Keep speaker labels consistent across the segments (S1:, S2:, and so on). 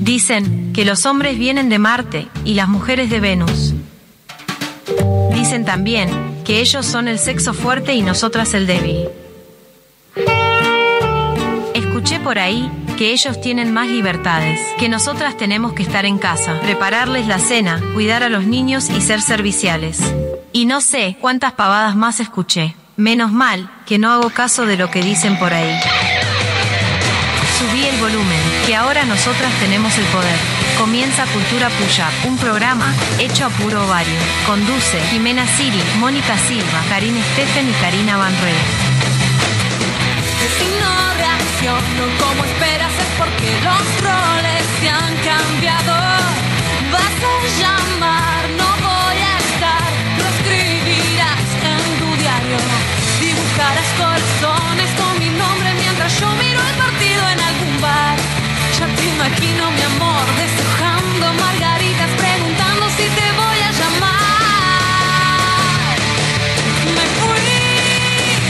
S1: Dicen que los hombres vienen de Marte y las mujeres de Venus. Dicen también que ellos son el sexo fuerte y nosotras el débil. Escuché por ahí que ellos tienen más libertades, que nosotras tenemos que estar en casa, prepararles la cena, cuidar a los niños y ser serviciales. Y no sé cuántas pavadas más escuché. Menos mal que no hago caso de lo que dicen por ahí. Subí el volumen, que ahora nosotras tenemos el poder. Comienza Cultura Push-Up, un programa hecho a puro ovario. Conduce Jimena Siri, Mónica Silva, Karina Steffen y Karina Van Rey.
S2: Si no reacciono como esperas es porque los roles se han cambiado. Vas a llamar, no voy a estar. Lo escribirás en tu diario. Dibujarás corazones con mi nombre mientras yo miro el partido en algún bar. Ya te imagino mi amor deshojando margaritas preguntando si te voy a llamar. Me fui.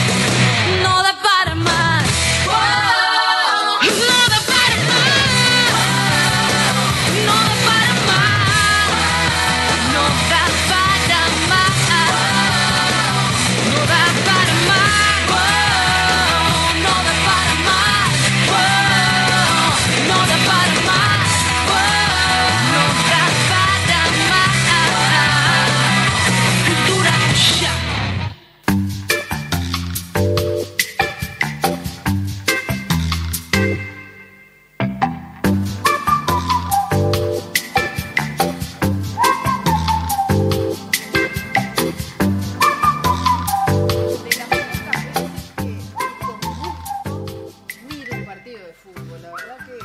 S2: No da para más. No da para más. No da para más. No da para más. No da para más. No da para más. No da para más. No da para más. Cultura ya.
S3: de las pocas veces que con gusto miro un partido de fútbol. La verdad que.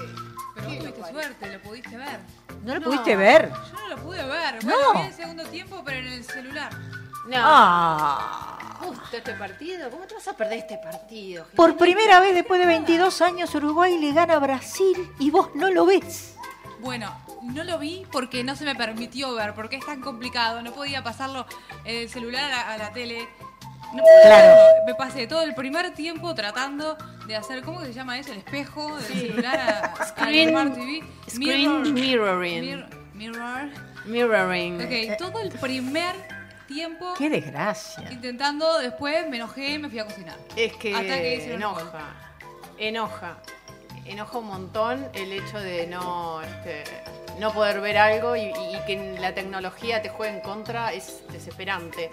S4: Pero vos
S3: que
S4: tuviste
S3: lo
S4: suerte, lo pudiste ver.
S5: ¿No lo
S3: No.
S5: pudiste ver?
S4: Yo no lo pude ver.
S5: No.
S4: Bueno, vi el segundo tiempo, pero en el celular.
S3: parió. No,
S5: Ah.
S3: justo este partido. ¿Cómo te vas a perder este partido? Jimena?
S5: Por primera vez después de 22 años Uruguay le gana a Brasil y vos no lo ves.
S4: Bueno, no lo vi porque no se me permitió ver, porque es tan complicado. No podía pasarlo en el celular a la, a la tele. No podía
S5: Claro.
S4: verlo. Me pasé todo el primer tiempo tratando de hacer, ¿cómo que se llama eso? El espejo del celular a,
S2: Screen-
S4: a TV.
S2: Screen mirroring.
S4: Mir- mirror.
S2: Mirroring.
S4: Ok, todo el primer tiempo
S5: Qué desgracia.
S4: intentando, después me enojé, me fui a cocinar.
S3: Es que,
S4: Hasta que hicieron el gol.
S3: enoja. Enoja. Enoja un montón el hecho de no, este, no poder ver algo y, y- y que la tecnología te juegue en contra es desesperante.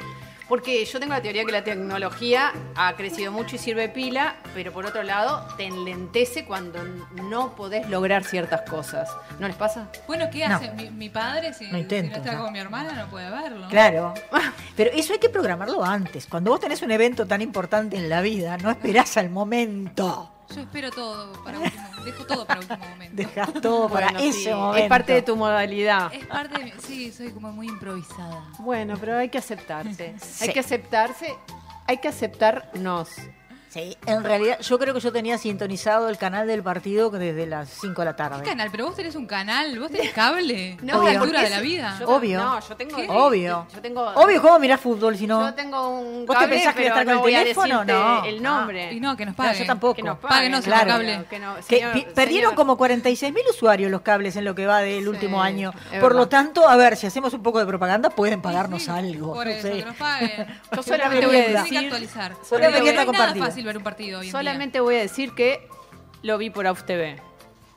S3: Porque yo tengo la teoría que la tecnología ha crecido mucho y sirve pila, pero por otro lado te enlentece cuando no podés lograr ciertas cosas. ¿No les pasa?
S4: Bueno, ¿qué
S5: No.
S4: hace? Mi, mi padre, si si no,
S5: No intento,
S4: está
S5: no.
S4: con mi hermana, no puede verlo.
S5: Claro. Pero eso hay que programarlo antes. Cuando vos tenés un evento tan importante en la vida, no esperás al momento.
S4: Yo espero todo para último, dejo todo para último momento.
S5: Dejás todo para
S3: Bueno,
S5: ese
S3: sí,
S5: momento.
S3: es parte de tu
S5: Ah.
S3: modalidad.
S4: Es parte de mi, sí, soy como muy improvisada.
S3: Bueno, pero hay que aceptarse.
S5: Sí.
S3: Hay que aceptarse. Hay que aceptarnos.
S5: Sí, en realidad yo creo que yo tenía sintonizado el canal del partido desde las 5 de la
S4: ¿Qué
S5: tarde.
S4: canal? Pero vos tenés un canal, vos tenés cable.
S3: No,
S4: la
S5: Obvio.
S4: altura de
S3: porque
S4: la
S3: ese-
S4: vida.
S3: yo-
S5: Obvio.
S3: No, yo tengo.
S4: ¿Qué?
S5: Obvio.
S3: Yo tengo.
S5: Obvio, ¿cómo mirás fútbol si no?
S3: Yo tengo un
S5: ¿Vos te
S3: cable,
S5: pensás que voy a
S3: pero
S5: estar con
S3: no
S5: el
S3: voy a
S5: teléfono?
S3: decirte
S5: No.
S3: el nombre.
S4: y no, que nos
S5: No,
S4: paguen.
S5: yo tampoco.
S3: Que nos
S4: Paguen, no,
S5: claro.
S4: señor cable.
S3: Que no-
S5: Que
S3: señor-
S5: pi- perdieron
S3: señor-
S5: como 46 mil usuarios los cables en lo que va del último año.
S3: es
S5: Por
S3: verdad.
S5: lo tanto, a ver, si hacemos un poco de propaganda, pueden pagarnos
S4: Sí,
S5: algo.
S4: Por
S5: no
S4: eso,
S5: sé.
S4: que nos paguen.
S3: Yo solamente voy
S4: Tienen
S3: a
S4: que
S3: decir-
S4: actualizar.
S3: solamente
S4: Porque
S3: voy a-
S4: no es nada
S5: compartida.
S4: fácil ver un partido hoy en día.
S3: Solamente voy a decir que lo vi por AUF TV.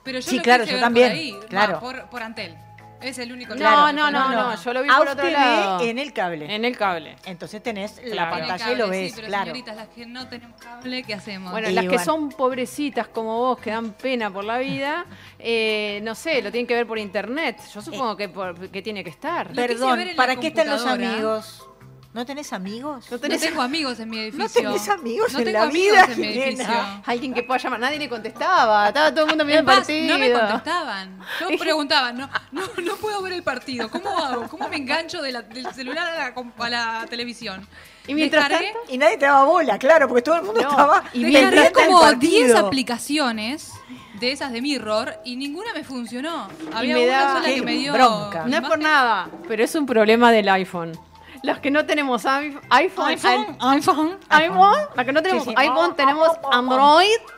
S4: Pero yo
S5: Sí,
S4: lo
S5: claro,
S4: quise
S5: yo
S4: ver
S5: también,
S4: Por ahí, va,
S5: claro.
S4: por, por Antel. Es el único
S3: No,
S4: lugar
S3: no,
S4: que
S3: no,
S4: conozco.
S3: no, yo lo vi
S5: A
S3: por
S5: usted
S3: otro
S5: ve
S3: lado.
S5: en el cable.
S3: En el cable.
S5: Entonces tenés la
S3: Claro.
S4: Tienen
S5: pantalla y
S4: cable,
S5: lo ves,
S4: sí, pero
S5: claro.
S4: señoritas, las que no tenemos cable, ¿qué hacemos?
S3: Bueno,
S5: Y
S3: las
S5: bueno.
S3: que son pobrecitas como vos, que dan pena por la vida, eh, no sé, lo tienen que ver por internet. Yo supongo que, por- que tiene que estar.
S4: Lo Eh. quise
S5: Perdón,
S4: ver en la
S5: ¿para qué están los
S4: computadora.
S5: amigos? ¿No tenés amigos?
S3: No
S4: no
S3: tenés
S4: tengo amigos en mi edificio.
S5: No tenés amigos
S4: No
S5: en
S4: tengo
S5: la
S4: amigos
S5: vida,
S4: en mi edificio.
S5: Jimena.
S3: alguien que pueda llamar. Nadie le contestaba. Estaba todo el mundo
S4: En
S3: mirando el
S4: paz,
S3: partido.
S4: no me contestaban. Yo preguntaba, no, no, no puedo ver el partido. ¿Cómo hago? ¿Cómo me engancho de la- del celular a la, com- a la televisión?
S3: Y mientras
S4: Descargué-
S3: tanto,
S5: Y nadie te daba bola, claro, porque todo el mundo
S3: No,
S5: estaba.
S3: y
S4: descargué
S5: pendiente del
S4: como
S5: partido.
S4: 10 aplicaciones de esas de Mirror y ninguna me funcionó. Había
S3: me
S4: una
S3: daba-
S4: sola que
S5: qué
S4: me dio
S5: bronca.
S3: No es por
S4: imagen.
S3: nada, pero es un problema del iPhone. Los que no tenemos iPhone, iPhone,
S4: iPhone, Oh, iPhone.
S3: al- iPhone, los que no tenemos
S5: Sí, sí.
S3: iPhone tenemos Android
S4: Ah.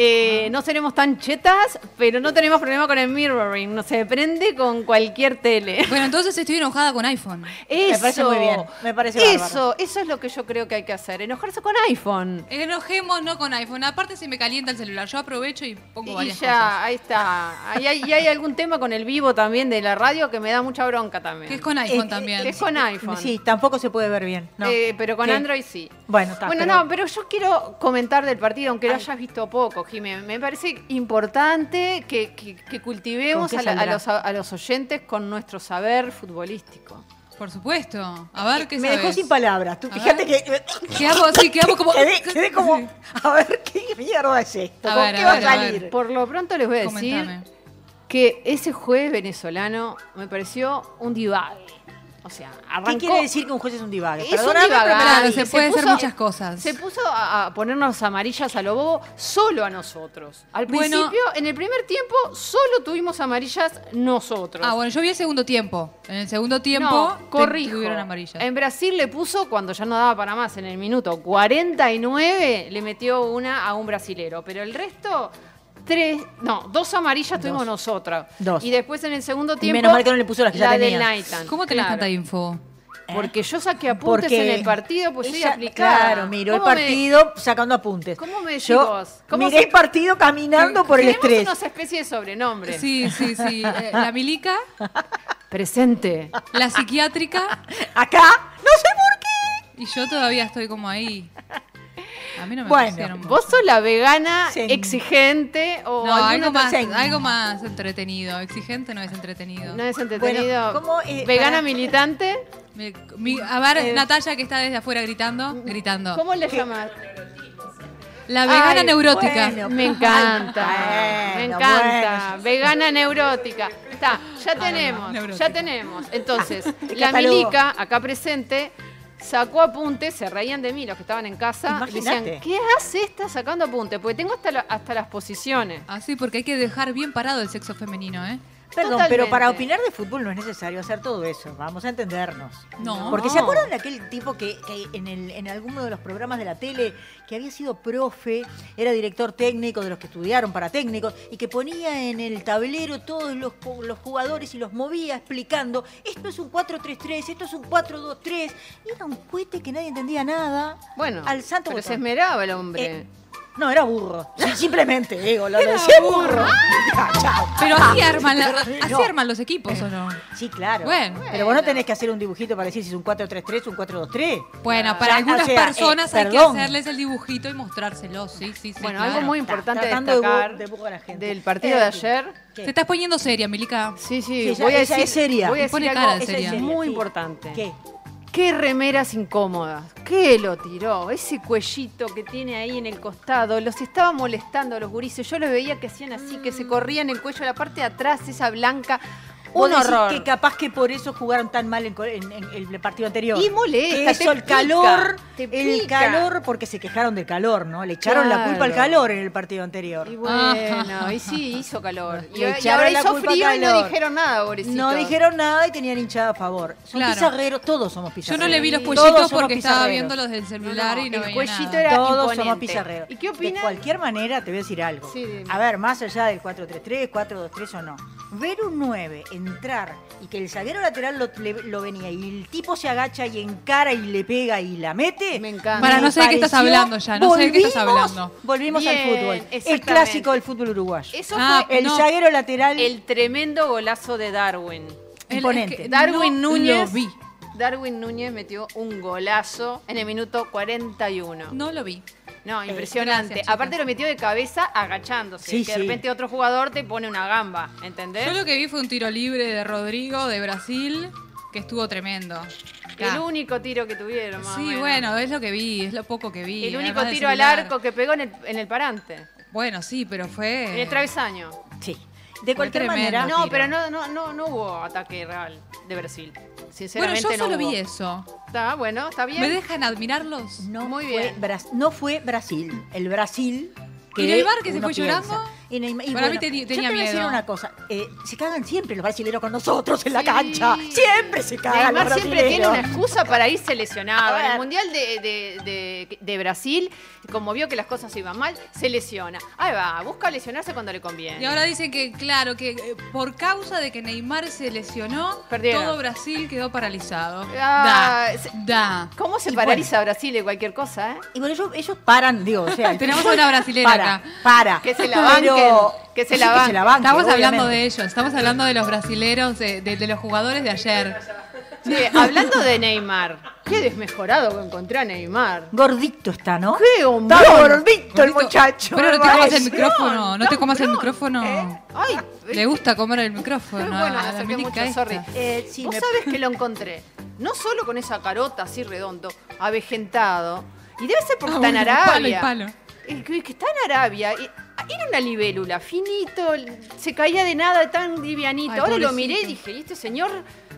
S3: Eh, no seremos tan chetas, pero no tenemos problema con el mirroring. No se prende con cualquier tele.
S4: Bueno, entonces estoy enojada con iPhone.
S3: Eso,
S5: parece muy bien, me parece bárbaro.
S3: eso, eso es lo que yo creo que hay que hacer. Enojarse con iPhone.
S4: Enojemos no con iPhone. Aparte se me calienta el celular. Yo aprovecho y pongo
S3: Y ya,
S4: varias cosas.
S3: ahí está. Ahí hay- Y hay, algún tema con el vivo también de la radio que me da mucha bronca también.
S4: Que es con iPhone
S5: Eh,
S4: también.
S3: que es con iPhone.
S5: Sí, tampoco se puede ver bien. no.
S3: Eh, pero con
S5: Sí.
S3: Android sí.
S5: Bueno, está,
S3: bueno,
S5: pero-
S3: no, pero yo quiero comentar del partido, aunque lo hayas visto poco, Jiménez. Me parece importante que, que- que cultivemos
S5: ¿Con
S3: a,
S5: qué
S3: la- a
S5: saldrá?
S3: los, a los oyentes con nuestro saber futbolístico.
S4: Por supuesto. A ver qué
S5: Me dejó
S4: sabes?
S5: sin palabras. Tú
S4: A
S5: fíjate
S4: ver.
S5: que. eh,
S4: Quedamos así, quedamos como.
S5: Quedé, quedé como. A ver, ¿qué mierda es esto?
S4: A
S5: ¿Con
S4: ver,
S5: qué
S4: a
S5: va
S4: ver,
S5: a
S4: a
S5: salir?
S4: ver.
S3: Por lo pronto les voy a decir
S4: Comentame.
S3: que ese juez venezolano me pareció un divague. O sea, arrancó...
S5: ¿Qué quiere decir que un juez es un divague?
S3: Es un
S5: Perdóname, pero me la
S3: divagar,
S4: Claro,
S5: dije.
S4: se puede hacer muchas cosas.
S3: Se puso a, a ponernos amarillas a lo bobo solo a nosotros. Al
S4: Bueno.
S3: principio, en el primer tiempo, solo tuvimos amarillas nosotros.
S4: Ah, bueno, yo vi el segundo tiempo. En el segundo tiempo
S3: No,
S4: te-
S3: corrijo.
S4: tuvieron amarillas.
S3: En Brasil le puso, cuando ya no daba para más, en el minuto 49, le metió una a un brasilero. Pero el resto, tres, no, dos amarillas tuvimos nosotras.
S5: Dos.
S3: Y después en el segundo tiempo.
S5: menos mal que no le puso las que ya
S3: la de
S5: tenía.
S3: Naitan.
S4: ¿Cómo tenés
S3: claro.
S4: tanta info?
S3: Porque yo saqué apuntes
S5: Porque
S3: en el partido, pues soy
S5: ella,
S3: aplicada.
S5: Claro, miró el
S3: ¿Cómo me-
S5: partido sacando apuntes.
S3: ¿Cómo me decís
S5: Yo
S3: vos? ¿Cómo
S5: miré
S3: se-
S5: el partido caminando por el
S3: Tenemos
S5: estrés.
S3: unas especies de sobrenombres.
S4: Sí, sí, sí. Eh, La milica,
S3: Presente.
S4: la psiquiátrica
S5: Acá, no sé por qué.
S4: y yo todavía estoy como ahí. A mí no me
S5: Bueno,
S4: pusieron-
S3: Vos sos la vegana
S5: Sí.
S3: exigente o
S4: No,
S3: alguna
S4: algo
S3: otra-
S4: más,
S5: sen-
S4: algo más entretenido. Exigente no es entretenido.
S3: No es entretenido.
S5: Bueno, ¿cómo, eh,
S3: vegana
S5: para- Eh,
S3: militante.
S4: Mi- mi- a ver, Natalia que está desde afuera gritando, gritando.
S3: ¿Cómo le llamas?
S4: La vegana
S3: Ay,
S4: neurótica.
S5: bueno.
S3: Me encanta. me
S5: Bueno,
S3: encanta.
S5: bueno.
S3: Vegana neurótica. Está, ya tenemos,
S4: neurótica.
S3: ya tenemos. Entonces,
S5: el
S3: la
S5: catálogo.
S3: milica, acá presente, sacó apuntes, se reían de mí los que estaban en casa. y Decían,
S5: Imagínate.
S3: ¿qué hace esta sacando apuntes? Porque tengo hasta, la- hasta las posiciones.
S4: Así, Ah, porque hay que dejar bien parado el sexo femenino, ¿eh?
S5: Perdón,
S3: Totalmente.
S5: pero para opinar de fútbol no es necesario hacer todo eso. Vamos a entendernos.
S4: No.
S5: Porque ¿se acuerdan de aquel tipo que, que en, el- en alguno de los programas de la tele, que había sido profe, era director técnico de los que estudiaron para técnicos, y que ponía en el tablero todos los, ju- los jugadores y los movía explicando, esto es un 4-3-3, esto es un 4-2-3, y era un cohete que nadie entendía nada.
S3: Bueno,
S5: al santo
S3: pero se
S5: botón.
S3: esmeraba el hombre.
S5: Eh, no, era burro. Sí, simplemente, digo, lo decía burro. Ya, chao.
S4: Ah.
S5: Ah.
S4: Pero así arman, la-
S5: No.
S4: así arman los equipos, ¿o no?
S5: Sí, claro.
S4: Bueno.
S5: Pero vos no tenés que hacer un dibujito para decir si es un 4-3-3 o un 4-2-3.
S4: Bueno, para
S5: Ya,
S4: algunas
S5: o sea, eh,
S4: personas hay que
S5: perdón.
S4: hacerles el dibujito y mostrárselos, sí, sí, sí.
S3: bueno,
S4: claro.
S3: algo muy importante
S5: Está tratando de bu-
S3: destacar
S5: de buscar a la gente.
S3: del partido de
S5: Eh,
S3: ayer.
S5: ¿Qué?
S4: Te estás poniendo seria, Milica.
S3: Sí, sí,
S5: Sí, ella-
S3: voy a
S5: ella
S3: decir,
S5: es seria.
S3: Voy a decir
S4: Pone
S3: algo
S4: cara de
S5: Esa
S4: seria.
S5: es seria,
S3: muy
S5: sí.
S3: importante.
S5: ¿Qué?
S3: Qué remeras incómodas. ¿Qué lo tiró? Ese cuellito que tiene ahí en el costado. Los estaba molestando a los gurises. Yo los veía que hacían así, que se corrían el cuello, la parte de atrás, esa blanca.
S5: Vos
S3: Un
S5: decís
S3: horror.
S5: que capaz que por eso jugaron tan mal en, co- en- en el partido anterior.
S3: Y molesta,
S5: Que eso,
S3: te
S5: el
S3: pica,
S5: calor,
S3: te
S5: el
S3: pica.
S5: calor, porque se quejaron del calor, ¿no? Le echaron la culpa al
S3: Claro.
S5: calor en el partido anterior.
S3: Y bueno, y sí, hizo calor. Y,
S5: Le
S3: y
S5: echaron
S3: ahora
S5: la
S3: hizo
S5: culpa
S3: frío y no
S5: calor.
S3: dijeron nada, pobrecitos.
S5: No dijeron nada y tenían hinchada a favor. Son
S4: Claro.
S5: pizarreros, todos somos
S4: Yo
S5: pizarreros.
S4: no le vi los
S5: Sí.
S4: cuellitos
S5: Todos somos
S4: porque estaba
S5: pizarreros.
S4: viendo los del celular y no
S3: el
S4: veía
S3: cuellito
S4: nada.
S3: era
S5: Todos somos
S3: imponente.
S5: pizarreros.
S3: ¿Y qué opinan?
S5: De cualquier manera, te voy a decir algo.
S3: Sí, dime.
S5: a ver, más allá del 4-3-3, 4-2-3 o no. Ver un 9 entrar y que el zaguero lateral lo, le- lo venía y el tipo se agacha y encara y le pega y la mete.
S3: Me encanta.
S4: Para, no sé de qué estás
S5: pareció-
S4: hablando ya, no sé de qué estás
S5: volvimos-
S4: hablando.
S5: Volvimos
S3: Bien,
S5: al fútbol. El
S3: exactamente.
S5: clásico del fútbol uruguayo.
S3: Eso
S4: Ah,
S3: fue
S5: El
S4: no.
S5: zaguero lateral
S3: el tremendo golazo de Darwin.
S4: El- es
S5: imponente.
S4: que
S3: Darwin
S4: no
S3: Núñez.
S4: Lo vi.
S3: Darwin Núñez metió un golazo en el minuto 41. No,
S4: No lo vi. Eh,
S3: impresionante.
S4: gracias, chicas.
S3: Aparte lo metió de cabeza agachándose.
S5: Sí,
S3: que
S5: sí.
S3: de repente otro jugador te pone una gamba, ¿entendés?
S4: Yo lo que vi fue un tiro libre de Rodrigo de Brasil que estuvo tremendo.
S3: El
S4: Ta.
S3: único tiro que tuvieron, más o
S4: Sí,
S3: menos.
S4: bueno, es lo que vi, es lo poco que vi.
S3: El único
S4: además del
S3: tiro al
S4: celular.
S3: arco que pegó en el, en el parante,
S4: Bueno, sí, pero fue.
S3: en el travesaño.
S5: Sí. De cualquier
S4: tremendo.
S5: manera.
S4: Lo
S3: No,
S4: tiro.
S3: pero no, no, no, no hubo ataque real de Brasil.
S4: Bueno,
S3: Sinceramente
S4: yo solo
S3: no hubo.
S4: vi eso.
S3: Está bueno, está bien.
S4: ¿Me dejan admirarlos?
S5: No,
S3: Muy
S5: fue
S3: bien.
S5: Bras- no fue Brasil. El Brasil.
S4: ¿Y el bar que se
S5: uno
S4: fue
S5: piensa.
S4: llorando?
S5: Y, no- y
S4: Para mí
S5: bueno,
S4: teni-
S5: yo
S4: tenía
S5: te voy a decir
S4: miedo.
S5: una cosa. eh, se cagan siempre los brasileños con nosotros en la
S3: Sí.
S5: cancha. Siempre se cagan los
S3: Neymar siempre tiene
S5: brasileños.
S3: una excusa para ir seleccionado.
S5: A
S3: En
S5: ver.
S3: el Mundial de, de- de- de Brasil, como vio que las cosas iban mal, se lesiona. Ahí va, busca lesionarse cuando le conviene.
S4: Y ahora dicen que, claro, que eh, por causa de que Neymar se lesionó,
S3: Perdieron.
S4: todo Brasil quedó paralizado.
S3: Ah, se-
S4: da, da.
S3: ¿Cómo se
S5: Y
S3: paraliza Brasil de cualquier cosa, eh?
S5: Y bueno, ellos, ellos paran, digo, o sea. el
S4: Tenemos
S5: fútbol
S4: una brasilera
S5: para,
S4: acá.
S5: Para.
S3: Que se la banquen, que se la
S5: sí,
S3: banquen.
S5: banquen,
S4: Estamos hablando
S5: obviamente.
S4: de ellos, estamos hablando de los brasileros, de, de- de los jugadores de ayer.
S3: Che, hablando de Neymar, qué desmejorado que encontré a Neymar.
S5: Gordito está, ¿no?
S3: ¡Qué hombrón!
S5: Está gordito el
S4: Gordito,
S5: muchacho.
S4: Pero no te
S5: me
S4: comas el
S5: parece. Eh.
S4: micrófono, no te comas el micrófono.
S3: Ay,
S4: Le gusta comer el micrófono.
S3: ¿Eh? Pero bueno,
S4: a
S3: me
S4: la
S3: acerqué
S4: minica
S3: mucho,
S4: esta.
S3: sorry.
S5: Eh, sí,
S3: Vos
S5: me-
S3: sabés que lo encontré. No solo con esa carota así redondo, avejentado. Y debe ser porque
S4: Ah,
S3: está en
S4: bueno,
S3: Arabia.
S4: palo y palo.
S3: El que, que está en Arabia. y- ah, Era una libélula, finito, se caía de nada, tan livianito.
S4: Ay,
S3: Ahora lo
S4: pobrecito.
S3: miré y dije, ¿y este señor,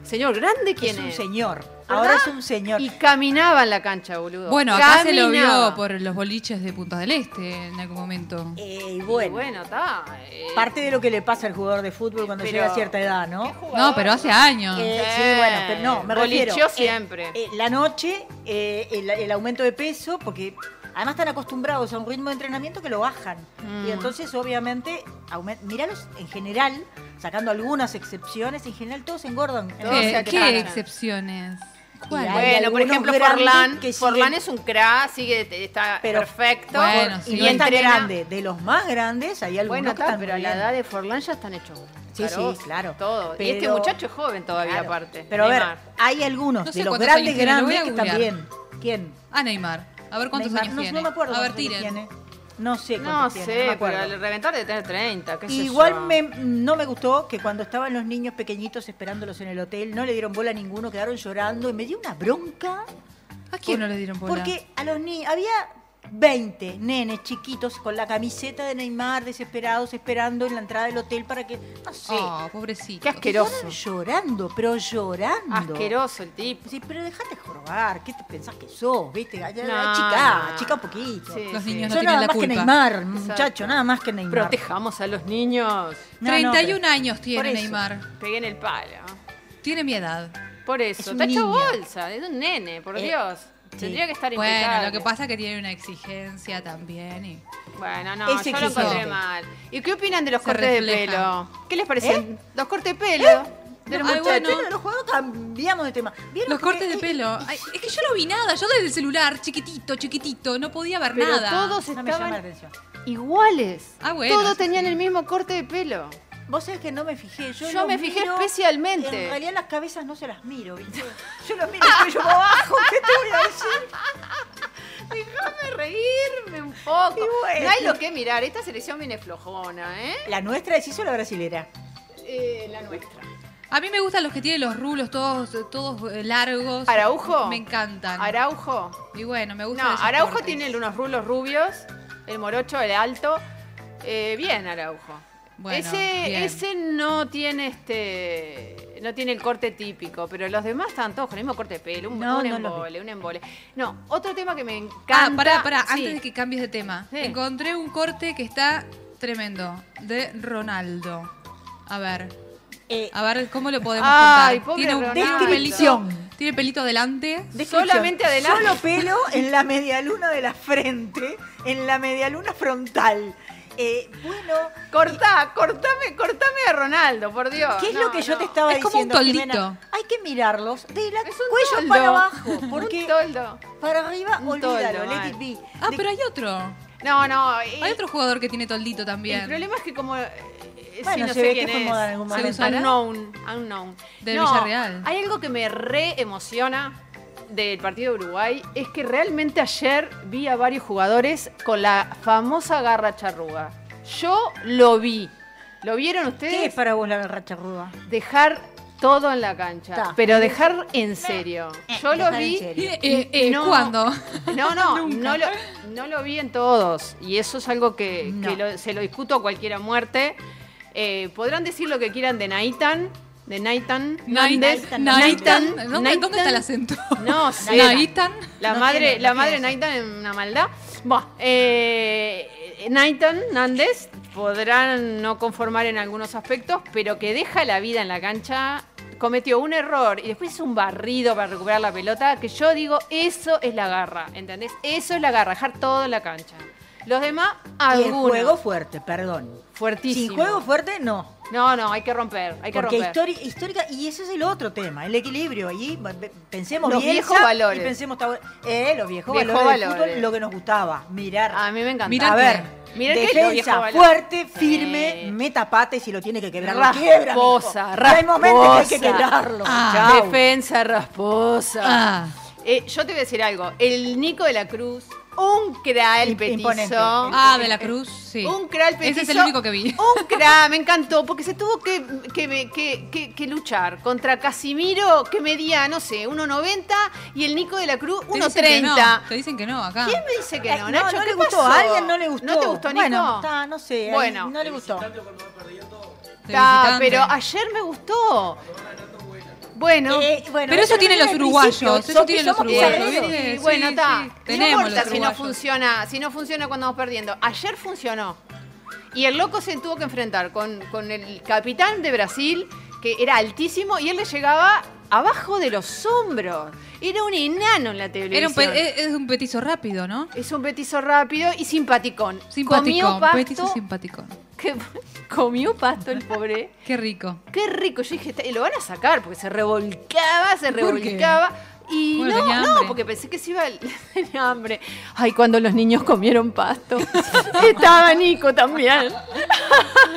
S3: señor grande quién
S5: Es
S3: es?
S5: un señor.
S3: ¿Verdad?
S5: Ahora es un señor.
S3: Y caminaba en la cancha, boludo.
S4: Bueno, acá se lo
S3: Caminaba.
S4: vio por los boliches de Punta del Este en algún momento.
S5: Eh, y
S3: Y
S5: bueno,
S3: Bueno, está. eh,
S5: parte de lo que le pasa al jugador de fútbol cuando
S3: Pero-
S5: llega a cierta edad,
S3: qué
S5: ¿no?
S3: jugador.
S4: No, pero hace años.
S5: Eh,
S3: Sí.
S5: sí, bueno, pero no, me
S3: Bolicheó
S5: refiero. eh,
S3: siempre.
S5: eh, la noche, eh, el, el aumento de peso, porque además están acostumbrados a un ritmo de entrenamiento que lo bajan.
S3: Mm.
S5: Y entonces, obviamente, aumen- míralos en general, sacando algunas excepciones, en general todos engordan. en
S3: Todos
S5: la
S4: ¿Qué-
S3: o sea, que
S5: noche que
S4: ¿Qué
S5: pasan.
S3: pasan.
S4: excepciones?
S5: Y
S4: ¿Cuál?
S5: hay
S3: Bueno, por
S5: algunos
S3: ejemplo,
S5: grandes
S3: Forlán.
S5: que siguen-
S3: Forlán es un crack, sigue, está
S5: Pero-
S3: perfecto.
S4: Bueno,
S5: y
S4: sí.
S5: no es tan
S3: entrena-
S5: grande. De los más grandes, hay algunos
S3: Bueno,
S5: que
S3: está,
S5: están
S3: pero a
S5: muy
S3: la
S5: bien.
S3: edad de Forlán ya están hechos.
S5: Sí, sí,
S3: caros,
S5: claro.
S3: Todo. Y este
S5: Pero-
S3: muchacho es joven todavía,
S5: Claro.
S3: aparte.
S5: Pero a ver,
S3: Neymar.
S5: hay algunos
S4: No sé
S5: de los
S4: cuántos
S5: grandes,
S4: años tiene, lo voy
S5: grandes
S4: a
S5: que
S4: googlear.
S5: también. ¿Quién?
S4: A Neymar. A ver cuántos
S5: Neymar,
S4: años
S5: no,
S4: tiene.
S5: no me acuerdo
S4: a ver,
S5: cuántos años
S4: tiren.
S5: tiene. No sé
S3: No
S5: cuántos
S3: sé,
S5: tiene, no
S3: pero
S5: me acuerdo.
S3: al reventar de tener 30, qué sé
S5: Igual
S3: yo.
S5: me- no me gustó que cuando estaban los niños pequeñitos esperándolos en el hotel, no le dieron bola a ninguno, quedaron llorando y me dio una bronca.
S4: ¿A quién no le dieron bola?
S5: Porque a los niños, había 20 nenes chiquitos con la camiseta de Neymar desesperados esperando en la entrada del hotel para que, no sé,
S4: Oh, pobrecito.
S3: Qué asqueroso.
S5: quedaron llorando, pero llorando.
S3: Asqueroso el tipo.
S5: Sí, pero dejate jorobar, ¿qué te pensás que sos? ¿Viste?
S3: No.
S5: Chica, chica un poquito.
S3: Sí.
S4: Los niños no
S5: Yo
S4: tienen la
S5: nada más que
S4: culpa.
S5: Neymar, muchacho, nada más que Neymar.
S3: Protejamos a los niños.
S5: No, no,
S4: 31
S5: pero-
S4: años
S5: Por
S4: tiene
S5: eso.
S4: Neymar.
S3: Pegué en el palo.
S4: Tiene mi edad.
S3: Por eso.
S5: un
S3: Está hecho
S5: niño.
S3: bolsa, es un nene, por
S5: Eh,
S3: Dios.
S5: sí.
S3: Tendría que estar
S4: Bueno,
S3: impecable.
S4: lo que pasa es que tiene una exigencia también. Y...
S3: Bueno, no,
S5: Es
S3: yo lo encontré
S5: exigente.
S3: mal. ¿Y qué opinan de los
S4: Se
S3: cortes de
S4: refleja.
S3: pelo? ¿Qué les parecen?
S5: ¿Eh?
S3: Los cortes de pelo. De los
S4: Ay,
S3: muchachos.
S5: Ah, Bueno,
S4: bueno.
S5: pero los juegos cambiamos de tema. ¿Vieron
S4: Los
S5: que-
S4: cortes de
S5: eh,
S4: pelo. Ay, es que yo no vi nada. Yo desde el celular, chiquitito, chiquitito, no podía ver
S3: Pero
S4: nada.
S3: todos
S5: No me llama la
S3: estaban
S5: atención.
S3: iguales.
S4: Ah, bueno,
S3: todos
S4: eso
S3: tenían el mismo corte de pelo.
S5: Vos sabés que no me fijé. Yo,
S3: Yo
S5: los
S3: me fijé
S5: miro,
S3: especialmente.
S5: En realidad las cabezas no se las miro, ¿viste? Yo los miro el cuello para abajo, ¿qué te voy a decir?
S3: Déjame reírme un poco.
S5: Y bueno.
S3: No hay lo que mirar. Esta selección viene flojona, ¿eh?
S5: La nuestra deshizo la brasilera.
S3: Eh, la nuestra.
S4: A mí me gustan los que tienen los rulos todos, todos eh, largos.
S3: ¿Araujo?
S4: Me encantan.
S3: Araujo.
S4: Y bueno, me
S3: No,
S4: gusta.
S3: Araujo tiene unos rulos rubios. El morocho, el alto. Eh, bien, Araujo.
S4: Bueno,
S3: ese,
S4: bien.
S3: ese no tiene este. No tiene el corte típico, pero los demás están todos con el mismo corte de pelo. Un,
S5: No,
S3: un
S5: no los vi.
S3: embole, un embole. No, otro tema que me encanta.
S4: Ah, pará, pará,
S3: sí.
S4: antes de que cambies de tema.
S3: Sí.
S4: Encontré un corte que está tremendo. De Ronaldo. A ver.
S5: Eh,
S4: A ver cómo lo podemos
S3: Ay,
S4: contar.
S3: pobre
S4: Tiene un tiene un
S3: Ronaldo.
S5: Descripción.
S4: pelito, tiene pelito adelante.
S5: descripción.
S3: Solamente adelante.
S5: Solo pelo en la medialuna de la frente, en la medialuna frontal. Eh, bueno,
S3: Cortá, cortame, cortame a Ronaldo, por Dios.
S5: ¿Qué es
S3: No,
S5: lo que yo
S3: no.
S5: te estaba
S4: Es como un
S5: diciendo?
S4: toldito.
S5: Jimena? Hay que mirarlos de la
S3: Es un
S5: cuello
S3: toldo.
S5: para abajo,
S3: Un
S5: porque
S3: toldo.
S5: para arriba
S3: Un
S5: olvídalo,
S3: toldo,
S5: let
S3: mal.
S5: it be.
S4: Ah,
S5: De-
S4: pero hay otro.
S3: No, no. eh. y-
S4: Hay otro jugador que tiene toldito
S3: El
S4: también.
S3: problema es que como... eh, eh,
S5: Bueno,
S3: sí, no
S5: se
S3: sé
S5: ve
S3: quién
S5: que fue
S3: es.
S5: moda en algún
S4: ¿Se momento. usará?
S3: Unknown, unknown.
S4: Del
S3: No,
S4: Villarreal.
S3: Hay algo que me re emociona del partido de Uruguay, es que realmente ayer vi a varios jugadores con la famosa garra charruga. Yo lo vi. ¿Lo vieron
S5: ¿Qué es
S3: ustedes?
S5: para vos la racha ruda?
S3: Dejar todo en la cancha,
S5: Ta.
S3: pero dejar en serio. Yo lo
S5: dejar en
S3: vi
S5: serio.
S4: Eh, eh, eh, ¿Cuándo?
S3: no, no, no lo, no lo vi en todos. Y eso es algo que,
S5: No.
S3: que lo- se lo discuto a cualquiera muerte. Eh, podrán decir lo que quieran de Naitan, de Naitan, Nández,
S5: Naitan,
S4: Naitan.
S3: Naitan,
S4: ¿Dónde, dónde está el
S3: Naitan.
S4: acento?
S3: No sé.
S4: Naitan.
S3: La
S5: No
S3: madre,
S5: tiene, no
S3: la
S5: tiene
S3: madre
S5: eso.
S3: Naitan es una maldad. Buah, eh, Naitan Nández podrán no conformar en algunos aspectos, pero que deja la vida en la cancha, cometió un error y después hizo un barrido para recuperar la pelota, que yo digo, eso es la garra, ¿entendés? Eso es la garra, dejar todo en la cancha. Los demás,
S5: Y el
S3: algunos.
S5: juego fuerte, perdón.
S3: fuertísimo.
S5: Sin juego fuerte, no.
S3: No, no, hay que romper, hay que
S5: Porque
S3: romper.
S5: histori- histórica, y ese es el otro tema, el equilibrio. Allí va- ve- pensemos
S3: Los
S5: Bielsa
S3: viejos valores.
S5: Y pensemos Tabore- eh, los viejos
S3: Viejos
S5: valores, del
S3: valores.
S5: fútbol, lo que nos gustaba, mirar.
S3: A mí me encanta.
S4: Mirá
S5: a
S4: que-
S5: ver,
S3: mirá que es lo viejo
S5: defensa
S3: valor.
S5: fuerte,
S3: Sí.
S5: firme, meta pate si lo tiene que quebrar. lo
S3: Rasposa,
S5: quiebra, mijo.
S3: rasposa.
S5: Hay momentos que hay que quebrarlo.
S4: Ah.
S5: Chau.
S3: Defensa rasposa.
S4: Ah.
S3: Eh, yo te voy a decir algo. El Nico de la Cruz, un craal
S5: Imp- imponente.
S3: petizo. Eh,
S4: Ah, de la Cruz, sí.
S3: Un craal
S4: Ese
S3: petizo.
S4: es el único que vi.
S3: Un craal, me encantó, porque se tuvo que, que- que- que- que luchar contra Casimiro, que medía, no sé, 1,90 y el Nico de la Cruz,
S4: Te dicen que no,
S3: 1,30.
S4: Te dicen que no acá. Eh,
S3: ¿Quién me dice que
S5: Ay,
S3: no,
S5: no,
S3: Nacho?
S5: no
S3: ¿Qué
S5: le gustó,
S3: pasó?
S5: a alguien no le gustó.
S3: ¿No te gustó, Nico?
S5: Bueno, está, no sé, ahí
S3: Bueno.
S5: no le gustó.
S4: De
S3: Ta,
S4: visitante.
S3: Ah, pero ayer me gustó. Bueno,
S5: Eh, bueno,
S4: Pero eso
S5: lo
S4: tienen
S5: dije
S4: los
S5: al
S4: uruguayos,
S5: principio,
S4: eso
S5: somos-
S4: tienen los
S5: somos
S3: Bueno,
S4: uruguayos,
S5: pizarreros.
S4: ¿viste?
S3: sí,
S4: Sí,
S3: bueno,
S4: sí,
S3: está.
S4: sí.
S3: No
S4: Tenemos
S3: importa
S4: los
S3: si no
S4: uruguayos.
S3: funciona, si no funciona cuando vamos perdiendo. Ayer funcionó. Y el loco se tuvo que enfrentar con, con el capitán de Brasil, que era altísimo, y él le llegaba abajo de los hombros. Era un enano en la televisión.
S4: Era un pe- eh, es, es un petizo rápido, ¿no?
S3: es un petizo rápido y simpaticón.
S4: Simpático.
S3: Comió pasto.
S4: Petizo simpático.
S3: que- comió pasto el pobre.
S4: Qué rico.
S3: Qué rico. Yo dije, "Está- lo van a sacar porque se revolcaba, se
S4: ¿Por qué?
S3: revolcaba. Y
S4: Bueno,
S3: no,
S4: tenía
S3: no,
S4: hambre.
S3: porque pensé que se iba tenía hambre. Ay, cuando los niños comieron pasto. Estaba Nico también.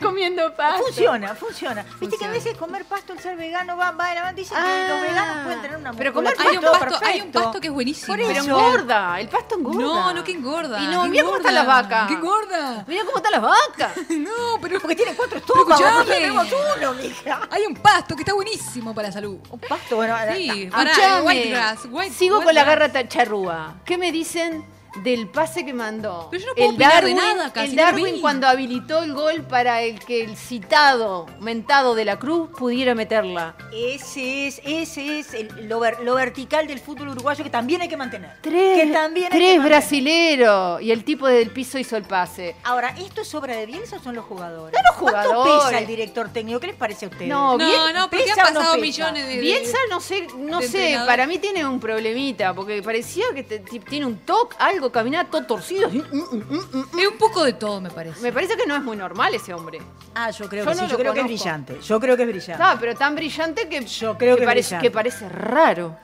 S3: Comiendo pasto.
S5: Funciona, funciona. Viste que a
S4: Funciona.
S5: veces comer pasto, el ser vegano, va, va de la mano, dicen
S3: Ah.
S5: que los veganos pueden tener una
S3: Pero comer
S5: musculatura
S4: Hay un, pasto,
S5: perfecto.
S4: hay un pasto que es buenísimo.
S5: Por
S3: Pero
S5: eso.
S3: engorda, el pasto engorda.
S4: No, no que engorda.
S3: Y no,
S4: que
S3: mira cómo están las
S4: engorda,
S3: vacas.
S4: ¡Qué gorda!
S3: Mira cómo están las vacas.
S4: No, pero
S5: Porque tiene cuatro estómagos,
S4: Pero
S5: nosotros
S4: escuchame.
S5: tenemos uno, mija.
S4: hay un pasto que está buenísimo para la salud.
S5: Un pasto, bueno,
S4: Sí,
S5: a- a-
S4: pará,
S3: Escuchame,
S4: white grass, white-
S3: sigo
S4: white
S3: con la
S4: grass.
S3: garra ta- charrúa. ¿Qué me dicen del pase que mandó?
S4: Pero yo no puedo opinar de nada, casi,
S3: el
S4: no lo
S3: Darwin
S4: vi.
S3: cuando habilitó el gol para el que el citado, mentado de la Cruz pudiera meterla.
S5: ese es, ese es el- lo, ver- lo vertical del fútbol uruguayo que también hay que mantener.
S3: Tres,
S5: que también hay que
S3: tres
S5: mantener.
S3: brasileros y el tipo del piso hizo el pase.
S5: Ahora, ¿esto es obra de Bielsa o son los jugadores?
S3: Son los
S5: Ah, ¿Cuánto
S3: jugadores.
S5: pesa el director técnico? ¿Qué les parece a ustedes?
S3: No,
S4: No,
S3: bien,
S4: no, porque
S5: pesa
S4: han
S5: o no
S4: pasado
S5: pesa.
S4: millones de. de-
S3: Bielsa no sé, no
S4: de
S3: sé,
S4: entrenador.
S3: para mí tiene un problemita, porque parecía que te- ti- tiene un toque, algo, caminaba todo torcido. Mm, mm, mm, mm.
S4: Es un poco de todo, me parece.
S3: Me parece que no es muy normal ese hombre.
S5: Ah, yo creo
S3: Yo
S5: que
S3: no
S5: sí, yo
S3: lo
S5: creo que es
S3: conozco.
S5: brillante. Yo creo que es brillante.
S3: Ah, pero tan brillante que
S5: Yo creo que
S3: parece,
S5: brillante.
S3: que parece raro.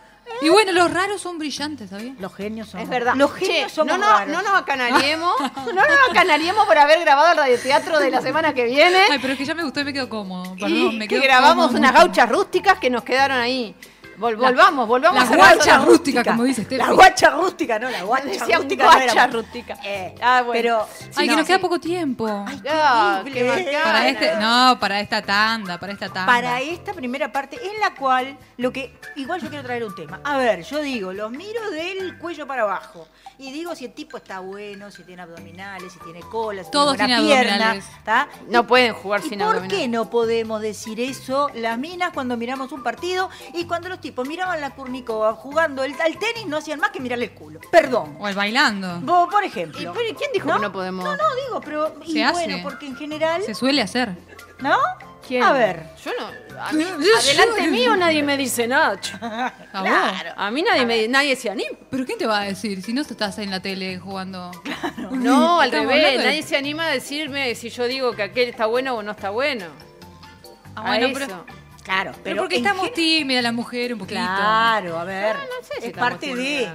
S4: Y bueno, los raros son brillantes, ¿sabes?
S5: Los genios son.
S3: Es verdad.
S5: Los
S3: Che,
S5: genios son
S3: no, no, no nos acanariemos. no nos acanariemos por haber grabado el radioteatro de la semana que viene.
S4: Ay, pero es que ya me gustó y me quedo cómodo. Perdón,
S3: y
S4: me
S3: que
S4: quedo
S3: grabamos
S4: cómodo.
S3: unas gauchas rústicas que nos quedaron ahí. Vol- volvamos, volvamos
S4: las
S3: a cerrar
S4: guachas
S3: con-
S4: rústicas. como dice Steffi.
S5: La guacha rústica, no, la guacha
S3: Decían
S5: rústica. no
S3: guacha
S5: era-
S3: rústica.
S5: Eh,
S3: Ah, bueno.
S5: Pero.
S4: Ay,
S5: no,
S4: que nos queda
S5: sí.
S4: poco tiempo.
S3: Ah, qué
S5: Terrible.
S3: bacana.
S4: para este, no, para esta tanda, para esta tanda.
S5: Para esta primera parte, en la cual lo que. Igual yo quiero traer un tema. A ver, yo digo, los miro del cuello para abajo. Y digo si el tipo está bueno, si tiene abdominales, si tiene cola, si
S4: Todos
S5: tiene
S4: tienen
S5: buena pierna.
S4: abdominales.
S5: ¿tá?
S3: No pueden jugar
S5: ¿Y
S3: sin
S5: por
S3: abdominal.
S5: qué no podemos decir eso las minas cuando miramos un partido y cuando los tipos miraban la Kurnikova jugando el, al tenis no hacían más que mirarle el culo? Perdón.
S4: O el bailando.
S5: Vos, por
S3: ¿Y
S5: ejemplo.
S3: pero quién dijo que no podemos?
S5: No, no, digo, pero. Y
S4: Se hace.
S5: bueno, porque en general.
S4: Se suele hacer.
S5: ¿No?
S3: ¿Quién?
S5: A ver.
S3: Yo no. a mí-
S4: Yo-
S3: adelante
S4: yo-
S3: mío nadie me dice nada. che.
S4: ¿A vos?
S3: Claro. A mí nadie, me, nadie se anima.
S4: ¿Pero quién te va a decir si no estás en la tele jugando?
S3: No, al
S4: Estamos
S3: revés,
S4: hablando de-
S3: nadie se anima a decirme si yo digo que aquel está bueno o no está bueno.
S4: Ah,
S3: A
S4: bueno,
S3: eso.
S4: pero, pero
S5: Claro, pero.
S4: porque
S5: en
S4: estamos
S5: gen-
S4: tímidas las mujeres un poquito.
S5: Claro, a ver.
S3: Ah, No, no sé si
S5: es
S3: estamos
S5: parte de.
S3: tímidas.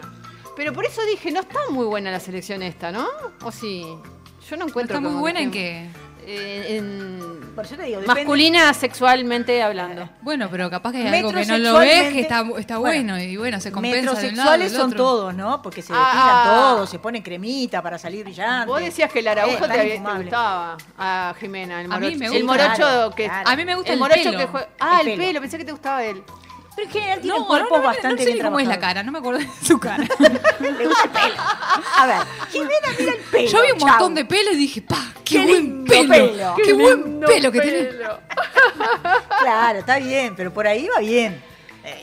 S3: Pero por eso dije, no está muy buena la selección esta, ¿no? ¿O sí? Yo no
S4: ¿No
S3: encuentro.
S4: está muy
S3: como
S4: buena
S3: que-
S4: en qué?
S3: Eh, en-
S5: Por eso te digo, depende-
S3: Masculina sexualmente hablando.
S4: Bueno, pero capaz que hay algo que no lo
S5: Metrosexualmente-
S4: ves que está, está bueno, y bueno, se compensa de un lado.
S5: Metrosexuales
S4: del
S5: son
S4: otro.
S5: todos, ¿no? Porque se
S3: Ah,
S5: depilan
S3: ah.
S5: todos, se ponen cremita para salir brillante.
S3: Vos decías que el
S5: Eh,
S3: Araujo
S5: tan
S3: te, había- te
S5: infumable.
S3: gustaba a Jimena, el
S4: A
S3: morocho.
S4: mí me
S3: El
S4: gusta.
S3: morocho que.
S5: Claro, claro.
S4: A mí me gusta el
S3: morocho
S4: pelo.
S3: que juega- Ah,
S5: El
S3: el,
S5: pelo.
S3: pelo, pensé que te gustaba él.
S5: Pero en general
S4: No,
S5: tienen
S4: no, no, no,
S5: cuerpos
S4: no
S5: bastante
S4: sé ni
S5: bien
S4: cómo es la
S5: trabajados.
S4: cara, no me acuerdo de su cara.
S5: Le gusta el pelo. A ver, Jimena mira el pelo.
S4: Yo vi un
S5: chau.
S4: montón de pelo y dije, pa, qué,
S5: Qué
S4: buen
S5: lindo
S4: pelo,
S5: pelo.
S4: qué, buen pelo que tiene.
S5: Claro, está bien, pero por ahí va bien.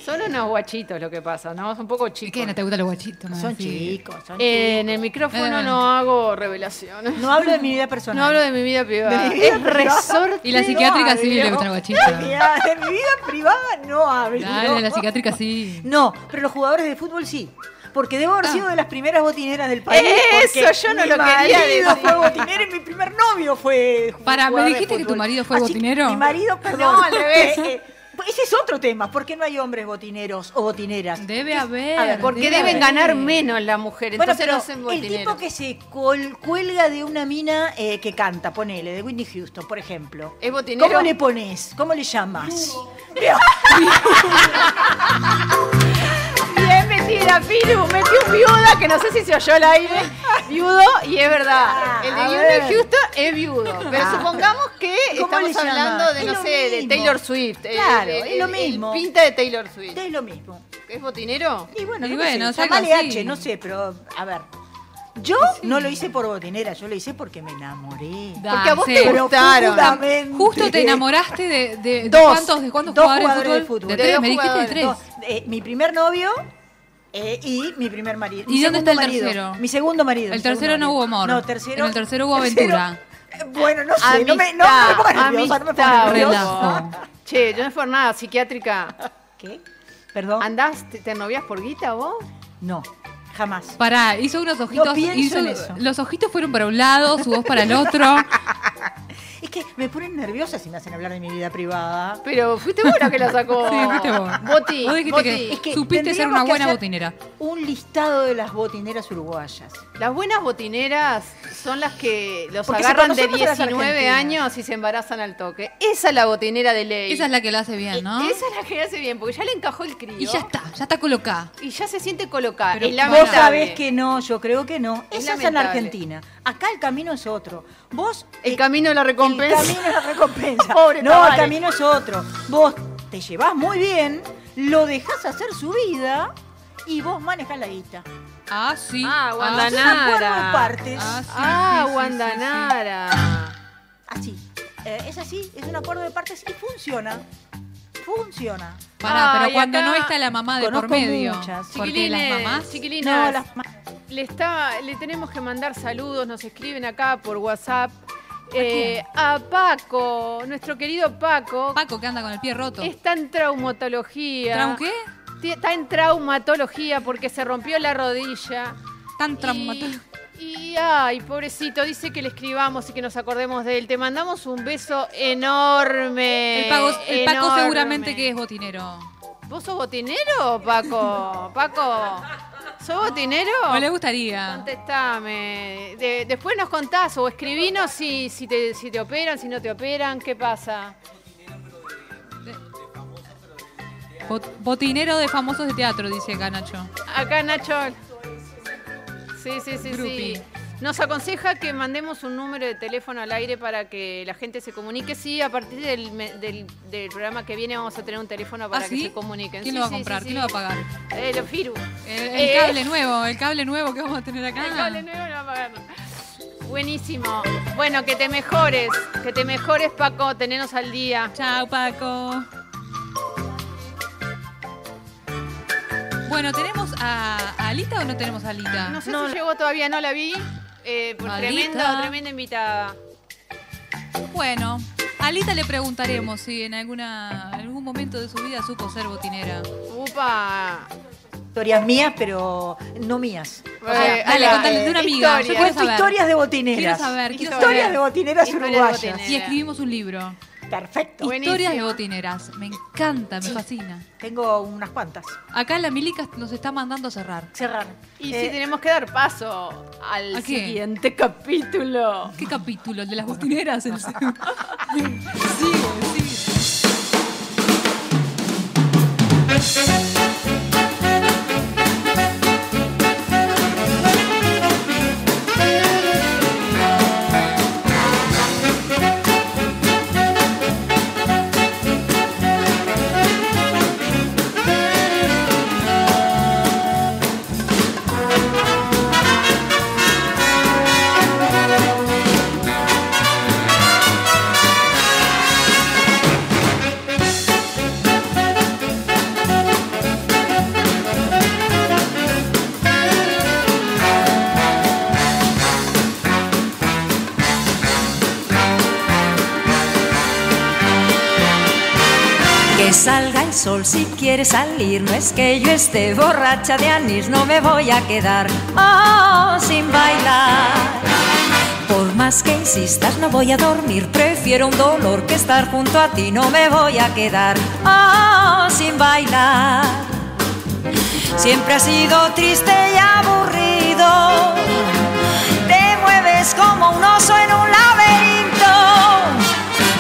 S3: Son unos guachitos lo que pasa, ¿no? Son un poco
S4: ¿Y
S3: chicos.
S4: qué? ¿No te gustan los guachitos?
S5: Son chicos, son
S3: Eh, en
S5: chicos.
S3: el micrófono
S4: Eh.
S3: no hago revelaciones.
S5: No hablo de mi vida personal.
S3: No hablo de mi vida privada.
S5: De mi vida
S3: es
S5: privada.
S3: resorte.
S4: Y la psiquiátrica sí
S3: Dios.
S4: le gustan los
S5: De
S4: guachitos.
S5: mi- de mi vida privada no hablo.
S4: Ah. Dale, la psiquiátrica sí.
S5: No, pero los jugadores de fútbol sí. Porque debo
S4: Ah.
S5: haber sido de las primeras botineras del país.
S3: Eso,
S5: porque
S3: yo no
S5: mi
S3: lo quería
S5: marido
S3: decir.
S5: fue botinero y mi primer novio fue. ju-
S4: Pará, ¿me
S5: jugador de
S4: dijiste que tu
S5: fútbol.
S4: marido fue
S5: Así que
S4: botinero?
S5: Mi marido, perdón.
S3: No, al revés.
S5: Eh, eh, ese es otro tema. ¿Por qué no hay hombres botineros o botineras?
S4: Debe haber.
S5: A ver, ¿por
S3: Porque
S4: debe
S3: deben
S4: haber.
S3: ganar menos las mujeres.
S5: Bueno,
S3: Entonces
S5: pero
S3: no hacen
S5: el
S3: botineros.
S5: tipo que se col- cuelga de una mina eh, que canta, ponele, de Whitney Houston, por ejemplo.
S3: ¿Es botinero?
S5: ¿Cómo le pones? ¿Cómo le llamas? Bien,
S3: Bien metida, Piru. Metió un viuda que no sé si se oyó el aire. Viudo, y es verdad.
S5: Ah,
S3: El
S5: a
S3: de Viuda
S5: ver.
S3: Houston es viudo. Pero
S5: Ah.
S3: supongamos que
S5: ¿Cómo
S3: estamos
S5: le llama?
S3: hablando de,
S5: Es
S3: no
S5: lo
S3: sé, de
S5: mismo.
S3: Taylor Swift. El-
S5: Claro,
S3: el-
S5: es lo
S3: el- el
S5: mismo.
S3: pinta de Taylor Swift.
S5: es lo mismo.
S3: ¿Es botinero?
S5: Y bueno,
S4: Y
S5: no
S4: bueno,
S5: sé,
S4: saca
S5: llamale
S4: así.
S5: H, no sé, pero a ver. Yo no lo hice por botinera, yo lo hice porque me enamoré.
S4: Da,
S3: Porque a vos
S4: sí.
S3: te
S4: Pero
S3: gustaron. Eh,
S5: profundamente.
S4: Justo te enamoraste de, de, de
S5: Dos,
S4: cuántos, de cuántos
S5: dos
S4: jugadores de
S5: jugadores
S4: fútbol.
S5: de fútbol.
S4: tres,
S3: De
S4: me
S3: dos
S4: dijiste de tres.
S5: No, eh, mi primer novio eh, y mi primer marido.
S4: ¿Y
S5: mi
S4: dónde
S5: segundo
S4: está el
S5: marido.
S4: tercero?
S5: Mi segundo marido.
S4: El
S5: mi
S4: tercero
S5: segundo
S4: no hubo
S5: marido.
S4: amor.
S5: No, tercero.
S4: En el tercero hubo aventura.
S5: eh, bueno, no sé, no me, no, no me pongas nerviosa, no me
S3: amistad,
S5: pongas nerviosa.
S4: Relajo.
S3: Che, yo no fue nada psiquiátrica.
S5: ¿Qué? Perdón.
S3: ¿Andás, te, te novias por guita vos?
S5: no, jamás.
S4: Pará, hizo unos ojitos.
S5: pienso
S4: hizo-
S5: en eso.
S4: Los ojitos fueron para un lado, su voz para el otro.
S5: Es que me ponen nerviosa si me hacen hablar de mi vida privada.
S3: Pero fuiste vos la que la sacó.
S4: Sí, fuiste vos.
S3: Boti,
S4: Vos dijiste
S3: Boti.
S4: que-
S5: Es que
S4: Supiste ser una
S5: tendríamos que
S4: buena
S5: hacer
S4: botinera.
S5: Un listado de las botineras uruguayas.
S3: Las buenas botineras son las que los
S5: Porque se
S3: agarran de
S5: conocemos a las
S3: 19
S5: argentinas.
S3: años y se embarazan al toque. Esa es la botinera de ley. Eh,
S4: Esa es la que la hace bien, ¿no?
S3: Esa es la que hace bien, porque ya le encajó el crío.
S4: Y ya está, ya está colocada.
S3: Y ya se siente colocada.
S4: Pero
S3: es
S4: Lamentable.
S5: Vos
S3: lamentable.
S5: sabés que no, yo creo que no.
S3: Es
S5: Esa es en la
S3: lamentable.
S5: Argentina. Acá el camino es otro. Vos.
S3: El
S5: eh,
S3: camino de la recompensa.
S5: El camino es la recompensa.
S3: Pobre
S5: no,
S3: Tavares.
S5: el camino es otro. Vos te llevás muy bien, lo dejás hacer su vida y vos manejás la guita.
S4: Ah, sí.
S3: Ah,
S5: Entonces,
S3: Guandaná.
S5: acuerdo
S3: Nara.
S5: de partes.
S4: Ah, sí,
S3: Ah,
S4: sí, sí, sí,
S3: Guandanara.
S5: Así. Eh, es así, es un acuerdo de partes y funciona. Funciona.
S4: sí. Pará,
S3: Ay,
S4: pero cuando
S3: acá
S4: no está la mamá de por
S5: Ah, conozco
S4: medio. eh,
S5: muchas.
S4: Porque las
S3: Chiquilines,
S4: mamás.
S3: chiquilinas,
S5: No, las ma-
S3: le, está, le tenemos que mandar saludos, nos escriben acá por WhatsApp. Eh, ¿A, Paco, nuestro querido Paco,
S4: Paco que anda con el pie roto.
S3: está en traumatología.
S4: ¿Trau qué?
S3: Ti- Está en traumatología porque se rompió la rodilla.
S4: Tan traumatología.
S3: Y, y, ay, pobrecito, dice que le escribamos y que nos acordemos de él. Te mandamos un beso enorme.
S4: El, Paco- el Paco
S3: enorme.
S4: seguramente que es botinero.
S3: ¿Vos sos botinero, Paco? Paco, ¿sos botinero?
S4: O le gustaría.
S3: Contestame. De- después nos contás o escribinos si, si, te, si te operan, si no te operan, qué pasa.
S4: Bot- botinero de famosos de teatro, dice acá Nacho.
S3: Acá Nacho. Sí, sí, sí, sí.
S4: Grupi.
S3: Nos aconseja que mandemos un número de teléfono al aire para que la gente se comunique. Sí, a partir del, me- del- del programa que viene vamos a tener un teléfono para
S4: ¿Ah,
S3: que
S4: sí?
S3: se comuniquen.
S4: ¿Quién
S3: Sí,
S4: lo va a
S3: sí, sí,
S4: comprar?
S3: sí.
S4: ¿Quién lo va a pagar?
S3: Eh, los Firu.
S4: El, el
S3: Eh,
S4: cable nuevo, el cable nuevo que vamos a tener acá.
S3: el cable nuevo lo va a pagar. Buenísimo. Bueno, que te mejores. Que te mejores, Paco. Tenenos al día.
S4: Chao, Paco. Bueno, ¿tenemos a a Alita o no tenemos a Alita?
S3: No sé si llegó todavía, no la vi. Eh, por
S4: Maldita.
S3: tremenda, tremenda invitada.
S4: Bueno, a Alita le preguntaremos si en alguna algún momento de su vida supo ser botinera.
S3: Upa.
S5: historias mías, pero no mías. O sea,
S4: Eh, dale,
S5: eh,
S4: contale de una amiga. Yo
S3: historia.
S4: quiero
S5: Cuento
S4: saber.
S5: historias de botineras.
S4: Quiero saber, quiero
S3: Historias
S5: Historias
S4: saber.
S5: de botineras
S3: Historias de
S5: uruguayas.
S3: botineras.
S4: Y escribimos un libro.
S5: Perfecto.
S3: Bueno. Buenísimo.
S4: Historias de botineras. Me encanta, me fascina.
S5: Tengo unas cuantas.
S4: Acá la Milica nos está mandando a cerrar.
S5: Cerrar.
S3: Y
S5: Eh,
S3: si tenemos que dar paso al
S4: ¿A qué?
S3: siguiente capítulo.
S4: ¿Qué capítulo? ¿El de las botineras? El... sigue, sigue.
S6: Thank que salga el sol si quiere salir. No es que yo esté borracha de anís, no me voy a quedar oh, sin bailar. Por más que insistas, no voy a dormir. Prefiero un dolor que estar junto a ti. No me voy a quedar oh, sin bailar. Siempre has sido triste y aburrido. Te mueves como un oso en un laberinto.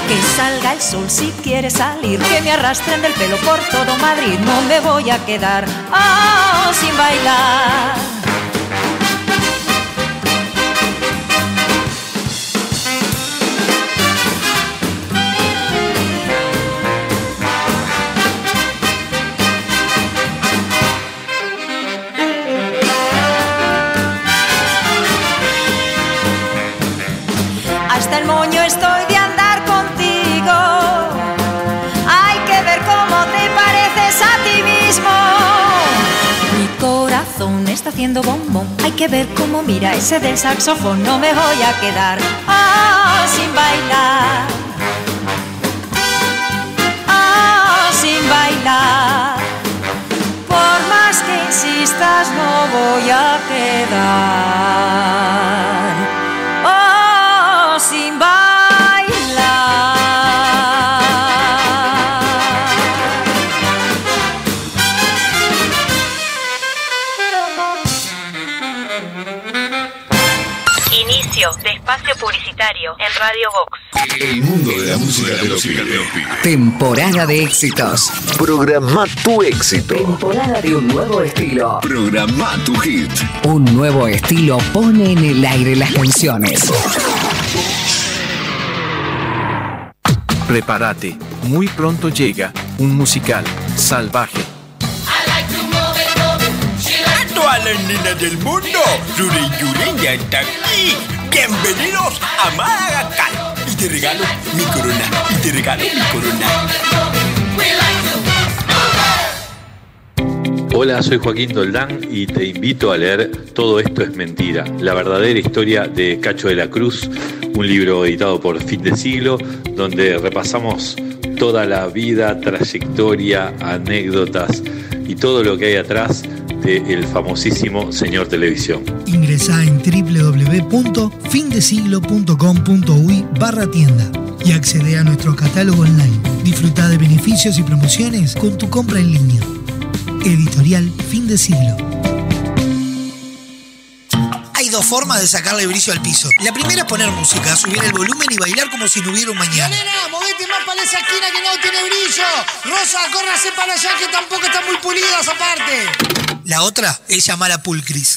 S6: Que salga el sol si quiere salir, que me arrastren del pelo por todo Madrid, no me voy a quedar oh, sin bailar. Hasta el moño estoy de andar contigo. Hay que ver cómo te pareces a ti mismo. Mi corazón está haciendo bombón. Hay que ver cómo mira ese del saxofón. No me voy a quedar ah, sin bailar. Ah, sin bailar. Por más que insistas, no voy a quedar. Oh, sin bailar.
S7: Inicio de espacio publicitario en Radio Vox.
S8: El mundo de la música te lo pide.
S9: Temporada de éxitos.
S10: Programa tu éxito.
S9: Temporada de un nuevo estilo.
S8: Programa tu hit.
S9: Un nuevo estilo pone en el aire las canciones.
S11: Prepárate, muy pronto llega un musical salvaje.
S12: A todas las nenas del mundo, Yuri Yuri ya está aquí. Bienvenidos a Madagascar. Y te regalo mi corona, y te regalo mi corona.
S13: Hola, soy Joaquín Doldán y te invito a leer Todo esto es mentira, la verdadera historia de Cacho de la Cruz, un libro editado por Fin de Siglo, donde repasamos toda la vida, trayectoria, anécdotas y todo lo que hay atrás del famosísimo señor televisión.
S14: Ingresá en www.findesiglo.com.uy barra tienda y accede a nuestro catálogo online. Disfruta de beneficios y promociones con tu compra en línea. Editorial Fin de Siglo.
S15: Hay dos formas de sacarle brillo al piso. La primera es poner música, subir el volumen y bailar como si no hubiera un mañana.
S16: Nena, movete más para esa esquina que no tiene brillo. Rosa, córrase para allá que tampoco están muy pulidas aparte.
S15: La otra es llamar a Pulcris.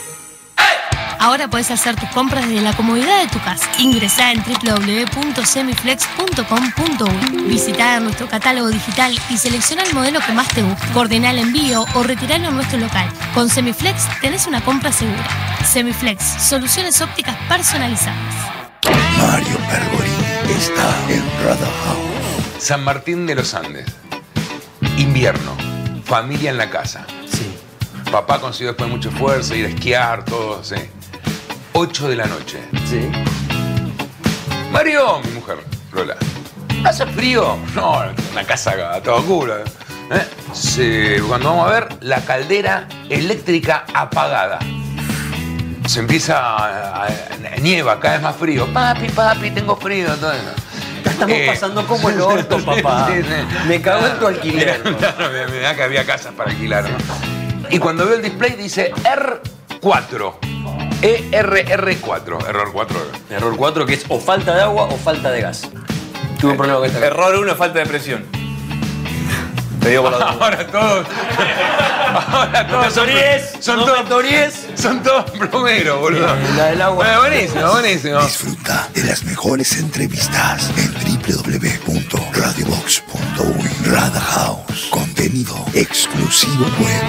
S17: Ahora puedes hacer tus compras desde la comodidad de tu casa. Ingresá en www.semiflex.com.uy. Visitá e. nuestro catálogo digital y selecciona el modelo que más te guste. Coordina el envío o retiralo a nuestro local. Con Semiflex tenés una compra segura. Semiflex, soluciones ópticas personalizadas.
S18: Mario Pergolini está en House. San Martín de los Andes. Invierno. Familia en la casa. Sí. Papá consiguió después mucho esfuerzo, ir a esquiar, todo, sí. 8 de la noche. Sí. Mario, mi mujer, Lola. ¿Hace frío? No, la casa acá, a todo culo. ¿eh? Se- cuando vamos a ver, la caldera eléctrica apagada. Se empieza a, a- a- nieva, cada vez más frío. Papi, papi, tengo frío. Todo eso. Eh,
S19: estamos pasando como el orto, papá. Me cago en tu alquiler.
S18: Claro, me, me da que había casas para alquilar, ¿no? Y cuando veo el display dice E R4. ERR4. Error 4.
S19: Error 4 que es o falta de agua o falta de gas. Tuve un problema con
S18: Eh,
S19: esta.
S20: Error 1, falta de presión. Te digo por la duda.
S18: Ahora todos. Ahora todos. Son, son todos. Son todos plomeros,
S19: Eh,
S18: boludo. La del agua. Bueno, buenísimo, buenísimo.
S10: Disfruta de las mejores entrevistas en www.radiobox.uy. Rada House, contenido exclusivo web.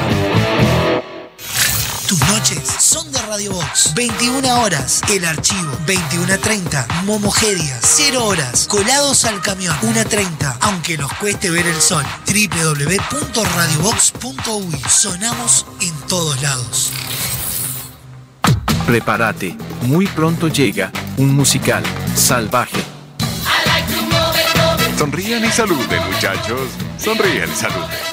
S15: Tus noches son de Radio Box. 21 horas, El Archivo. 21 a 30, Momogedia. 0 horas, Colados al Camión. 1 a 30, Aunque nos cueste ver el sol. www.radiobox.uy. Sonamos en todos lados.
S11: Prepárate, muy pronto llega un musical salvaje.
S21: Sonrían y saluden, muchachos. Sonrían y saluden.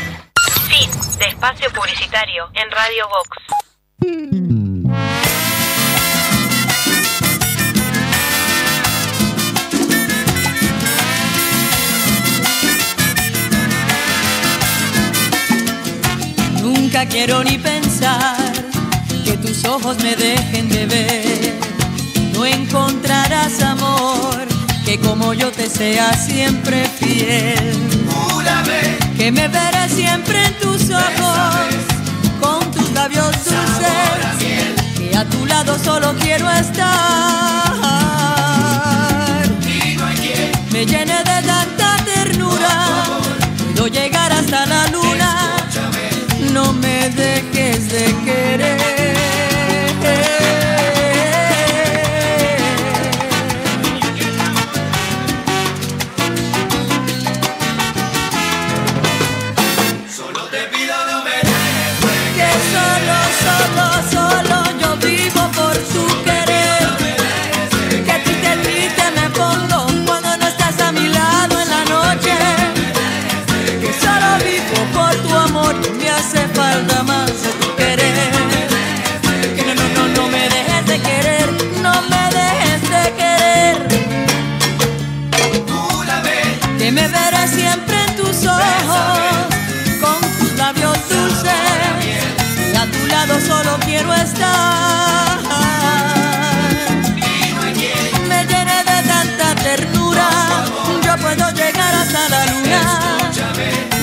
S1: Fin de espacio publicitario en Radio Vox.
S2: Nunca quiero ni pensar que tus ojos me dejen de ver. No encontrarás amor que como yo te sea siempre fiel. que me verás siempre en tus ojos, con tus labios dulces, que a tu lado solo quiero estar. Me llene de tanta ternura, puedo llegar hasta la luna no me dejes de querer.
S22: Solo te pido no me
S2: Que solo, solo, solo yo vivo por tu querer. Que triste, triste me pongo cuando no estás a mi lado en la noche. Que solo vivo por tu amor, que me hace falta más de tu querer. Que no, no, no, no me dejes de querer, no me dejes de querer. Que me verás siempre en tus ojos, con tus labios dulces. Y a tu lado solo quiero estar. Me llené de tanta ternura, yo puedo llegar hasta la luna.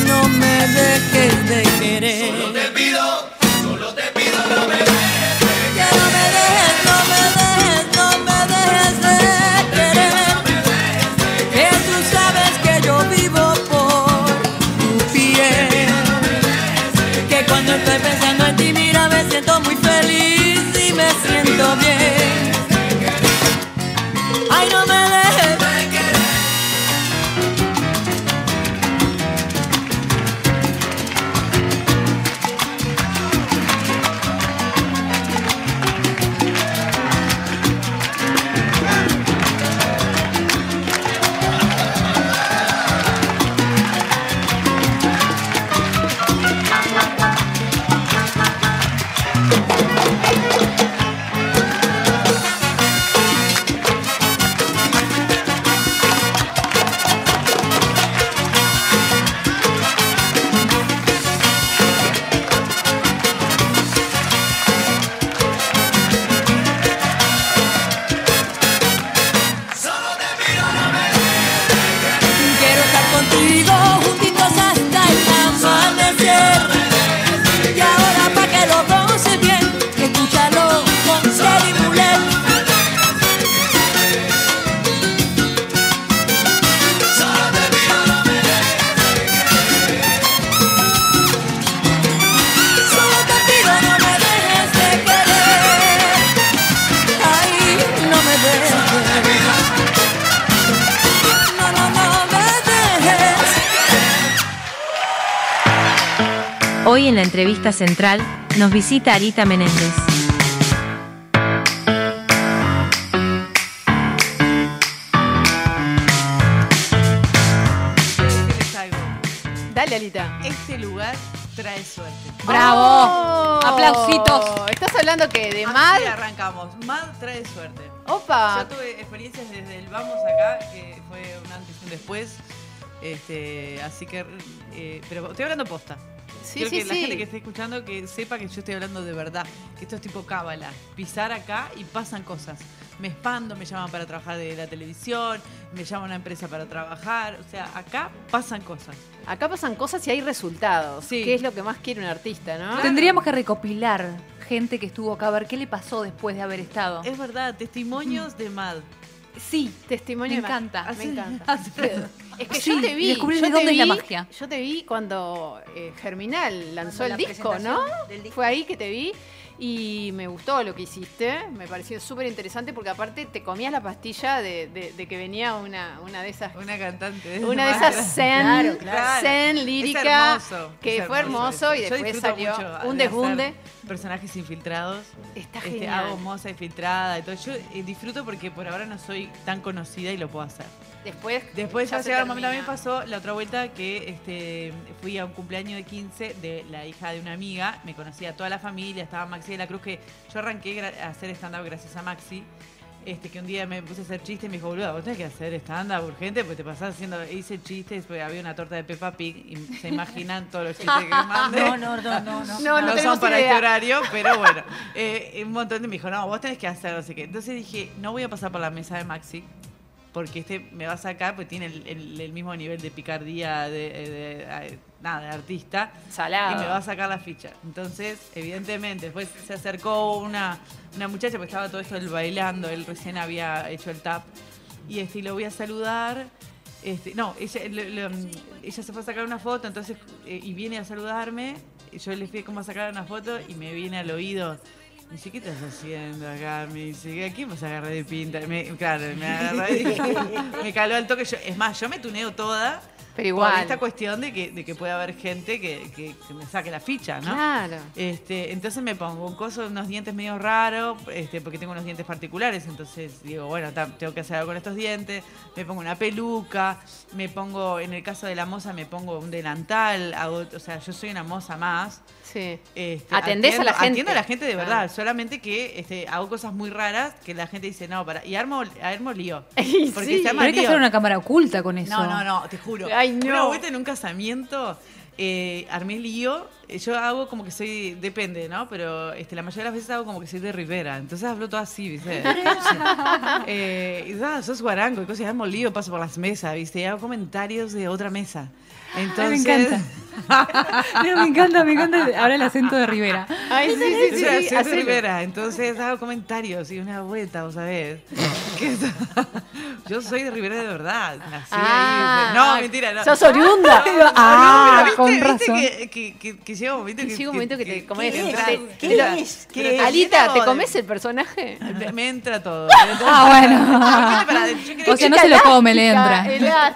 S2: No me dejes de querer. Solo te pido, solo te pido no me dejes. Que no me dejes, no me dejes, no me dejes de querer. Que tú sabes que yo vivo por tu piel. Que cuando estoy pensando en ti, mira, me siento muy feliz y me siento bien. Ay, no me dejes de querer. Quiero estar contigo juntitos hasta el amanecer. Y ahora pa' que lo goces bien, escúchalo con ser y mulet. Solo te pido no me dejes de querer. Ay, no me dejes. No, no, no me dejes.
S1: Hoy en la entrevista central nos visita Arita Menéndez.
S3: Dale, Alita.
S23: Este lugar trae suerte.
S3: ¡Bravo!
S23: Oh.
S3: ¡Aplausitos! ¿Estás hablando que de
S4: Ah,
S23: Así
S3: Mad?
S23: arrancamos. Mad trae suerte.
S3: Opa.
S23: Yo tuve experiencias desde el Vamos acá, que fue un antes y un después. Este, así que. eh, pero estoy hablando posta.
S3: Sí,
S23: Quiero
S3: sí,
S23: que la
S3: sí.
S23: gente que esté escuchando que sepa que yo estoy hablando de verdad. Que esto es tipo cábala. Pisar acá y pasan cosas. Me expando, me llaman para trabajar de la televisión, me llama una empresa para trabajar. O sea, acá pasan cosas.
S3: Acá pasan cosas y hay resultados,
S23: Sí.
S3: que es lo que más quiere un artista, ¿no?
S4: Tendríamos que recopilar gente que estuvo acá, a ver qué le pasó después de haber estado.
S23: Es verdad, testimonios de Mad.
S4: Sí,
S3: Mm. testimonio
S4: me
S3: de Mad.
S4: encanta.
S3: Me encanta. Es que yo
S4: Sí,
S3: te vi.
S4: y descubrir
S3: yo
S4: de
S3: te
S4: dónde es la
S3: vi-
S4: magia.
S3: Yo te vi cuando eh, Germinal lanzó
S4: Cuando
S3: el
S4: la
S3: disco, ¿no?
S4: presentación
S3: Fue ahí que te vi y me gustó lo que hiciste. Me pareció súper interesante porque aparte te comías la pastilla de, de- de que venía una, una de esas.
S23: Una cantante.
S3: Una de
S23: Mad.
S3: esas zen,
S23: Claro, claro.
S3: zen
S23: Es
S3: lírica
S23: hermoso,
S3: que
S23: es
S3: fue hermoso y
S23: eso. Yo
S3: después
S23: disfruto
S3: salió
S23: mucho
S3: un
S23: de hacer
S3: desbunde.
S23: Personajes infiltrados.
S3: Está
S23: Este,
S3: genial.
S23: hago moza infiltrada y todo. Yo eh, disfruto porque por ahora no soy tan conocida y lo puedo hacer.
S3: Después,
S23: Después ya
S3: se
S23: llegaron, mami,
S3: termina.
S23: también pasó la otra vuelta que este, fui a un cumpleaños de 15 de la hija de una amiga, me conocía toda la familia, estaba Maxi de la Cruz, que yo arranqué gra- a hacer stand-up gracias a Maxi, este, que un día me puse a hacer chistes y me dijo, boluda, vos tenés que hacer stand-up urgente, porque te pasás haciendo, e hice chistes, porque había una torta de Peppa Pig, y se imaginan todos los chistes que mandé.
S4: No, no, no, no, no. No, no
S23: son
S4: tenemos
S23: para
S4: idea.
S23: este horario, pero bueno. Eh, un montón de me dijo, no, vos tenés que hacer, no sé qué. Entonces dije, no voy a pasar por la mesa de Maxi, porque este me va a sacar, pues tiene el, el- el mismo nivel de picardía, de, de- de- nada, de artista.
S3: Salado.
S23: Y me va a sacar la ficha. Entonces, evidentemente, después se acercó una, una muchacha, porque estaba todo esto del bailando, él recién había hecho el tap. Y este, y lo voy a saludar. Este, no, ella, lo- lo- ella se fue a sacar una foto, entonces, eh, y viene a saludarme. y Yo le fui como a sacar una foto y me viene al oído. Me dice, ¿qué estás haciendo acá? Me dice, ¿a quién vas a agarrar de pinta? Me- claro, me agarró y me caló al toque. Yo- es más, yo me tuneo toda.
S3: Pero igual.
S23: Por esta cuestión de que, de que puede haber gente que, que- que me saque la ficha, ¿no?
S3: Claro.
S23: Este, entonces me pongo un coso, unos dientes medio raros, este, porque tengo unos dientes particulares, entonces digo, bueno, ta- tengo que hacer algo con estos dientes, me pongo una peluca, me pongo, en el caso de la moza, me pongo un delantal, hago- o sea, yo soy una moza más.
S3: Sí.
S23: Este,
S3: Atendés a la gente.
S23: Atiendo a la gente de
S3: Claro.
S23: verdad, solamente que este, hago cosas muy raras que la gente dice, no, para, y armo, armo lío. Porque
S4: Sí,
S23: se
S4: pero
S23: llama
S4: hay que
S23: lío.
S4: hacer una cámara oculta con eso.
S23: No, no, no, te juro.
S4: Ay, no.
S23: Una vuelta en un casamiento, eh, armé el lío. Eh, Yo hago como que soy, depende, ¿no? Pero este, la mayoría de las veces hago como que soy de Rivera. Entonces hablo todo así, ¿viste? eh, y nada, sos guarango y cosas. Armo el lío, paso por las mesas, ¿viste? Y hago comentarios de otra mesa. Entonces,
S4: encanta. No, me encanta, me encanta ahora el acento de Rivera.
S3: Ay, sí, sí, sí,
S23: O sea,
S3: sí,
S23: soy de
S3: hacelo.
S23: Rivera, entonces hago comentarios y una vuelta, vos sabés. Que es- yo soy de Rivera de verdad. nací ahí,
S4: Ah,
S23: o sea, no, mentira, no.
S4: sos oriunda.
S23: No, no, no,
S4: Ah,
S23: pero
S4: con
S23: viste,
S4: razón.
S23: Viste que, que, que, que llega un momento que.
S3: Llega un momento que te comes.
S23: que
S3: te-
S23: entra-
S3: te-
S23: ¿Qué
S3: pero-
S23: es? ¿Qué
S3: pero-
S23: es?
S3: Alita, ¿te
S23: Tiene
S3: comes el personaje?
S23: Me, me entra todo.
S4: Ah, bueno. O sea, no se lo come, le entra.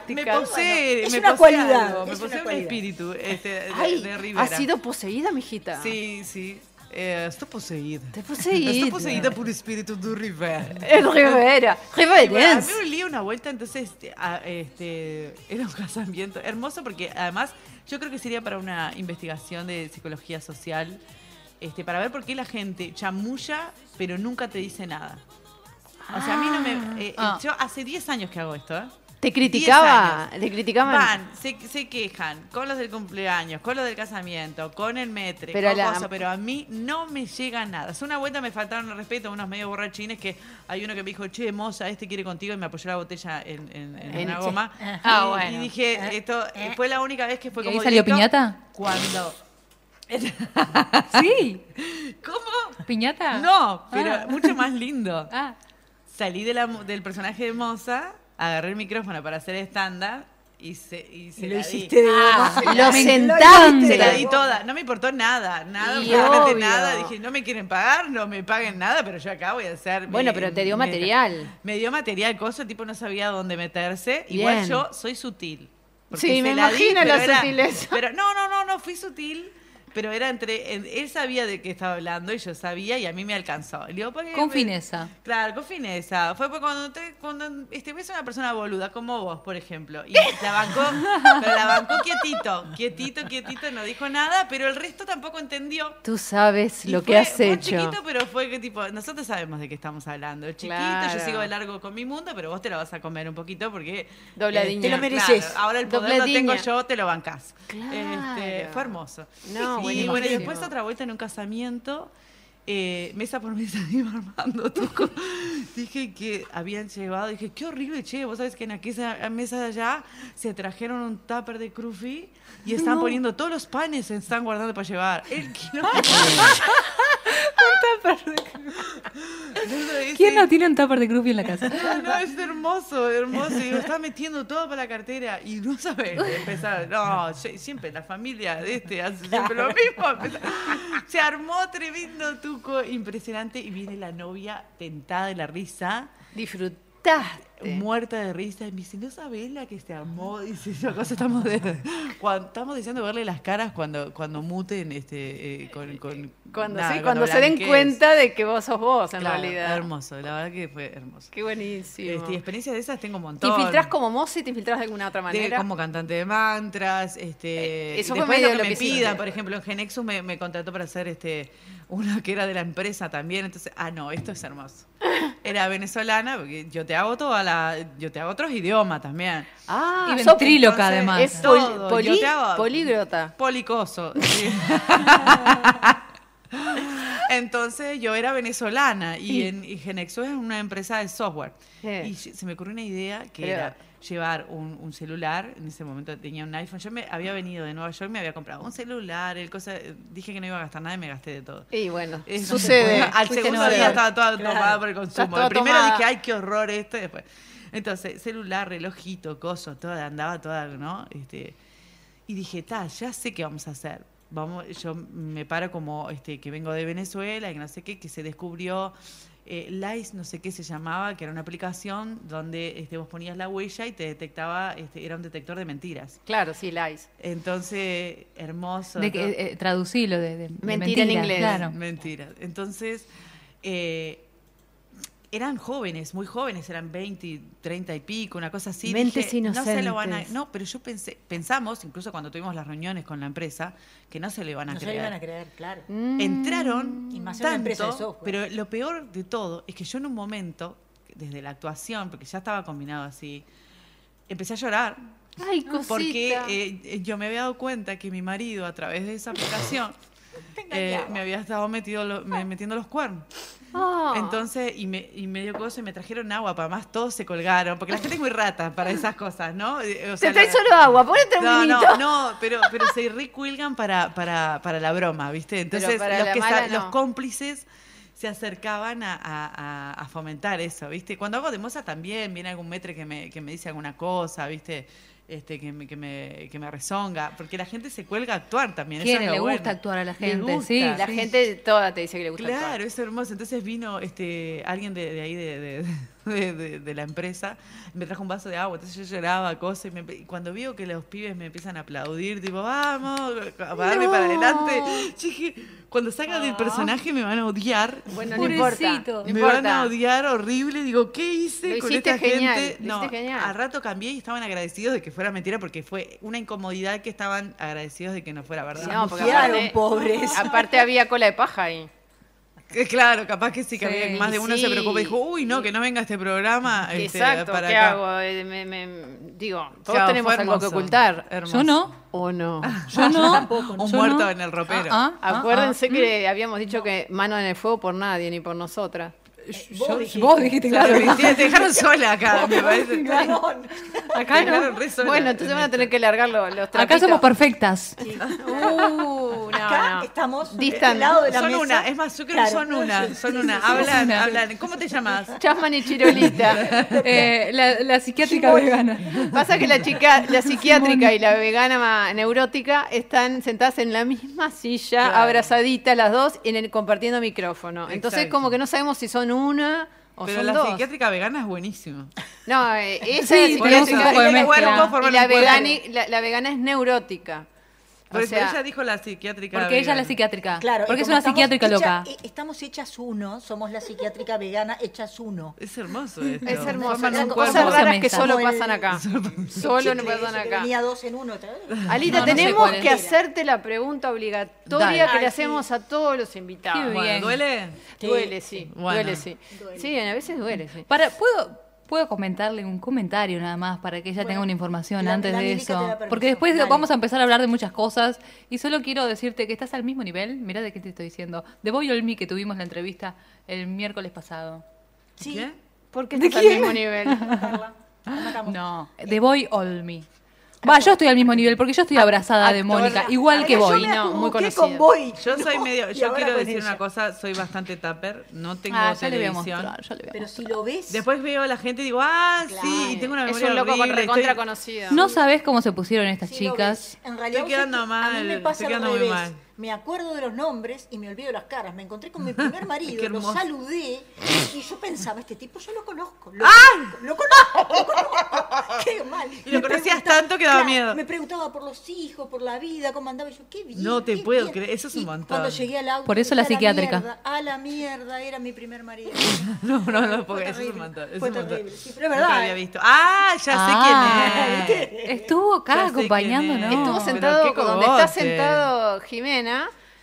S23: Me posee,
S3: Es
S23: me
S3: una
S23: posee
S3: cualidad,
S23: algo, me
S3: es una
S23: posee mi
S3: cualidad.
S23: espíritu este, de,
S3: Ay,
S23: de Rivera.
S3: has sido poseída, mijita.
S23: Sí, sí. Eh, estoy poseída. Estoy
S3: poseída.
S23: Estoy poseída por el espíritu de Rivera.
S3: El Rivera,
S23: Y bueno, a mí
S3: Riverense.
S23: me olía una vuelta, entonces este, a- este, era un casamiento hermoso porque además yo creo que sería para una investigación de psicología social, este, para ver por qué la gente chamulla pero nunca te dice nada. O sea, a mí no me... eh,
S3: Ah.
S23: Yo hace 10 años que hago esto, ¿eh?
S3: Te
S23: 10
S3: criticaba,
S23: años.
S3: te criticaban.
S23: Van, se, se quejan con los del cumpleaños, con los del casamiento, con el metre,
S3: Pero
S23: con
S3: la-
S23: cosas, pero a mí no me llega nada. Hace una vuelta me faltaron el respeto unos medio borrachines que hay uno que me dijo, che, moza, este quiere contigo y me apoyó la botella en, en- en
S4: En-
S23: una
S4: sí.
S23: goma.
S4: Ah,
S23: y,
S4: bueno.
S23: y dije, esto eh, fue la única vez que fue
S4: eh. ¿Y
S23: como
S4: ahí salió
S23: directo
S4: piñata?
S23: Cuando...
S4: Sí.
S23: ¿Cómo?
S4: ¿Piñata?
S23: No, pero
S4: Ah.
S23: mucho más lindo.
S4: Ah.
S23: Salí de la mo- del personaje de Moza, agarré el micrófono para hacer stand-up y se, y se
S4: Y lo
S23: la
S4: hiciste de
S23: di.
S3: Ah.
S4: goma.
S23: se la
S4: Lo
S23: di.
S4: sentaste.
S23: Se la di toda. No me importó nada, nada,
S3: Y
S23: absolutamente
S3: obvio.
S23: nada. Dije, no me quieren pagar, no me paguen nada, pero yo acá voy a hacer. mi-
S3: Bueno, pero te dio
S23: mi-
S3: material.
S23: Me dio material, cosa, tipo no sabía dónde meterse. Igual
S3: Bien.
S23: yo soy sutil. Porque
S3: Sí,
S23: se
S3: me
S23: la di,
S3: imagino
S23: pero
S3: la
S23: era-
S3: sutileza.
S23: Pero no, no, no, no, fui sutil. Pero era entre. en- Él sabía de qué estaba hablando y yo sabía y a mí me alcanzó. Le digo, ¿por qué
S4: Con
S23: me-
S4: fineza.
S23: Claro, con fineza. Fue porque cuando te, cuando este, ves a una persona boluda como vos, por ejemplo, y la bancó, pero la bancó quietito, quietito, quietito, no dijo nada, pero el resto tampoco entendió.
S4: Tú sabes
S23: Y
S4: lo que
S23: fue-
S4: has
S23: fue un
S4: hecho.
S23: chiquito, pero fue que tipo, nosotros sabemos de qué estamos hablando. El chiquito,
S4: Claro.
S23: yo sigo de largo con mi mundo, pero vos te lo vas a comer un poquito porque
S3: Dobladiña.
S23: te lo mereces. Ahora el poder lo
S3: Dobladiña.
S23: tengo yo, te lo bancás.
S3: Claro.
S23: Este, fue hermoso. y
S3: No, buenísimo.
S23: bueno, y después otra vuelta en un casamiento. eh, mesa por mesa iba armando tuco. Dije que habían llevado, dije, qué horrible, che, vos sabés que en aquella mesa de allá se trajeron un tupper de crufi y están
S4: No.
S23: poniendo todos los panes, se están guardando para llevar. El quilombo. Luego dice,
S5: ¿Quién no tiene un tupper de Grupi en la casa?
S3: Ah,
S23: No, no, es hermoso, hermoso. Y digo, está metiendo todo para la cartera. Y no sabes, empezar. No, se- siempre la familia de este hace siempre lo mismo. Empezar- Se armó tremendo tuco, impresionante. Y viene la novia tentada de la risa. Disfrutaste. Muerta de risa. Y me dice, ¿no sabés la que se armó? Dice, yo cosa estamos, de- cuando- estamos deseando verle las caras cuando, cuando muten este, eh, con, con-
S3: Cuando,
S23: nada,
S3: sí, cuando se den
S23: blanquees.
S3: cuenta de que vos sos vos, en
S23: Claro,
S3: realidad.
S23: Hermoso, la verdad que fue hermoso.
S3: Qué buenísimo.
S23: Este, y experiencias de esas tengo un
S3: ¿Te
S23: montón.
S3: infiltrás como mozo y te infiltrás de alguna otra
S23: De-
S3: manera?
S23: como cantante de mantras, este,
S3: Eh, eso
S23: y
S3: fue
S23: después
S3: medio
S23: lo
S3: lo
S23: que me
S3: que hiciste.
S23: pidan, por ejemplo, en Genexus me, me contrató para hacer este una que era de la empresa también, entonces, ah no, esto es hermoso. Era venezolana, porque yo te hago toda la, yo te hago otros idiomas también.
S3: Ah,
S23: Y
S3: sos-
S23: ventríloca,
S3: entonces,
S23: además.
S3: Es pol-
S23: Todo,
S3: poli-
S23: yo te hago-
S3: políglota.
S23: Policoso. sí. Entonces yo era venezolana y,
S3: Sí.
S23: en, y Genexus es una empresa de software.
S3: Sí.
S23: Y se se me ocurrió una idea que
S3: Pero-
S23: era llevar un, un celular, en ese momento tenía un iPhone, yo me había venido de Nueva York, me había comprado un celular, el cosa, dije que no iba a gastar nada y me gasté de todo.
S3: Y bueno,
S23: Es-
S3: sucede.
S23: Al
S3: Fuiste
S23: segundo
S3: Nueva
S23: día
S3: York.
S23: estaba toda
S3: Claro.
S23: tomada por el
S3: Estás
S23: consumo.
S3: toda
S23: El primero
S3: tomada.
S23: dije, ay, qué horror esto. y después- Entonces, celular, relojito, coso, toda, andaba toda, ¿no? Este, y dije, ta, ya sé qué vamos a hacer. Vamos, yo me paro como este, que vengo de Venezuela y no sé qué, que se descubrió eh, Lice, no sé qué se llamaba, que era una aplicación donde este, vos ponías la huella y te detectaba, este, era un detector de mentiras.
S3: Claro, sí, Lice.
S23: Entonces, hermoso.
S5: De que,
S23: ¿no?
S5: eh, eh, traducilo de, de- de
S23: Mentira, en inglés.
S5: Claro.
S23: Mentira. Entonces, eh, eran jóvenes, muy jóvenes, eran 20, 30 y pico, una cosa así.
S3: Mentes
S23: Dije, No se lo van a.
S3: inocentes.
S23: No, pero yo pensé, pensamos, incluso cuando tuvimos las reuniones con la empresa, que no se le van a
S6: No se
S23: creer.
S6: lo iban a creer, claro.
S5: Mm.
S23: Entraron
S6: Y más en una empresa de
S23: tanto,
S6: software.
S23: pero lo peor de todo es que yo en un momento, desde la actuación, porque ya estaba combinado así, empecé a llorar.
S4: Ay,
S6: Ah.
S4: cosita.
S23: Porque eh, eh, yo me había dado cuenta que mi marido, a través de esa aplicación, eh, me había estado metido lo- me- metiendo los cuernos.
S3: Ah.
S23: Entonces, y, me, y medio cosa, y me trajeron agua, para más todos se colgaron, porque la gente es muy rata para esas cosas, ¿no? Eh, o sea,
S3: Te traes
S23: la-
S3: solo agua, ponete un
S23: no,
S3: vinito.
S23: no, no, pero, pero se recuelgan para, para, para la broma, ¿viste? Entonces,
S3: Pero para
S23: los,
S3: la
S23: que sa-
S3: mala, no.
S23: los cómplices se acercaban a, a- a- a fomentar eso, ¿viste? Cuando hago de moza también viene algún metre que me, que me dice alguna cosa, ¿viste? Este, que, me, que, me, que me rezonga, porque la gente se cuelga a actuar también.
S5: Quiere,
S23: eso es lo
S5: le
S23: bueno.
S5: gusta actuar a la
S23: Le
S5: gente,
S23: gusta,
S5: sí.
S3: La
S5: sí.
S3: gente toda te dice que le gusta
S23: Claro,
S3: actuar.
S23: es hermoso. Entonces vino este alguien de, de ahí, de, de- de- de- de la empresa, me trajo un vaso de agua. Entonces yo lloraba, cosas. Y, me empe- y cuando vio que los pibes me empiezan a aplaudir, tipo, vamos, a darme para adelante. Yo dije, cuando salgan del personaje me van a odiar.
S3: Ah. Bueno, no importa, no
S23: Me
S3: importa.
S23: van a odiar horrible. Digo, ¿qué hice
S3: Lo
S23: con
S3: hiciste
S23: esta
S3: genial,
S23: gente?
S3: lo
S23: No,
S3: hiciste genial.
S23: a rato cambié y estaban agradecidos de que fuera mentira porque fue una incomodidad que estaban agradecidos de que no fuera verdad.
S3: No, porque aparte, Aparte había cola de paja ahí.
S23: Que Eh, Claro, capaz que sí, que
S3: Sí,
S23: había- más de uno
S3: sí.
S23: se preocupa y dijo, uy, no, que no venga este programa. este,
S3: Exacto,
S23: para
S3: ¿qué
S23: acá".
S3: hago? Eh, me- me- digo, todos
S23: Claro,
S3: tenemos
S23: fue
S3: algo que
S23: hermoso,
S3: ocultar.
S23: hermoso. Yo no.
S3: ¿O no?
S23: Ah, Yo no. tampoco, no. Un muerto en el ropero. Ah, ah,
S3: Acuérdense
S23: ah, ah.
S3: que habíamos dicho que mano en el fuego por nadie, ni por nosotras.
S23: Eh, vos Yo- dijiste. vos dijiste, claro. Te- te dejaron sola acá, me parece.
S3: Claro.
S23: Acá
S3: Acá
S23: no.
S3: no. Bueno, entonces van a tener que largar los, los
S5: Acá
S3: trapitos.
S5: somos perfectas.
S3: Uh, no,
S6: Acá
S3: no.
S6: estamos
S3: Distant.
S6: del lado de la
S23: son
S6: mesa.
S23: una, es más, yo creo
S6: Claro.
S23: que son una, son
S6: Sí,
S23: una.
S6: sí, sí,
S23: hablan,
S6: son una.
S23: hablan. ¿Cómo te llamas?
S3: Chasman y Chirolita.
S5: Eh, la, la psiquiátrica vegana.
S3: Pasa que la chica, la psiquiátrica y la vegana ma- neurótica están sentadas en la misma silla,
S5: Claro.
S3: abrazaditas las dos, en el, compartiendo micrófono. Entonces,
S23: Exacto.
S3: como que no sabemos si son una o
S23: Pero
S3: son
S23: la
S3: dos.
S23: psiquiátrica vegana es buenísima.
S3: No, eh, esa
S23: Sí, tenemos
S3: es
S23: un
S3: psiquiátrica.
S23: poco de
S3: y la-
S23: mezcla.
S3: y la,
S23: Todos forman un
S3: vegani-
S23: cuerpo.
S3: la- la vegana es neurótica.
S23: Pero
S4: O sea,
S23: Pues ella dijo la psiquiátrica.
S4: porque ella es la psiquiátrica.
S6: Claro, y
S4: Porque es
S6: como
S4: una
S6: estamos
S4: psiquiátrica
S6: hecha-
S4: loca.
S6: eh, estamos hechas uno, somos la psiquiátrica vegana hechas uno.
S23: Es hermoso
S3: esto. Es hermoso, son cosas raras que solo pasan acá. Solo no pasan acá.
S6: Tenía dos en uno. ¿te acuerdas?
S3: Alita,
S6: No, no sé
S3: tenemos
S6: cuál
S3: que
S6: era.
S3: hacerte la pregunta
S6: Dale.
S3: obligatoria que
S6: Ay,
S3: le hacemos a todos los invitados.
S4: Qué Bueno, bien.
S23: ¿duele?
S3: Duele,
S4: Sí.
S3: sí.
S4: Bueno.
S3: Duele, sí. Sí, a veces duele, sí.
S4: Para, ¿puedo, puedo comentarle un comentario nada más para que ella tenga una información
S3: la-
S4: antes
S3: la
S4: de
S3: Milica te da
S4: eso.
S3: permiso.
S4: Porque después
S3: Dale.
S4: vamos a empezar a hablar de muchas cosas y solo quiero decirte que estás al mismo nivel. Mira de qué te estoy diciendo. De Boy Olmi que tuvimos la entrevista el miércoles pasado.
S6: Sí.
S3: ¿Por qué
S4: ¿De
S3: estás al
S4: quién?
S3: mismo nivel?
S4: No,
S3: Eh,
S4: de Boy Olmi. Va, yo estoy al mismo nivel porque yo estoy abrazada de Mónica, igual que Boy.
S23: Yo soy medio.
S4: y
S23: Yo
S4: ahora
S23: quiero
S4: con
S23: decir
S4: ella.
S23: una cosa, soy bastante tupper, no tengo
S4: Ah, ya le voy a
S23: televisión.
S4: mostrar, ya le voy a
S6: Pero si lo ves.
S23: Después veo a la gente y digo, ah, sí, y tengo una
S3: Es
S23: memoria.
S3: un loco con
S23: horrible,
S3: recontra
S23: estoy-
S3: conocido.
S4: No sabes cómo se pusieron estas
S6: Sí, lo
S4: chicas.
S6: ves. En realidad,
S23: Estoy
S6: vos sabés
S23: quedando
S6: que a mí
S23: mal,
S6: me pasa
S23: estoy quedando
S6: al
S23: muy
S6: revés.
S23: mal.
S6: Me acuerdo de los nombres y me olvido las caras. Me encontré con mi primer marido,
S23: Qué
S6: lo
S23: hermoso.
S6: saludé y yo pensaba, este tipo yo lo conozco. Lo ¡Ah! Lo conozco, lo conozco. Qué mal.
S23: Y
S6: Me
S23: lo conocías
S6: preguntaba-
S23: tanto que daba
S6: claro,
S23: miedo.
S6: Me preguntaba por los hijos, por la vida, cómo andaba. Y yo, qué bien.
S23: No te
S6: qué
S23: puedo
S6: bien.
S23: creer, eso es un montón.
S6: Cuando llegué al auto.
S4: Por eso la
S6: dije, "A
S4: psiquiátrica".
S6: mierda, a la mierda, era mi primer marido.
S23: No, no, no, porque
S6: Fue
S23: eso es un
S6: terrible,
S23: montón. es
S6: fue
S23: un montón.
S6: terrible. Sí, pero es
S23: Nunca
S6: verdad,
S23: había
S6: ¿eh?
S23: visto. Ah, ya
S4: Ah,
S23: sé quién es.
S4: Estuvo
S23: Ya
S4: acá
S23: sé quién
S4: acompañándonos.
S23: es.
S3: Estuvo
S23: Pero
S3: sentado
S23: qué
S3: donde está
S23: cogote.
S3: sentado Jimena,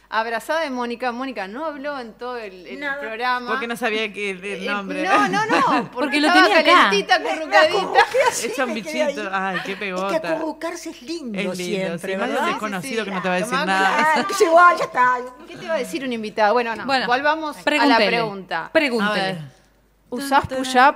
S3: abrazada de Mónica. Mónica no habló en todo el, el programa.
S23: Porque no sabía que el,
S6: Eh,
S23: el nombre.
S3: No, no, no. Porque,
S23: Porque
S6: lo
S3: estaba
S6: tenía acá.
S3: calentita, acurrucadita.
S23: Echa un bichito. Ay, qué pegota.
S6: Es que acurrucarse es lindo,
S23: Es lindo,
S6: siempre,
S23: sí, más
S6: ¿verdad?
S23: un desconocido que no te va a decir
S3: Tomá,
S23: nada.
S3: claro.
S6: Llegó, ya está.
S3: ¿Qué te va a decir un invitado? Bueno, no.
S4: Bueno,
S3: volvamos a
S4: pregúntele.
S3: la pregunta.
S4: Pregúntele.
S3: A ver, ¿Usás push-up?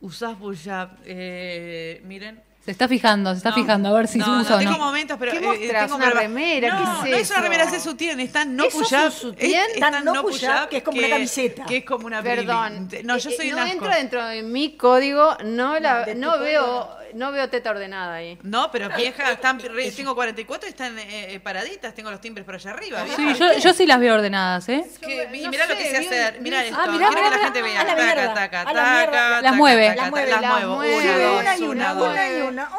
S23: Usás push-up. Eh, miren.
S4: Se está fijando, se está
S23: No,
S4: fijando a ver si
S23: no,
S4: se usa
S23: no
S4: o
S23: tengo
S4: no.
S23: momentos, pero
S3: ¿Qué
S23: eh,
S3: mostrás?
S23: tengo
S3: ¿Una
S23: problema-
S3: remera?
S23: No,
S3: ¿Qué es
S23: no es una
S3: eso?
S23: remera, es sutién, está no
S3: ¿Eso es
S23: push-up.
S3: un sutién?
S23: es-
S3: Tan
S23: está
S3: no
S6: push-up, que es como una camiseta.
S23: Que es como una
S3: Perdón.
S23: bili- No, yo
S3: eh,
S23: soy
S3: no
S23: un asco.
S3: entro dentro de mi código, no, la,
S6: de tu
S3: no,
S6: código
S3: veo, no veo teta ordenada ahí.
S23: No, pero vieja, están, re- tengo 44 y están eh, eh, paraditas, tengo los timbres por allá arriba. vieja.
S4: Sí, yo, yo sí las veo ordenadas, ¿eh?
S23: Que- y mirá lo que sé hacer. Mirá esto.
S4: Ah, mirá,
S23: Quiero que
S4: mirá,
S23: la gente vea.
S6: a la
S23: Taca,
S6: mierda,
S23: taca,
S6: a la mierda.
S23: taca,
S4: Las
S23: taca,
S4: mueve.
S23: taca,
S4: Las
S23: taca, Las muevo. Una, dos, una, dos.
S6: una y una, una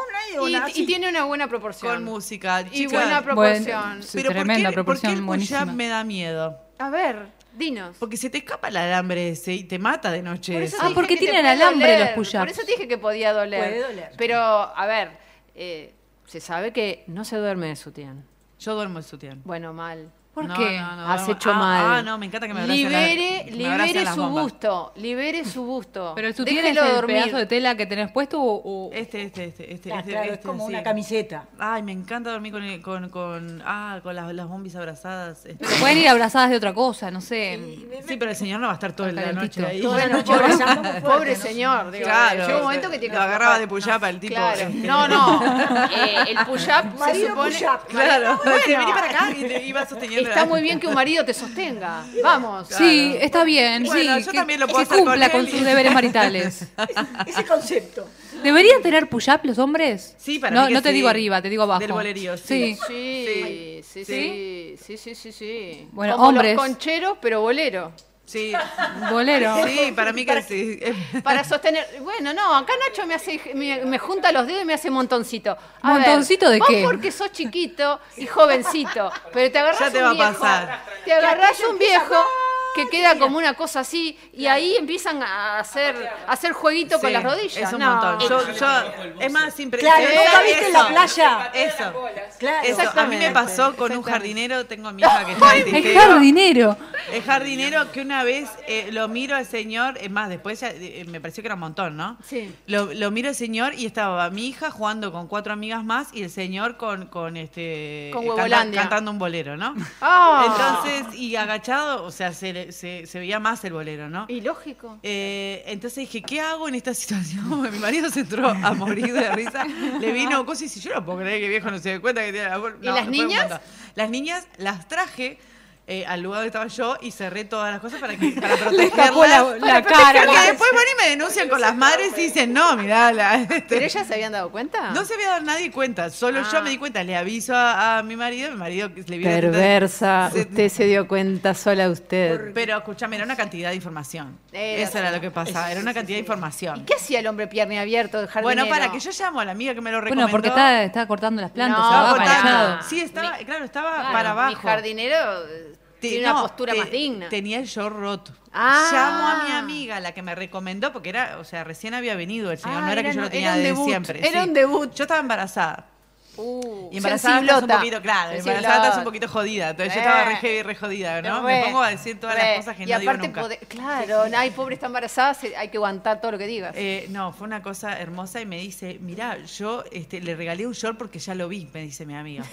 S6: y
S3: Y,
S6: una.
S3: y tiene una buena proporción.
S23: Con música.
S3: Y
S23: chicas.
S3: buena proporción.
S4: sí,
S23: Pero ¿por
S4: tremenda
S23: qué,
S4: proporción,
S23: ¿por qué el
S4: buenísima.
S23: push-up me da miedo?
S3: A ver, dinos.
S23: Porque se te escapa el alambre ese y te mata de noche.
S3: Por
S23: ese.
S3: eso te dije
S4: Ah, porque
S3: que te
S4: tienen
S3: puede
S4: alambre
S3: doler,
S4: los push-ups.
S3: Por eso te dije que podía doler.
S6: Puede doler.
S3: Pero, a ver, eh, se sabe que no se duerme de sutián.
S23: Yo duermo el sutián.
S3: Bueno, mal.
S4: ¿Por
S23: No,
S4: qué?
S23: no, no,
S3: Has
S23: duermo-
S3: hecho
S23: ah,
S3: mal.
S23: Ah, no, me encanta que me abracen la-
S3: Libere,
S23: que me abracen
S3: libere
S23: las
S3: su
S23: bombas.
S3: gusto. Libere su gusto.
S4: ¿Pero el sutién es
S3: Déjelo
S4: el
S3: dormir.
S4: pedazo de tela que tenés puesto o...? o-
S23: Este, este, este, este,
S6: Ah,
S23: este,
S6: claro, es
S23: este,
S6: como
S23: así.
S6: una camiseta.
S23: Ay, me encanta dormir con, el- con, con, ah, con las, las bombis abrazadas. este.
S4: Pueden ir abrazadas de otra cosa, no sé.
S23: Sí, pero el señor no va a estar toda la
S4: calentito.
S23: noche ahí.
S6: Toda la noche abrazando
S3: Pobre,
S6: fuerte,
S3: pobre
S6: ¿no?
S3: señor. digo,
S23: Claro,
S3: llega un momento que tiene que
S23: lo agarraba de pull-up al tipo.
S3: Claro.
S23: este.
S3: No, no. Eh, el push-up se
S6: Marido
S3: supone.
S6: push-up.
S23: Claro,
S3: Bueno.
S23: vení para acá y te iba sosteniendo.
S3: Está
S23: la-
S3: muy bien que un marido te sostenga. Vamos.
S4: Sí, está bien,
S23: Bueno,
S4: sí.
S23: yo
S4: que,
S23: también lo
S4: que
S23: puedo hacer
S4: cumpla
S23: con
S4: con,
S23: él y-
S4: sus deberes maritales.
S6: Ese concepto.
S4: ¿Deberían tener push-up los hombres?
S23: Sí, para
S4: no,
S23: mí que
S4: No te
S23: sí.
S4: digo arriba, te digo abajo.
S23: Del bolerío, sí.
S4: Sí.
S3: Sí, sí, sí, sí, sí, sí, sí.
S4: Bueno,
S3: Como
S4: hombres.
S3: los concheros, pero bolero.
S23: Sí,
S4: Bolero.
S23: sí, para mí que sí.
S3: Para sostener. Bueno, no, acá Nacho me hace, me, me junta los dedos y me hace montoncito. A ver,
S4: ¿Montoncito de
S3: vos
S4: qué?
S3: porque sos chiquito y jovencito, pero te agarrás
S23: Ya te
S3: un
S23: va a
S3: viejo.
S23: pasar.
S3: Te agarrás un viejo que queda como una cosa así y ahí empiezan a hacer, a hacer jueguito con
S23: Sí,
S3: las rodillas.
S23: Es un
S3: No.
S23: montón. Yo, yo, es más, siempre.
S6: Claro,
S23: Sí,
S6: ¿nunca viste en la
S23: eso,
S6: playa?
S23: Eso.
S6: Claro.
S23: Eso, a mí me pasó con un jardinero, tengo a mi hija que está en
S4: Es
S23: testeo.
S4: jardinero.
S23: El jardinero que una vez eh, lo miro al señor, es más, después ya, eh, me pareció que era un montón, ¿no?
S3: Sí.
S23: Lo, lo miro al señor y estaba mi hija jugando con cuatro amigas más y el señor con, con este
S3: Con
S23: eh, canta-
S3: Huevolandia.
S23: cantando un bolero, ¿no?
S3: Ah.
S23: Entonces, y agachado, o sea, se, le- se, se veía más el bolero, ¿no?
S3: Y lógico.
S23: Eh, entonces dije, ¿qué hago en esta situación? Mi marido se entró a morir de risa. Le vino cosas y dice, yo no puedo creer que el viejo no se dé cuenta que tiene la bol-".
S3: ¿Y
S23: No, fue
S3: las
S23: un
S3: niñas?
S23: montón. Las niñas las traje eh, al lugar donde estaba yo y cerré todas las cosas para, que, para
S5: Le tapó
S23: protegerlas.
S5: la- la
S23: Para protegerlas,
S5: cara.
S23: Que después van y me denuncian con las madres y dicen, no, mirá. La,
S3: ¿Pero ellas se habían dado cuenta?
S23: No se había dado nadie cuenta, solo
S3: Ah.
S23: yo me di cuenta. Le aviso a, a mi marido, mi marido le vi la teta-
S5: Perversa.
S23: se-
S5: Usted se dio cuenta sola usted.
S23: Pero escúchame, era una cantidad de información.
S3: Era
S23: Eso era
S3: así.
S23: lo que pasaba, era una cantidad de información.
S3: ¿Qué hacía el hombre pierna abierto del jardinero?
S23: Bueno, para que yo llamo a la amiga que me lo recomendó.
S4: Bueno, porque está, está cortando las plantas,
S3: No,
S4: se va
S23: cortando.
S4: agachado.
S23: Sí, estaba, claro, estaba
S3: Claro,
S23: para abajo.
S3: Mi jardinero eh,
S23: Te-
S3: tiene una
S23: no,
S3: postura
S23: te-
S3: más digna.
S23: Tenía el yo roto.
S3: Ah.
S23: Llamo a mi amiga, la que me recomendó, porque era, o sea, recién había venido el señor,
S3: Ah,
S23: no era,
S3: era
S23: que yo
S3: no-
S23: lo tenía
S3: era un
S23: desde
S3: debut,
S23: siempre.
S3: era un
S23: debut. Yo estaba embarazada.
S3: Uh,
S23: Y embarazada estás un
S3: sensiblota.
S23: poquito, claro, embarazada
S3: Sensiblota.
S23: estás un poquito jodida. Entonces yo
S3: Eh.
S23: estaba re heavy, re jodida, ¿no? Me
S3: Re,
S23: pongo a decir todas
S3: re.
S23: las cosas que
S3: y
S23: no digo
S3: aparte
S23: nunca.
S3: pode- claro, ay, pobre, está embarazada, se- hay que aguantar todo lo que digas.
S23: Eh, no, fue una cosa hermosa y me dice, mira, yo este, le regalé un short porque ya lo vi, me dice mi amiga.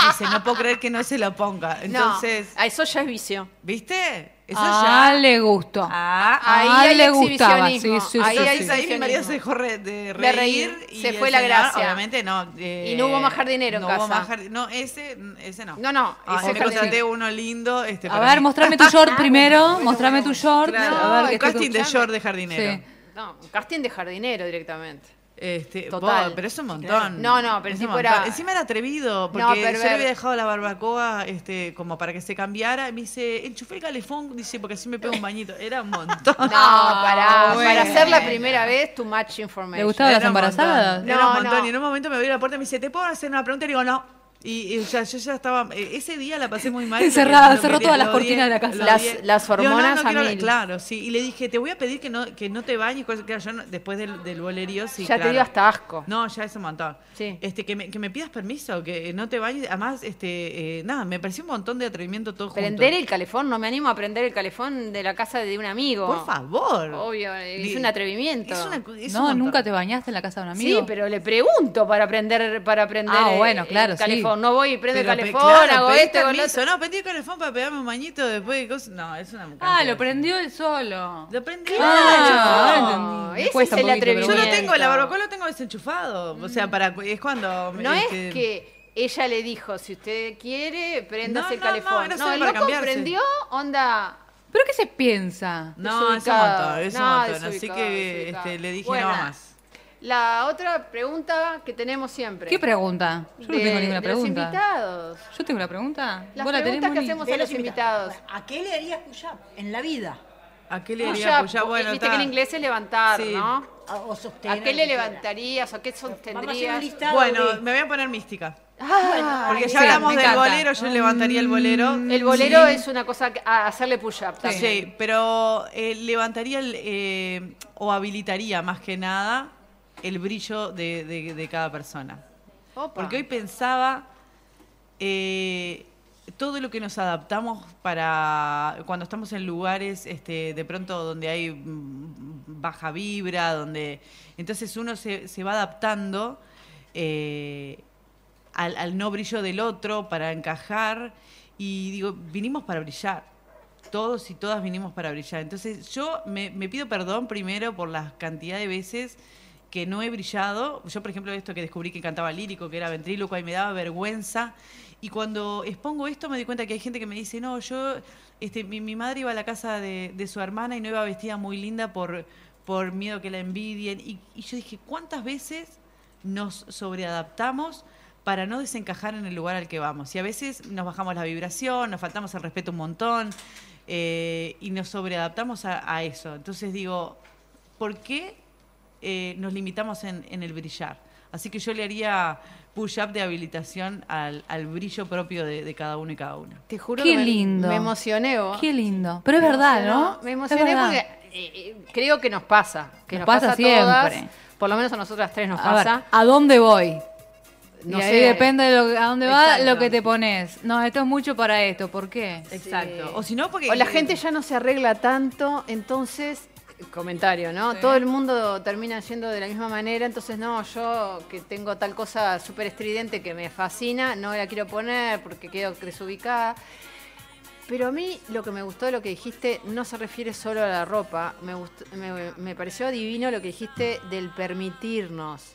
S23: Me dice, no puedo creer que no se lo ponga. Entonces,
S3: no, a eso ya es vicio.
S23: ¿viste? Eso
S4: Ah,
S23: ya...
S4: le gustó.
S23: Ah,
S4: ahí
S23: ah,
S4: hay
S23: le
S4: gustaba. Sí,
S23: exhibicionismo.
S4: sí,
S23: ahí,
S4: sí,
S23: ahí,
S4: sí.
S23: ahí mi marido se dejó re- de reír.
S3: De reír,
S23: y
S3: se
S23: el
S3: fue la
S23: señor,
S3: gracia.
S23: Obviamente no. eh,
S3: Y no hubo más jardinero en
S23: no
S3: casa.
S23: Hubo más jardi- no, ese, ese no.
S3: No, no,
S23: Ah,
S3: ese
S23: me
S3: jardinero.
S23: contraté uno lindo. Este,
S4: A
S23: para
S4: ver,
S23: mí.
S4: mostrame tu short primero, mostrame tu short.
S23: Claro,
S4: a ver,
S23: el
S4: que estoy
S23: casting de
S4: escuchando.
S23: short de jardinero.
S4: Sí.
S3: No, un casting de jardinero directamente.
S23: Este,
S3: Total.
S23: vos, pero es un montón.
S3: Claro. No, no, pero
S23: Es
S3: el
S23: un
S3: tipo
S23: montón.
S3: era-
S23: Encima era atrevido, porque
S3: No,
S23: yo
S3: perver-
S23: le había dejado la barbacoa este, como para que se cambiara. Y me dice, enchufé el calefón, dice, porque así me pego un bañito. Era un montón.
S3: No,
S4: Ah,
S3: para,
S23: Bueno.
S3: para hacer la primera vez, too much information.
S23: Era un montón. Era un
S3: No,
S23: montón.
S3: no.
S23: Y en un momento me abrió la puerta y me dice, ¿te puedo hacer una pregunta? Y digo, no. Y, y ya, yo ya estaba. eh, Ese día la pasé muy mal.
S4: Encerrada,
S23: Lo que-
S4: cerró
S23: lo que-
S4: todas las
S23: lo odié,
S4: cortinas de la casa.
S23: lo
S4: Las-
S23: odié.
S4: las
S23: Digo, no, no
S4: hormonas a
S23: quiero-
S4: mil.
S23: Claro, sí. Y le dije, te voy a pedir que no, que no te bañes. cosas- Claro, yo no- después del, del bolerío, sí.
S3: Ya te
S23: claro.
S3: dio hasta asco.
S23: No, ya es un montón. Este, que, me, que me pidas permiso, que no te bañes. Además, este, eh, nada, me pareció un montón de atrevimiento todo junto.
S3: Prender el calefón, no me animo a prender el calefón de la casa de un amigo.
S23: Por favor.
S3: Obvio, es
S23: Li-
S3: un atrevimiento.
S23: es una-
S4: No, nunca te bañaste en la casa de un amigo.
S3: Sí, pero le pregunto para prender para prender
S4: Ah,
S3: el-
S4: bueno,
S23: eh,
S3: el
S4: claro, sí.
S3: calefón. No voy y prendo
S23: Pero
S3: el
S23: pe-
S3: calefón,
S23: claro,
S3: hago
S23: pedí
S3: esto, hago lo
S23: permiso.
S3: otro.
S23: No, pedí el calefón para pegarme un bañito después de cosas. No, es una mujer.
S4: Ah, lo prendió él solo.
S23: Lo prendí.
S4: Ah,
S23: yo-
S4: ahora entendí.
S3: ese
S4: Cuesta
S3: es
S4: un
S3: el
S4: poquito, pero
S23: Yo
S4: bueno.
S23: lo tengo, la barbacoa lo tengo desenchufado. O sea, para es cuando.
S3: Mm. No es
S23: este,
S3: que ella le dijo, si usted quiere, prendas
S23: No,
S3: el
S23: no, no,
S3: calefón.
S23: era
S3: No,
S23: solo
S3: el
S23: para
S3: loco
S23: cambiarse.
S3: prendió, onda.
S4: ¿Pero qué se piensa?
S23: No, es un
S3: desubicado.
S23: montón, es un
S3: No,
S23: montón. Así
S3: desubicado,
S23: que
S3: desubicado.
S23: este, le dije
S3: Bueno,
S23: no más.
S3: La otra pregunta que tenemos siempre.
S4: ¿Qué pregunta? Yo no
S3: De-
S4: tengo ninguna
S3: de los
S4: pregunta.
S3: invitados.
S4: ¿Yo tengo la pregunta?
S3: Las
S4: ¿Vos la tenés,
S3: preguntas que
S4: Moni?
S3: hacemos
S6: De
S3: a los
S6: los
S3: invitados.
S6: ¿A qué le harías push-up en la vida?
S23: ¿A qué le
S3: Push
S23: haría
S3: up,
S23: push up?
S3: porque
S23: Bueno,
S3: viste
S23: está.
S3: que en inglés es levantar,
S23: Sí.
S3: ¿no?
S6: O
S3: ¿A
S6: sostener.
S3: qué le levantarías? ¿A qué sostendrías?
S23: Bueno, me voy a poner mística.
S3: Ah,
S23: Porque
S3: sí,
S23: ya hablamos
S3: me
S23: del
S3: encanta. Mm,
S23: bolero, yo levantaría el bolero.
S3: El bolero
S23: Mm, Sí.
S3: es una cosa que- a hacerle push-up
S23: Sí,
S3: también.
S23: pero eh, levantaría el, eh, o habilitaría más que nada el brillo de, de- de cada persona.
S3: Opa.
S23: Porque hoy pensaba eh, todo lo que nos adaptamos para cuando estamos en lugares este, de pronto donde hay mm, baja vibra, donde entonces uno se, se va adaptando eh, al, al no brillo del otro para encajar y digo, vinimos para brillar. Todos y todas vinimos para brillar. Entonces yo me, me pido perdón primero por la cantidad de veces que no he brillado. Yo, por ejemplo, esto que descubrí que cantaba lírico, que era ventríloco, y me daba vergüenza. Y cuando expongo esto me doy cuenta que hay gente que me dice, no, yo, este, mi, mi madre iba a la casa de, de su hermana y no iba vestida muy linda por, por miedo que la envidien. Y, y yo dije, ¿cuántas veces nos sobreadaptamos para no desencajar en el lugar al que vamos? Y a veces nos bajamos la vibración, nos faltamos el respeto un montón eh, y nos sobreadaptamos a, a eso. Entonces digo, ¿por qué eh, nos limitamos en, en el brillar? Así que yo le haría push-up de habilitación al, al brillo propio de, de cada uno y cada una.
S3: Te juro
S4: Qué
S3: que me-
S4: lindo.
S3: Me, emocioné vos.
S4: Qué lindo. Pero es verdad, ¿no?
S3: Me
S4: Es
S3: emocioné
S4: verdad.
S3: porque eh, eh, creo que nos pasa. Que
S4: Nos
S3: nos,
S4: pasa
S3: pasa,
S4: siempre.
S3: A todas, por lo menos a nosotras tres nos
S4: A ver,
S3: pasa.
S4: ¿a dónde voy?
S3: No
S4: y ahí
S3: sé.
S4: depende de lo- a dónde va
S3: Exacto.
S4: lo que te pones. No, esto es mucho para esto. ¿Por qué?
S23: Exacto. O si no, porque...
S3: O la gente ya no se arregla tanto, entonces, comentario, ¿no? Todo el mundo termina yendo de la misma manera, entonces, no, yo que tengo tal cosa súper estridente que me fascina, no la quiero poner porque quedo desubicada. Pero a mí lo que me gustó de lo que dijiste no se refiere solo a la ropa, me, gustó- me, me pareció divino lo que dijiste del permitirnos,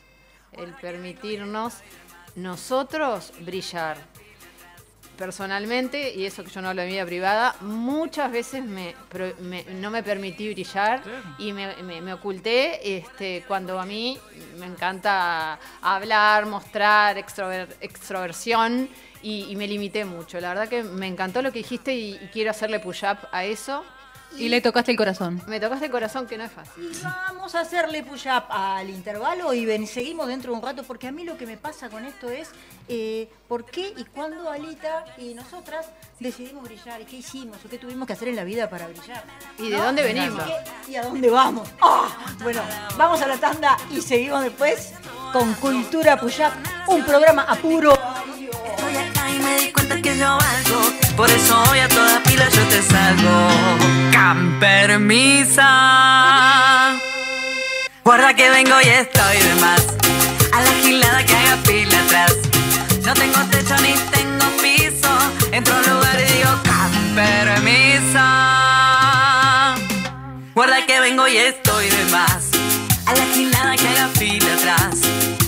S3: el permitirnos nosotros brillar. personalmente, y eso que yo no hablo de mi vida privada, muchas veces me, pro- me- no me permití brillar y me, me- me oculté este, cuando a mí me encanta hablar, mostrar, extrover- extroversión y, y me limité mucho. La verdad que me encantó lo que dijiste y, y quiero hacerle push-up a eso.
S4: Y le tocaste el corazón.
S3: Me tocaste el corazón que no es fácil.
S5: Vamos a hacerle push-up al intervalo y ven, seguimos dentro de un rato, porque a mí lo que me pasa con esto es eh, por qué y cuándo Alita y nosotras decidimos brillar y qué hicimos o qué tuvimos que hacer en la vida para brillar.
S3: ¿Y de dónde venimos?
S5: Así que, ¿Y a dónde vamos? ¡Ah! Bueno, vamos a la tanda y seguimos después con Cultura Push-Up, un programa apuro.
S24: y me di cuenta que yo valgo. Por eso hoy a toda pila yo te salgo. Campermisa. Guarda que vengo y estoy de más. A la gilada que haga pila atrás. No tengo techo ni tengo piso. Entro a un lugar y digo campermisa. Guarda que vengo y estoy de más. A la gilada que haga pila atrás.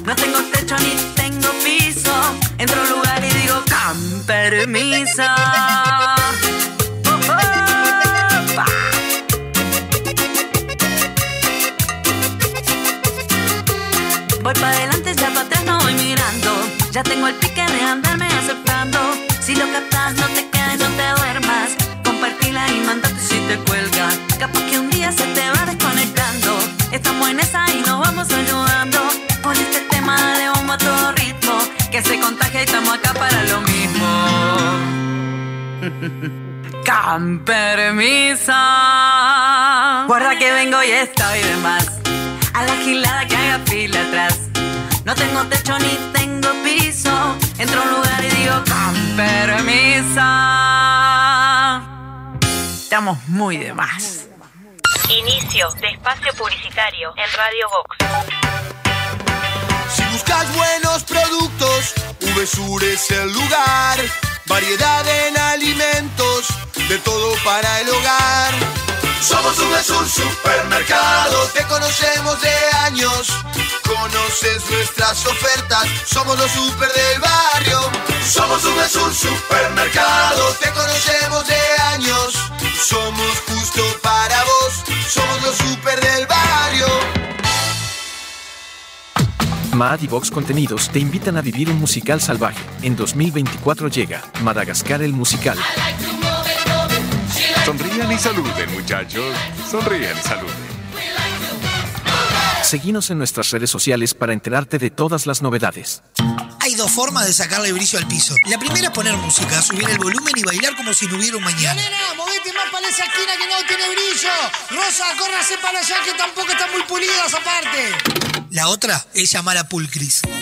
S24: No tengo techo ni tengo piso. Entro a un lugar y digo campermisa. Voy para adelante, ya para atrás no voy mirando. Ya tengo el pique de andarme aceptando. Si lo captas, no te quedes, no te duermas. Compartila y mandate si te cuelga. Capaz que un día se te va desconectando. Estamos en esa y nos vamos ayudando. Con este tema de bombo a todo ritmo. Que se contagia y estamos acá para lo mismo. Campermisa. Guarda que vengo y estoy de más. A la gilada que haga fila atrás. No tengo techo ni tengo piso. Entro a un lugar y digo campermisa. Estamos muy de más.
S7: Inicio de espacio publicitario en Radio Vox.
S25: Si buscas buenos productos, VSUR es el lugar. Variedad en alimentos, de todo para el hogar. Somos VSUR Supermercado, te conocemos de años. Conoces nuestras ofertas, somos los super del barrio. Somos VSUR Supermercado, te conocemos de años. Somos justo para vos, somos los super del barrio.
S11: Mad y Vox Contenidos te invitan a vivir un musical salvaje. En 2024 llega Madagascar el musical.
S26: Sonrían y saluden, muchachos. Sonrían y saluden.
S11: Seguinos en nuestras redes sociales para enterarte de todas las novedades.
S15: Hay dos formas de sacarle brillo al piso. La primera es poner música, subir el volumen y bailar como si no hubiera un mañana.
S16: Nena, movete más para esa esquina que no tiene brillo. Rosa, córrase para allá que tampoco está muy pulida esa parte.
S15: La otra es llamar a Pulcris.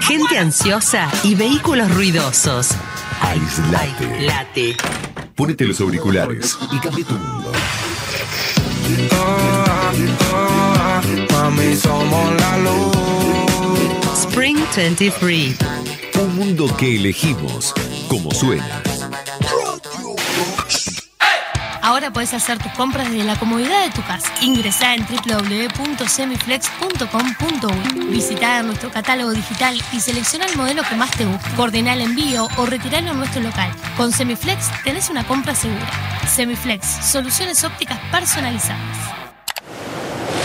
S7: Gente ansiosa y vehículos ruidosos.
S12: Aislate.
S7: Late.
S12: Ponete los auriculares y cambia tu mundo.
S2: Mami, somos la luz.
S12: Spring 23. Un mundo que elegimos como suena.
S17: Ahora puedes hacer tus compras desde la comodidad de tu casa. Ingresá en www.semiflex.com.uy. Visitá e. nuestro catálogo digital y selecciona el modelo que más te guste. Coordina el envío o retiralo a nuestro local. Con Semiflex tenés una compra segura. Semiflex, soluciones ópticas personalizadas.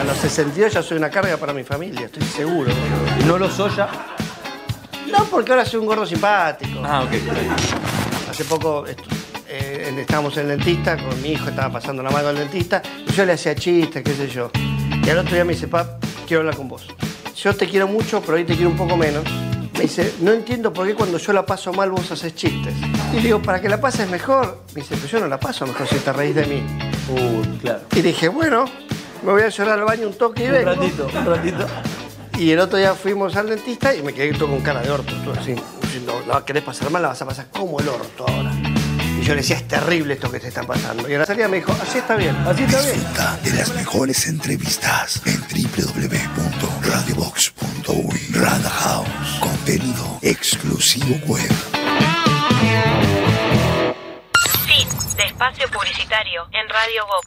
S19: A los 62 ya soy una carga para mi familia, estoy seguro. ¿No lo soy ya? No, porque ahora soy un gordo simpático.
S27: Ah, ok, está bien.
S19: Hace poco estu- eh, en- estábamos en el dentista, con mi hijo estaba pasando la mano al dentista, y yo le hacía chistes, qué sé yo. Y al otro día me dice, pap, quiero hablar con vos. Yo te quiero mucho, pero hoy te quiero un poco menos. Me dice, no entiendo por qué cuando yo la paso mal vos haces chistes. Y le digo, para que la pases mejor. Me dice, pero yo no la paso mejor si te reís de mí. claro. Y dije, bueno, me voy a llorar al baño un toque y
S22: Un
S19: vengo.
S22: ratito, un ratito.
S19: Y el otro día fuimos al dentista y me quedé todo con cara de orto, todo así. Diciendo, la querés pasar mal, la vas a pasar como el orto ahora. Y yo le decía, es terrible esto que te está pasando. Y a la salida me dijo, así está bien, así está bien.
S10: Disfruta de las mejores entrevistas en www.radiobox.uy. Rada House, contenido exclusivo web.
S7: Fin de espacio publicitario en Radio Vox.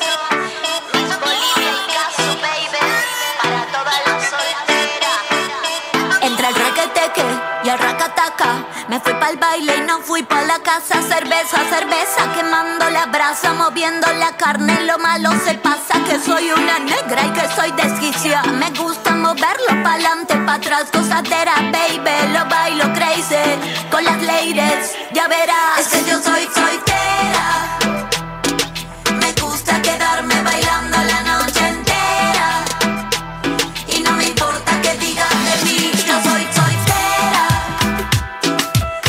S2: Miss Bolivia y Casu, baby. Para todas las solteras.
S28: Entre el raqueteque y el racataca Me fui para el baile y no fui para la casa Cerveza, cerveza, quemando la brasa Moviendo la carne, lo malo se pasa Que soy una negra y que soy desquicia Me gusta moverlo pa'lante, pa' atrás Gozadera, baby, lo bailo crazy Con las ladies, ya verás Es que yo soy soltera Me gusta quedarme bailando la noche entera y no me importa que digan de mí, yo soy soltera.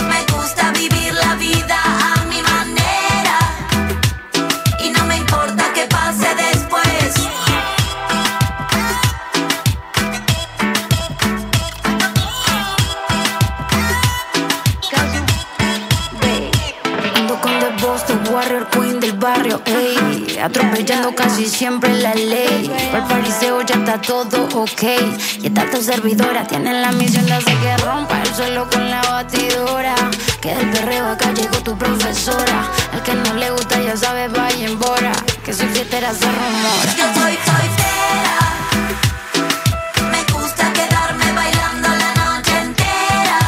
S28: Me gusta vivir la vida a mi manera. Y no me importa que pase después.
S29: Ando con The Boss, The Warrior, Queen del barrio, ey. Atropellando casi siempre la ley. Para el pariseo ya está todo ok. Y está tu servidora, tienen la misión de hacer que rompa el suelo con la batidora. Que del perreo acá llegó tu profesora. Al que no le gusta ya sabe, vaya en bora. Que soy fiestera, se rumora.
S28: Yo soy soltera. Me gusta quedarme bailando la noche entera.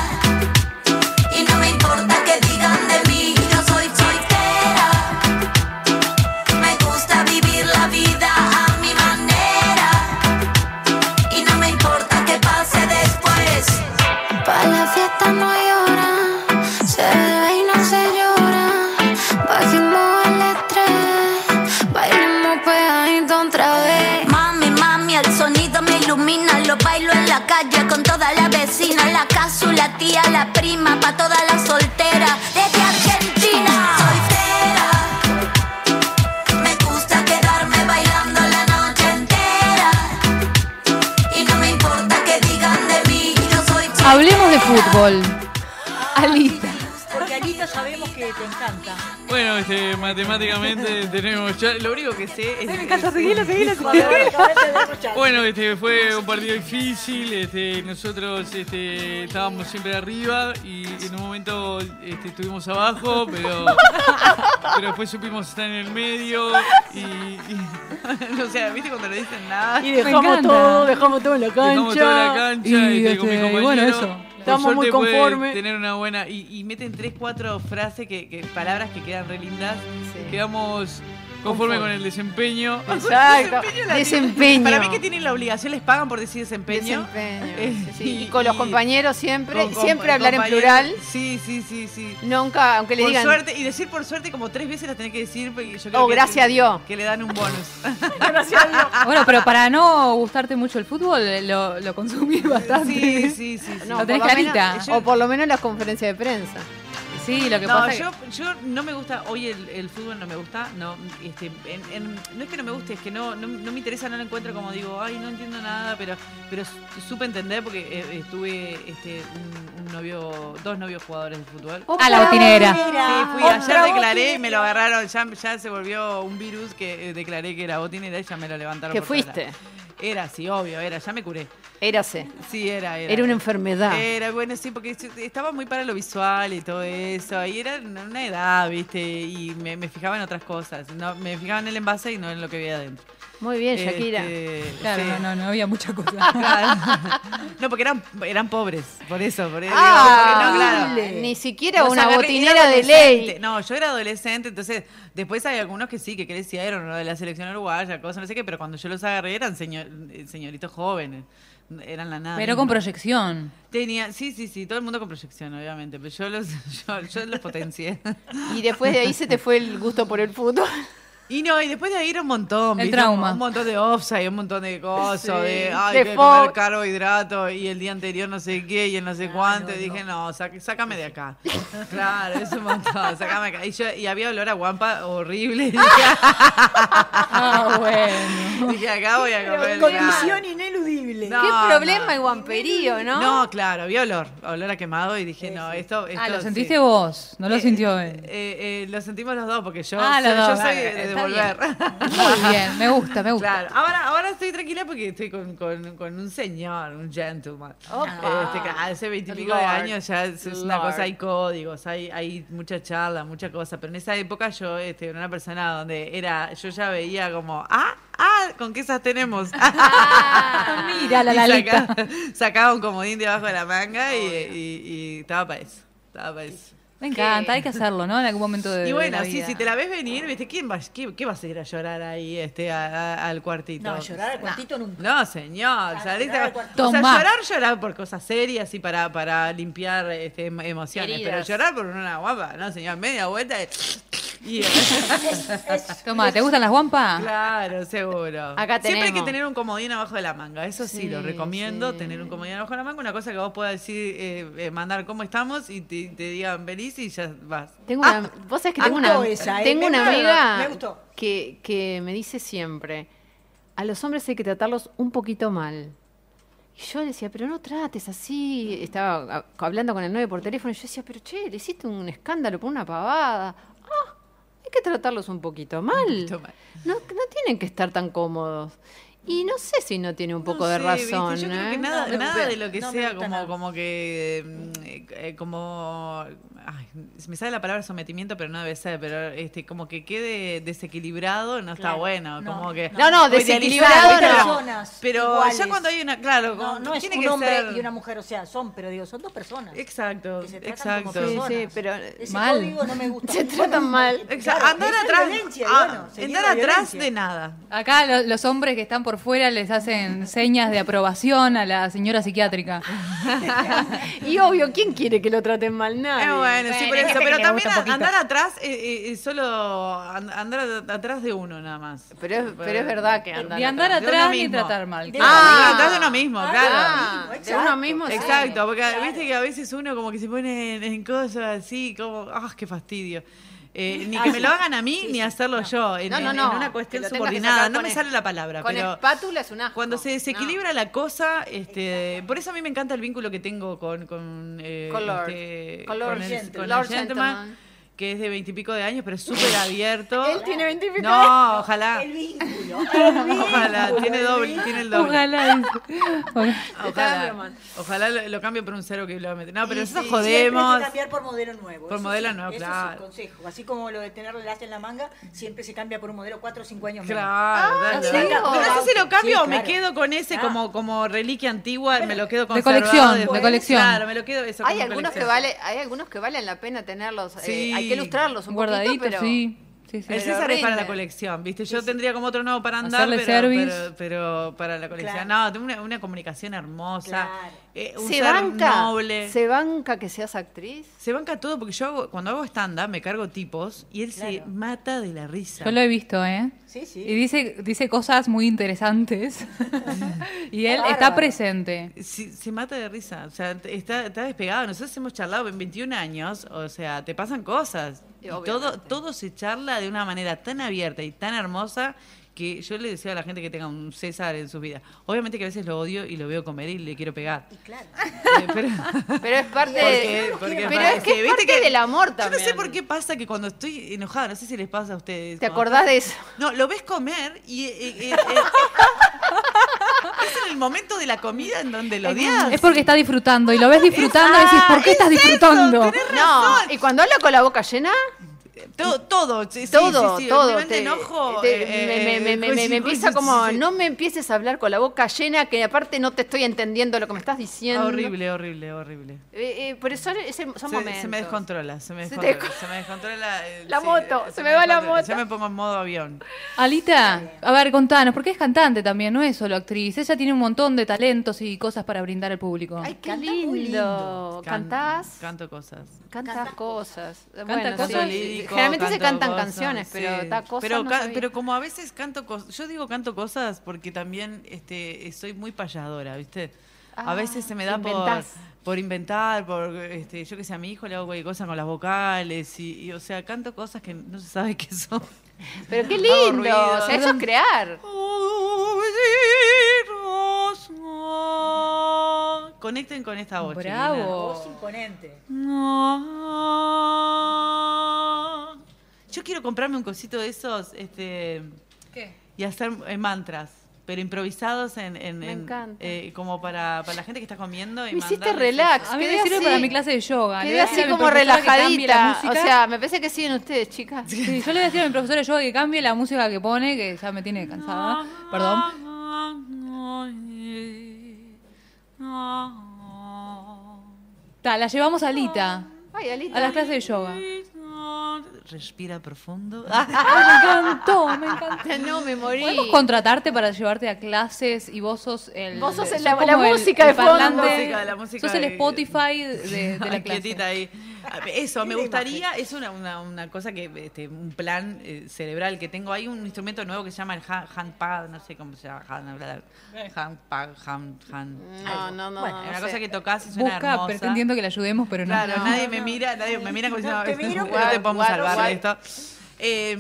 S28: Y no me importa que digan de mí, yo soy soltera. Me gusta vivir la vida a mi manera. Y no me importa que pase después.
S29: Pa' la fiesta no llora, se bebe y no se llora. Bajemos el estrés, bailemos pegadito otra vez.
S28: Mami, mami, el sonido me ilumina. Lo bailo en la calle con toda la vecina. La casu, la tía, la prima, pa' toda la soltera. Desde Argentina. Soltera. Me gusta quedarme bailando la noche entera. Y no me importa que digan de mí. Yo soy soltera.
S4: Hablemos de fútbol. Alita.
S6: Porque Anita sabemos que te encanta.
S23: Bueno, este, matemáticamente tenemos. ya- lo único que sé es.
S6: Me encanta,
S23: es-
S6: seguilo, seguilo, seguilo.
S23: Bueno, este, fue un partido difícil. Este, nosotros este, estábamos siempre arriba y en un momento este, estuvimos abajo, pero, pero después supimos estar en el medio. Y, y- o sea, ¿viste cuando le dicen nada?
S5: Y dejamos todo, dejamos todo en la cancha.
S23: Dejamos toda la cancha y,
S5: Y,
S23: este, con mi
S5: este, y
S23: compañero.
S5: bueno, eso.
S23: Por
S5: Estamos muy
S23: suerte pude
S5: conformes.
S23: Tener una buena. Y, y meten tres, cuatro frases, que, que- palabras que quedan re lindas. Quedamos conforme con el desempeño.
S5: Exacto.
S23: Desempeño la-
S5: Desempeño.
S23: Para mí que tienen la obligación, les pagan por decir desempeño. Eh,
S3: Sí, y con los compañeros siempre,
S23: con compa-
S3: siempre hablar en
S23: compañeros.
S3: plural.
S23: Sí, sí, sí, sí.
S3: Nunca, aunque le
S23: por
S3: digan.
S23: suerte, y decir por suerte como tres veces las tenés que decir. porque Yo creo
S3: Oh,
S23: que-
S3: gracias a Dios.
S23: Que le dan un bonus.
S4: Bueno, pero para no gustarte mucho el fútbol, eh, lo, lo consumís bastante.
S23: Sí, sí, sí.
S4: No, Lo tenés clarita.
S3: o por lo menos en las conferencias de prensa.
S4: Sí, lo que
S23: no,
S4: pasa
S23: yo, yo no me gusta, hoy el, el fútbol no me gusta, no, este, en- en- no es que no me guste, es que no, no, no me interesa, no lo encuentro como digo, ay, no entiendo nada, pero, pero su- supe entender porque eh, estuve este, un, un novio, dos novios jugadores de fútbol.
S4: Otra Ah, la botinera. botinera.
S23: Sí, fui,
S4: Otra
S23: ayer declaré
S4: botinera.
S23: y me lo agarraron, ya, ya se volvió un virus que eh, declaré que era botinera y ya me lo levantaron.
S3: Que
S23: por todas
S3: fuiste.
S23: las- Era, sí, obvio, era, ya me curé.
S3: Érase.
S23: Sí, era, era. Eh,
S3: Era una enfermedad.
S23: Era, bueno, sí, porque yo estaba muy para lo visual y todo eso. Y era una una edad, ¿viste? Y me, me fijaba en otras cosas. No, me fijaba en el envase y no en lo que veía adentro.
S3: Muy bien, Shakira.
S23: Este,
S4: Claro,
S23: sí.
S4: no, no, no había mucha cosa.
S23: Claro. No, porque eran, eran pobres, por eso. Por eso
S3: Ah,
S23: digo, porque no, claro.
S3: ni siquiera
S23: Los
S3: una
S23: agarré, era
S3: botinera de
S23: adolescente.
S3: ley.
S23: No, yo era adolescente, entonces después hay algunos que sí, que crecieron, ¿no? de la selección uruguaya, cosas, no sé qué, pero cuando yo los agarré eran señor- eh, señoritos jóvenes. eran la nada.
S4: Pero con proyección.
S23: Tenía, sí, sí, sí, todo el mundo con proyección, obviamente, pero yo los, yo, yo los potencié.
S3: Y después de ahí se te fue el gusto por el fútbol.
S23: Y no, y después de ahí era un montón.
S4: El
S23: ¿viste? Un-
S4: trauma.
S23: Un, montón de offside, un montón de cosas,
S4: Sí.
S23: de, ay,
S4: De
S23: que
S4: fo- Ah,
S23: comer carbohidrato, y el día anterior no sé qué, y el no sé cuánto, y dije, no, sa- sácame de acá. claro, es un montón, sácame de acá. Y, yo, y había olor a guampa horrible. ah, bueno. Dije, acá voy a comer. claro.
S6: Condición ineludible.
S23: No,
S3: Qué
S23: no.
S3: problema el guamperío, ¿no?
S23: No, claro, había olor, olor a quemado y dije, no, esto,
S4: Ah,
S23: esto
S4: lo
S23: sí.
S4: sentiste vos, no lo sintió él.
S23: Eh, eh, lo sentimos los dos, porque yo,
S4: Ah, los
S23: soy,
S4: dos,
S23: yo soy
S4: claro,
S23: de- de
S4: está
S23: devolver.
S4: Muy bien, me gusta, me gusta.
S23: Claro, ahora, ahora estoy tranquila porque estoy con, con- con un señor, un gentleman.
S4: Opa.
S23: Este, que hace veintipico
S4: Lord.
S23: de años ya es, es una
S4: Lord.
S23: cosa, hay códigos, hay, hay mucha charla, mucha cosa. Pero en esa época yo este, era una persona donde era, yo ya veía como, ah, ah, ¿con qué esas tenemos?
S4: Ah, mira la
S23: Y
S4: Lalita.
S23: saca- sacaba un comodín debajo de la manga y, y- y estaba para eso. Estaba para eso.
S4: Me encanta, hay que hacerlo, ¿no? En algún momento de
S23: Y bueno,
S4: de la
S23: sí,
S4: vida.
S23: si te la ves venir, ¿viste? ¿Quién va, qué, qué vas a ir a llorar ahí este, a- a- al cuartito?
S6: No, llorar al cuartito
S23: no.
S6: nunca.
S23: No, señor. saliste
S6: llorar
S23: a-
S6: al cuartito.
S23: o sea,
S6: Tomá.
S23: llorar, llorar por cosas serias y para, para limpiar este, em- emociones.
S4: Heridas.
S23: Pero llorar por una guapa, no, señor. Media vuelta y... y-
S4: Toma, ¿te gustan las guampas?
S23: Claro, seguro.
S4: Acá
S23: Siempre hay que
S4: tenemos.
S23: tener un comodín abajo de la manga. Eso sí,
S4: Sí,
S23: lo recomiendo, tener un comodín abajo de la manga. Una cosa que vos puedas decir, eh, eh, mandar cómo estamos y te, te digan feliz y ya vas.
S3: Tengo una, vos sabés que tengo
S6: gustó
S3: una,
S6: esa, ¿eh?
S3: tengo
S6: Me
S3: una
S6: gustó,
S3: amiga
S6: me gustó.
S3: Que, que me dice siempre, a los hombres hay que tratarlos un poquito mal. Y yo le decía, pero no trates así. Estaba ah, hablando con el novio por teléfono y yo decía, pero che, le hiciste un escándalo por una pavada. Ah, hay que tratarlos un poquito mal. No, no tienen que estar tan cómodos. Y no sé si no tiene un poco de
S23: sé, viste,
S3: razón.
S23: Yo creo
S3: ¿eh?
S23: que nada,
S3: No, me-
S23: nada de lo que
S3: no me
S23: sea
S3: gusta
S23: como,
S3: nada.
S23: como que. mm, eh, eh, como. Ay, se me sale la palabra sometimiento, pero no debe ser. Pero este como que quede desequilibrado, no está
S6: Claro,
S23: bueno.
S6: no,
S23: como que,
S3: no. No, no,
S23: o idealizar,
S3: desequilibrado
S23: ¿viste?
S3: no.
S6: Personas
S23: Pero
S6: iguales.
S23: ya cuando hay una. Claro,
S6: No,
S23: como,
S6: no es
S23: tiene
S6: un
S23: que
S6: hombre
S23: ser-
S6: y una mujer, o sea, son, pero digo, son dos personas.
S23: Exacto,
S6: que se tratan como
S23: exacto.
S6: personas.
S3: Sí, sí, pero
S6: Ese
S3: mal.
S6: código no me gusta.
S3: Se tratan mal.
S23: Exacto,
S6: Claro,
S23: andar
S6: esa es
S23: atrás,
S6: violencia, y
S23: ah,
S6: bueno, seguir
S23: andar
S6: la
S23: atrás
S6: violencia.
S23: de nada.
S4: Acá lo- los hombres que están por fuera les hacen señas de aprobación a la señora psiquiátrica.
S3: Y obvio, ¿quién quiere que lo traten mal? Nadie.
S23: Eh, bueno, sí, por eso. Pero también a- andar atrás, eh, eh, eh, solo and- andar at- atrás de uno nada más.
S3: Pero es, pero es verdad que andar
S4: Y andar
S23: de uno
S4: atrás ni
S23: mismo.
S4: tratar mal.
S23: De
S4: Ah.
S23: uno mismo, atrás de uno mismo,
S4: Ah,
S23: claro.
S3: de uno exacto. mismo, sí.
S23: Exacto, porque viste que a veces uno como que se pone en, en cosas así, como, ¡ah, qué fastidio! Eh, ni
S3: Ah,
S23: que me
S3: sí.
S23: lo hagan a mí, ni hacerlo yo, en,
S3: No, no,
S23: en-
S3: no,
S23: en una
S3: que
S23: cuestión
S3: lo tengas que
S23: subordinada.
S3: sacar
S23: No
S3: con
S23: me
S3: es-
S23: sale la palabra,
S3: Con
S23: pero...
S3: espátula es un asco.
S23: Cuando se desequilibra la cosa, este, por eso a mí me encanta el vínculo que tengo con con, eh,
S3: Con Lord.
S23: este,
S3: Con Lord
S23: el-
S3: Gentleman.
S23: con el
S3: Lord
S23: gentleman,
S3: Gentleman.
S23: que es de veintipico de años, pero es súper abierto.
S3: Él tiene 20 y pico de
S23: No,
S3: años.
S23: ojalá.
S6: vínculo.
S23: Ojalá, tiene doble, tiene el doble.
S4: Ojalá.
S3: Estaba
S23: Ojalá,
S3: bromando.
S23: ojalá lo, lo cambio por un cero que lo va a meter. No, pero
S6: Y
S23: nosotros
S6: sí, Siempre hay
S23: jodemos.
S6: que cambiar por modelo nuevo.
S23: Por
S6: eso
S23: modelo
S6: sí,
S23: nuevo,
S6: eso
S23: claro.
S6: es un consejo. Así como lo de tener lazo en la manga, siempre se cambia por un modelo 4 o 5 años
S23: Claro,
S3: Ah,
S6: menos.
S23: dale,
S6: Sí,
S23: dale.
S6: claro.
S23: Pero no sé si lo cambio
S6: Sí,
S23: o me
S6: claro. Ah.
S23: quedo con ese como, como reliquia antigua, me lo quedo
S4: De
S23: conservado.
S4: colección, de
S23: después.
S4: colección.
S23: Claro, me lo quedo eso.
S3: Hay
S23: como
S3: algunos, que
S23: colección.
S3: vale, hay algunos que valen la pena tenerlos. eh,
S23: Sí.
S3: hay que ilustrarlos un
S4: Guardadito,
S3: poquito, pero...
S4: sí. Sí, sí.
S23: El
S3: Pero
S23: César es para la
S3: rinde.
S23: colección, ¿viste? Yo tendría como otro nuevo para andar,
S4: Hacerle
S23: pero,
S4: service.
S23: pero, pero para la colección. No, tengo una, una comunicación hermosa, eh, un
S3: Se
S23: ser
S3: banca,
S23: noble.
S3: se banca que seas actriz.
S23: Se banca todo porque yo hago- cuando hago stand-up me cargo tipos y él se
S3: Claro.
S23: mata de la risa.
S4: Yo lo he visto, ¿eh?
S6: Sí, sí.
S4: Y dice, dice cosas muy interesantes. y él está
S23: Bárbaro.
S4: presente.
S23: Sí, se mata de risa, o sea, t- está, está despegado. Nosotros hemos charlado en 21 años, o sea, te pasan cosas.
S3: Y
S23: Y todo,
S3: obviamente.
S23: todo se charla de una manera tan abierta y tan hermosa que yo le deseo a la gente que tenga un César en su vida. Obviamente que a veces lo odio y lo veo comer y le quiero pegar. Eh,
S3: Pero es parte de-
S23: Porque- porque
S3: Pero
S23: parece-
S3: es que es
S23: viste
S3: parte
S23: que-
S3: del amor
S23: Yo no
S3: también.
S23: sé por qué pasa que cuando estoy enojada, no sé si les pasa a ustedes.
S3: ¿Te
S23: cuando
S3: acordás
S23: estás-
S3: de eso?
S23: No, lo ves comer y. eh, eh, eh, eh, es en el momento de la comida en donde lo odias.
S4: Es porque está
S3: Ah,
S4: disfrutando y lo ves disfrutando y decís, ¿por qué estás disfrutando?
S3: No, y cuando habla con la boca llena,
S23: Todo, todo, sí, sí,
S3: todo,
S23: sí, sí, el
S3: todo.
S23: nivel de enojo,
S3: te-
S23: eh,
S3: me- me- me- me- me- me
S23: coincido,
S3: empieza
S23: coincido,
S3: como,
S23: sí, sí.
S3: no me empieces a hablar con la boca llena, que aparte no te estoy entendiendo lo que me estás diciendo.
S23: Ah, Horrible, horrible, horrible.
S3: Eh, eh, por eso es- son
S23: Se-
S3: momentos.
S23: Se me descontrola, se me
S3: Se te
S23: descontrola. Se,
S3: descon-
S23: me descontrola. eh,
S3: La
S23: sí,
S3: moto,
S23: eh,
S3: se me va la
S23: descontrola. Yo
S3: moto.
S23: me pongo en modo avión.
S4: Alita, a ver, contanos, porque es cantante también, no es solo actriz. Ella tiene un montón de talentos y cosas para brindar al público.
S3: Qué lindo.
S23: Can-
S3: Cantás,
S23: Canto cosas.
S3: cantas cosas.
S23: Canta
S3: Bueno,
S23: cosas
S3: sí,
S23: lírico,
S3: Generalmente se
S23: canto
S3: cantan
S23: cosas,
S3: canciones, pero
S23: sí.
S3: ta cosa
S23: pero,
S3: no
S23: ca-
S3: sabía.
S23: pero como a veces canto cosas, yo digo canto cosas porque también este, soy muy payadora, ¿viste?
S1: Ah,
S23: a veces se me da por,
S1: inventás.
S23: por inventar, por, este, yo que sé, a mi hijo le hago cualquier cosa con las vocales, y, y, o sea, canto cosas que no se sabe qué son.
S3: Pero qué
S23: Hago
S3: lindo,
S23: ruidos.
S3: o sea, eso es crear.
S23: Conecten con esta voz.
S6: Una
S23: chiquilina.
S6: voz imponente.
S23: No. Yo quiero comprarme un cosito de esos este,
S6: ¿Qué?
S23: y hacer eh, mantras, pero improvisados en, en-
S4: Me
S23: en,
S4: encanta.
S23: eh, como para, para la gente que está comiendo. Y
S3: Me hiciste
S23: mandarles-
S3: relax,
S4: A mí me
S3: quedé
S4: sirve
S3: así.
S4: para mi clase de yoga. Le voy
S3: Quedé
S4: a decir
S3: así
S4: a mi
S3: como
S4: profesora que cambie la
S3: relajadita. O
S4: música.
S3: sea, me parece que siguen ustedes, chicas.
S4: Sí, yo le voy a decir a mi profesora de yoga que cambie la música que pone, que ya me tiene cansada. Perdón. Ta, la llevamos a Lita,
S3: Ay, Alita.
S4: a las clases de yoga.
S23: Respira profundo.
S4: Ay, me encantó, me encantó.
S3: No, me morí.
S4: Podemos contratarte para llevarte a clases y vos sos el.
S3: Vos sos
S4: sos
S3: la-
S4: como
S3: la
S4: el-
S3: música
S4: el
S3: de fondo.
S4: parlante,
S23: La música- la música
S4: sos el
S23: de-
S4: Spotify de, de la clase.
S23: Quietita ahí. Eso, me gustaría, es una, una, una cosa que, este, un plan eh, cerebral que tengo. Hay un instrumento nuevo que se llama el ha- handpad, no sé cómo se llama. Hand, bla, bla, handpad, hand, hand.
S3: Eh. No,
S23: algo.
S3: no, no,
S23: Bueno,
S3: no
S23: es una
S3: sé.
S23: cosa que tocas y suena
S4: Busca
S23: hermosa.
S4: pretendiendo que la ayudemos, pero no.
S23: Claro,
S4: No.
S23: nadie me mira, nadie me mira como diciendo, "Este
S4: No te miro,
S23: no te
S4: guarda,
S23: podemos
S4: guarda,
S23: salvar de esto.
S4: guarda.
S23: Eh,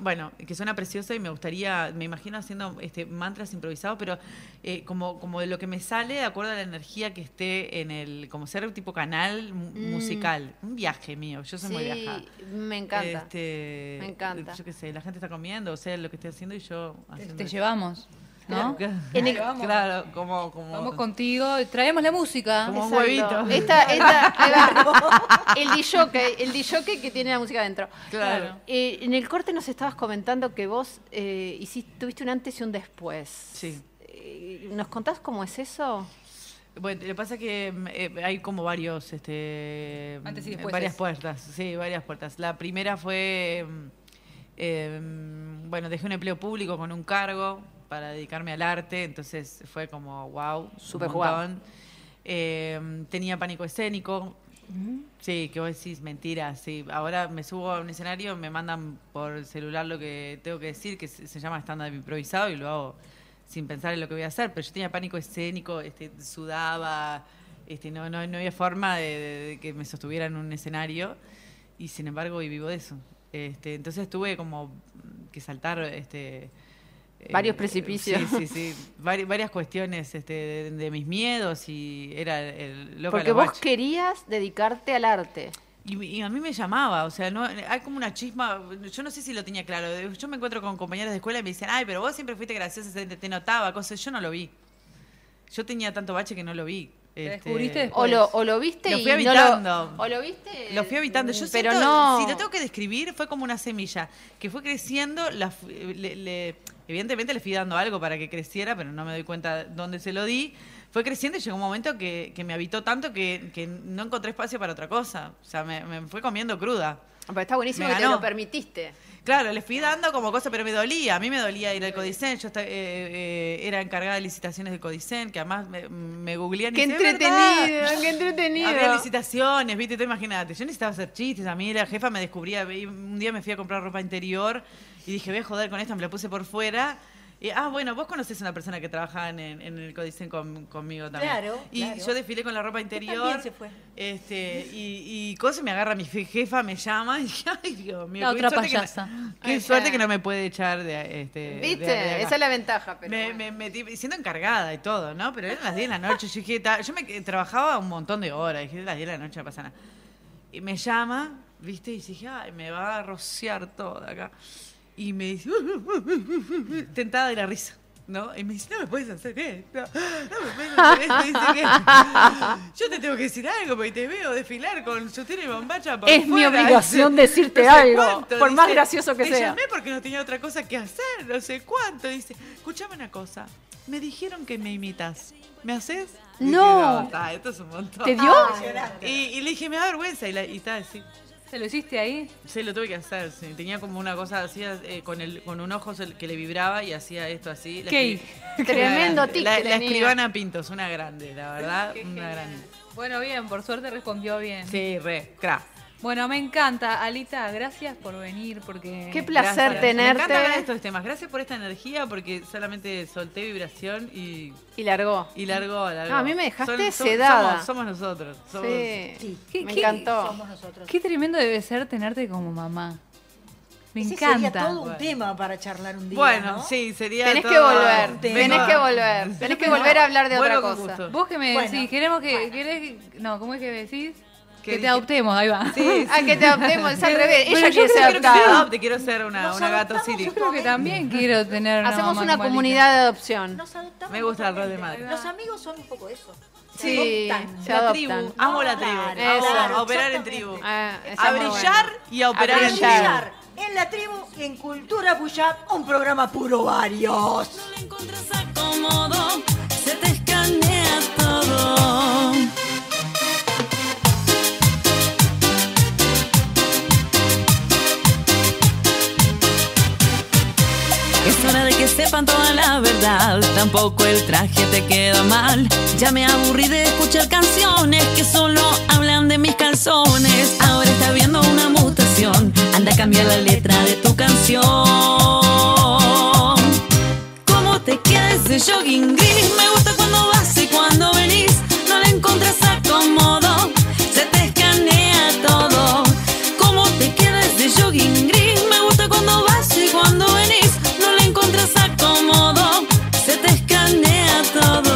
S23: bueno, que suena preciosa y me gustaría, me imagino haciendo este, mantras improvisados, pero eh, como, como de lo que me sale de acuerdo a la energía que esté en el, como ser tipo canal mu-
S3: Mm.
S23: musical, un viaje mío, yo soy muy viajada.
S3: Sí, me encanta.
S23: Este,
S3: Me encanta.
S23: Yo qué sé, la gente está comiendo, o sea, lo que estoy haciendo y yo... haciendo
S4: Te
S23: eso.
S4: llevamos, ¿no?
S23: Claro,
S4: En el-
S23: claro, como... como
S4: Vamos contigo, traemos la música.
S23: Como un Exacto. huevito.
S3: Esta, esta, ahí va. el disjockey, el disjockey que tiene la música adentro.
S23: Claro.
S3: Eh, en el corte nos estabas comentando que vos eh, hiciste, tuviste un antes y un después.
S23: Sí.
S3: Eh, ¿Nos contás cómo es eso?
S23: Bueno, lo que pasa es que mm, eh, hay como varios, este,
S4: Antes y
S23: mm,
S4: después
S23: varias
S4: es.
S23: puertas, sí, varias puertas. La primera fue, mm, eh, mm, bueno, dejé un empleo público con un cargo para dedicarme al arte, entonces fue como, wow,
S3: Súper
S23: super
S3: jugado.
S23: tenía pánico escénico, sí, que vos decís mentira, sí. Ahora me subo a un escenario, me mandan por el celular lo que tengo que decir, que se se llama stand-up improvisado y lo hago sin pensar en lo que voy a hacer, pero yo tenía pánico escénico, este, sudaba, este, no, no, no había forma de, de- de que me sostuviera en un escenario y sin embargo hoy vivo de eso. Este, entonces tuve como que saltar este, eh,
S3: Varios precipicios.
S23: Sí, sí, sí. Vari- varias cuestiones este, de, de mis miedos y era el loco
S3: Porque vos querías dedicarte al arte.
S23: y, y a mí me llamaba, o sea, no hay como una chisma, yo no sé si lo tenía claro, de- yo me encuentro con compañeros de escuela y me dicen, ay, pero vos siempre fuiste graciosa, se te, te notaba, cosas, yo no lo vi. Yo tenía tanto bache que no lo vi. Este,
S3: descubriste después. O lo- o lo viste
S23: lo
S3: y
S23: fui
S3: no lo-
S23: evitando.
S3: o lo viste,
S23: Lo fui evitando. Yo
S3: pero
S23: siento-
S3: no-
S23: Si lo tengo que describir, fue como una semilla que fue creciendo, la fu- le- le- evidentemente le fui dando algo para que creciera, pero no me doy cuenta dónde se lo di. Fue creciendo y llegó un momento que, que me habitó tanto que, que no encontré espacio para otra cosa. O sea, me, me fue comiendo cruda.
S3: Pero está buenísimo
S23: Me
S3: que te
S23: ganó.
S3: lo permitiste.
S23: Claro, les fui dando como cosas, pero me dolía. A mí me dolía ir al Codicen. Yo esta- eh, eh, era encargada de licitaciones del Codicen, que además me, me googlean y
S3: Qué
S23: dicen, "Es
S3: entretenido,
S23: verdad".
S3: qué entretenido.
S23: Había licitaciones, viste, tú imagínate. Yo necesitaba hacer chistes. A mí la jefa me descubría. y Un día me fui a comprar ropa interior y dije, voy a joder con esta, me la puse por fuera. Y, ah, bueno, vos conocés a una persona que trabajaba en, en el Codicen con- conmigo también.
S6: Claro,
S23: Y
S6: claro.
S23: yo desfilé con la ropa interior.
S6: También se fue.
S23: Este, y, y cosa me agarra mi je- jefa, me llama y dije, ay Dios mío,
S4: La
S23: qué
S4: otra
S23: suerte que no-
S4: payasa.
S23: qué
S4: Ay,
S23: suerte
S4: ya.
S23: que no me puede echar de este.
S3: ¿Viste?
S23: de- de acá.
S3: Esa es la ventaja. Pero
S23: me, me metí siendo encargada y todo, ¿no? Pero eran las 10 de la noche, yo dije, "Ta-". yo me que- trabajaba un montón de horas, dije, las 10 de la noche no pasa nada. Y me llama, ¿viste? Y dije, ay, me va a rociar todo acá. Y me dice, tentada de la risa. ¿no? Y me dice, no me puedes hacer esto, no me puedes hacer esto. Dice que yo te tengo que decir algo porque te veo desfilar con sotero y bombacha por
S30: Es mi
S23: fuera".
S30: obligación
S23: Dice,
S30: decirte
S23: "No sé
S30: algo, por más gracioso que
S23: "Te
S30: sea".
S23: llamé porque no tenía otra cosa que hacer, no sé cuánto. Dice, escuchame una cosa, me dijeron que me imitas, ¿me haces? Dije,
S31: No.
S23: está, esto es un montón.
S31: ¿Te dio?
S23: Ah, Y, y le dije, me da vergüenza. Y, la, y estaba así.
S31: ¿Se lo hiciste ahí?
S23: Sí, lo tuve que hacer. sí. Tenía como una cosa, hacía eh, con, el, con un ojo se- que le vibraba y hacía esto así. La
S31: ¿Qué?
S23: escri-
S31: Tremendo
S23: la-
S31: tic
S23: La,
S31: que
S23: la
S31: tenía.
S23: escribana Pintos, una grande, la verdad,
S31: Qué
S23: una
S31: genial.
S23: grande.
S31: Bueno, bien, por suerte respondió bien.
S23: Sí, re, cra.
S31: Bueno, me encanta, Alita, gracias por venir porque
S23: Gracias. Me encanta hablar de estos temas. Gracias por esta energía porque solamente solté vibración y...
S2: Y largó.
S23: Y largó, largó.
S2: Oh. No, a mí me dejaste
S23: Son- son-
S2: sedada.
S23: Somos, somos nosotros. somos-
S2: Sí.
S31: ¿Qué-
S2: me
S31: qué-
S2: encantó.
S5: Somos nosotros.
S31: Qué tremendo debe ser tenerte como mamá. Me
S5: Ese
S31: encanta.
S5: sería todo un tema para charlar un día.
S23: Bueno,
S5: ¿no?
S23: sí, sería
S2: Tenés que
S23: todo-
S2: volver, tenés
S23: Vengo-
S2: que volver, tenés que volver a hablar de otra
S23: Vuelvo con
S2: cosa.
S23: gusto.
S31: Vos que me
S2: Bueno,
S31: decís, queremos que, querés que- no, ¿cómo es que decís? Que te
S23: dije?
S31: adoptemos, ahí va.
S2: Ah, que te adoptemos, es al revés.
S31: Pero
S2: Ella
S31: yo
S2: quiere ser
S31: creo que sí.
S2: adoptada.
S23: Te quiero ser una,
S31: Nos
S23: una gato city.
S31: Yo creo que también quiero tener una
S2: Hacemos
S31: mamá
S2: una
S31: como Alita.
S2: comunidad de adopción.
S5: Nos adoptamos
S23: Me gusta el rol de madre.
S5: totalmente. Los amigos son un poco eso. Se
S2: Sí,
S5: adoptan.
S2: se
S23: La
S2: adoptan.
S23: tribu, amo la tribu.
S5: Claro,
S23: amo
S5: claro,
S23: a operar en tribu.
S2: Ah, está
S23: a
S2: muy
S23: brillar
S2: bueno.
S23: y a operar
S5: A
S23: en
S5: brillar.
S23: tribu.
S5: En la tribu, en Cultura Puyap, un programa puro varios.
S24: cómodo, se te escanea todo. Es hora de que sepan toda la verdad, tampoco el traje te queda mal. Ya me aburrí de escuchar canciones que solo hablan de mis calzones. Ahora está habiendo una mutación, anda a cambiar la letra de tu canción. ¿Cómo te queda ese jogging gris? Me gusta cuando vas y cuando venís. No le encontras acomodo, se te escanea todo. ¿Cómo te queda ese jogging gris? Me gusta cuando vas y cuando venís. No le encontras acomodo, se te escanea todo.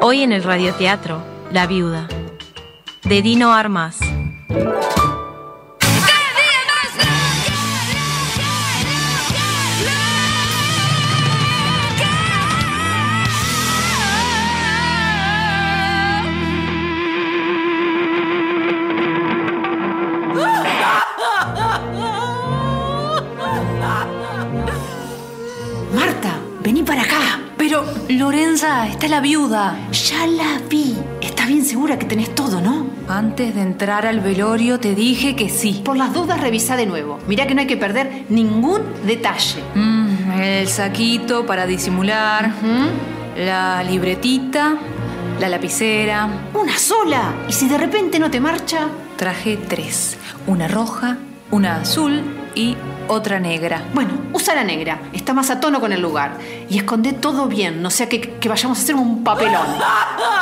S1: Hoy en el radioteatro, La Viuda, de Dino Armas.
S4: Marta, vení para acá. Pero, Lorenza, está la viuda. Ya la vi. Estás bien segura que tenés todo, ¿no? Antes de entrar al velorio te dije que sí.
S3: Por las dudas revisa de nuevo. Mirá que no hay que perder ningún detalle.
S4: Mm, el saquito para disimular. La libretita. La lapicera.
S3: Una sola. Y si de repente no te marcha,
S4: Traje tres. Una roja, una azul y otra negra.
S3: bueno, usa la negra. Está más a tono con el lugar. Y esconde todo bien, no sea que, que vayamos a hacer un papelón.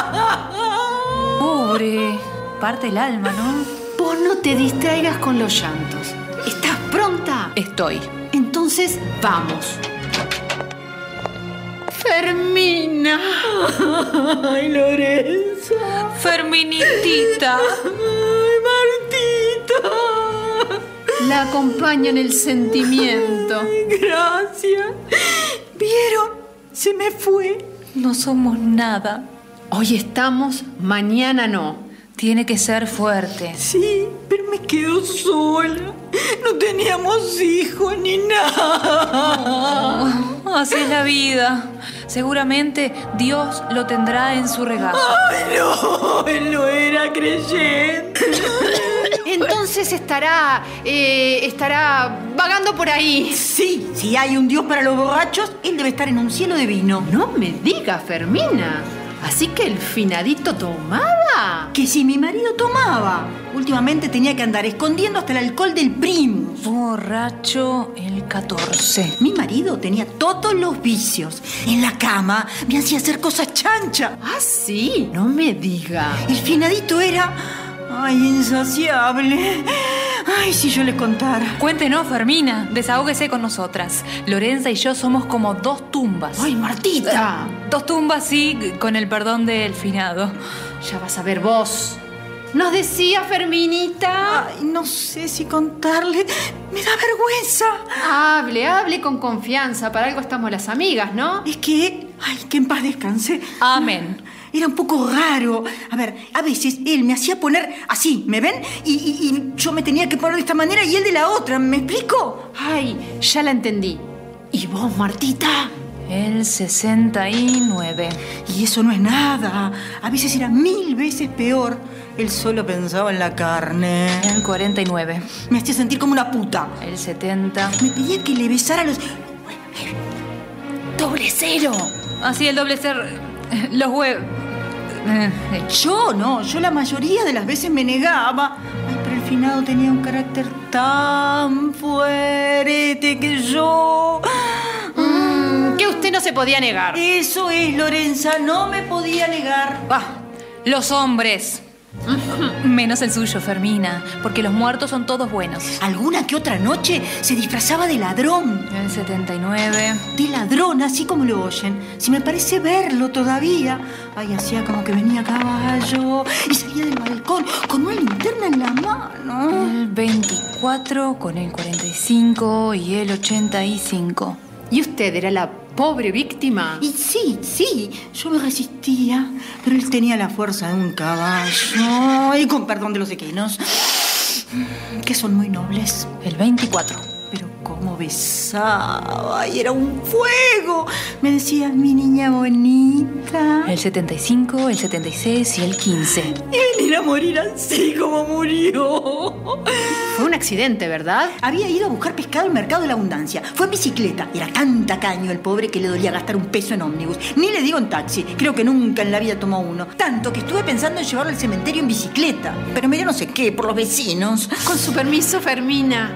S4: Pobre. Parte el alma, ¿no?
S3: Vos no te distraigas con los llantos. ¿Estás pronta?
S4: Estoy.
S3: Entonces, vamos. Fermina.
S4: Ay, Lorenza. Ferminitita.
S3: La acompaña en el sentimiento.
S4: Gracias. ¿Vieron? Se me fue. No somos nada.
S3: Hoy estamos, mañana no.
S4: Tiene que ser fuerte. Sí, pero me quedo sola. No teníamos hijos ni nada. así es la vida. Seguramente Dios lo tendrá en su regazo.
S3: Ay, no,
S4: Él no era creyente.
S3: Entonces estará. eh, estará vagando por ahí.
S5: Sí, si hay un Dios para los borrachos, él debe estar en un cielo de vino.
S3: No me digas, Fermina. Así que el finadito tomaba.
S5: Que si mi marido tomaba, últimamente tenía que andar escondiendo hasta el alcohol del primo.
S4: Borracho el 14.
S5: Mi marido tenía todos los vicios. En la cama me hacía hacer cosas chancha.
S3: Ah, sí, no me diga.
S5: El finadito era. Ay, insaciable.
S4: Ay, si yo les contara. Cuéntenos, Fermina. Desahógese con nosotras. Lorenza y yo somos como dos tumbas. ¡Ay, Martita! Dos tumbas, sí, con el perdón del finado. Ya vas a ver vos.
S3: Nos decía Ferminita. Ay, no sé si contarle. Me da vergüenza. Hable, hable con confianza. Para algo estamos las amigas, ¿no? Ah, Es que. Ay, que en paz descanse.
S4: Amén.
S3: Era un poco
S5: Raro. A ver, a veces él me hacía poner así, ¿me ven? Y, y- y yo me tenía que poner de esta manera y él de la otra, ¿me explico?
S3: Ay, ya la entendí.
S4: ¿Y vos, Martita? El 69.
S5: Y eso no es nada. A veces era mil veces peor. Él solo pensaba en la carne.
S4: El 49.
S5: Me hacía sentir como una puta.
S4: El 70.
S5: Me pedía que le besara los...
S4: Doble cero.
S5: Ah,
S4: Así el doble cero. Los huevos.
S5: eh, Yo no, yo la mayoría de las veces me negaba. Ay, pero el finado tenía un carácter tan fuerte que yo...
S3: Mm, que usted no se podía negar.
S5: Eso es, Lorenza, no me podía negar.
S4: Los hombres. Menos el suyo, Fermina, porque los muertos son todos buenos.
S5: Alguna que otra noche se disfrazaba de ladrón.
S4: El 79.
S5: De ladrón, así como lo oyen. Si me parece verlo todavía. Ay, hacía como que venía a caballo y salía del balcón con una linterna en la mano.
S4: El 24 con el 45 y el 85.
S3: ¿Y usted era la pobre víctima?
S5: Y sí, sí, yo me resistía, pero él tenía la fuerza de un caballo. Y con perdón de los equinos, que son muy nobles.
S4: El 24.
S5: Pero cómo besaba, y era un fuego. Me decía, mi niña bonita.
S4: El 75, el 76 y el 15.
S5: Él iba a morir así como murió.
S3: Fue un accidente, ¿verdad?
S5: Había ido a buscar pescado al mercado de la abundancia. Fue en bicicleta. Era tan tacaño el pobre que le dolía gastar un peso en ómnibus. Ni le digo en taxi. Creo que nunca en la vida tomó uno. Tanto que estuve pensando en llevarlo al cementerio en bicicleta. Pero mira no sé qué, por los vecinos.
S3: Con su permiso, Fermina.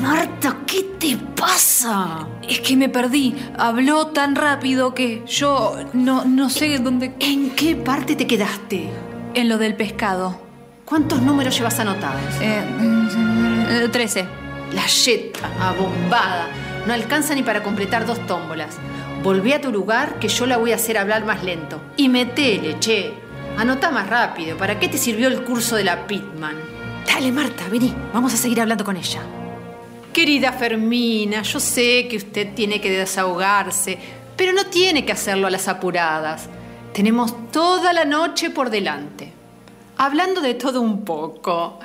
S4: Marta, ¿qué te pasa? Es que me perdí. Habló tan rápido que yo no, no sé dónde...
S3: ¿En qué parte te quedaste?
S4: En lo del pescado.
S3: ¿Cuántos números llevas anotados?
S4: Eh, mm, eh, 13.
S3: La yeta, abombada. No alcanza ni para completar dos tómbolas. Volvé a tu lugar que yo la voy a hacer hablar más lento. Y metele, che. Anota más rápido. ¿Para qué te sirvió el curso de la Pitman? Dale, Marta, vení. Vamos a seguir hablando con ella. Querida Fermina, yo sé que usted tiene que desahogarse, pero no tiene que hacerlo a las apuradas. Tenemos toda la noche por delante. Hablando de todo un poco.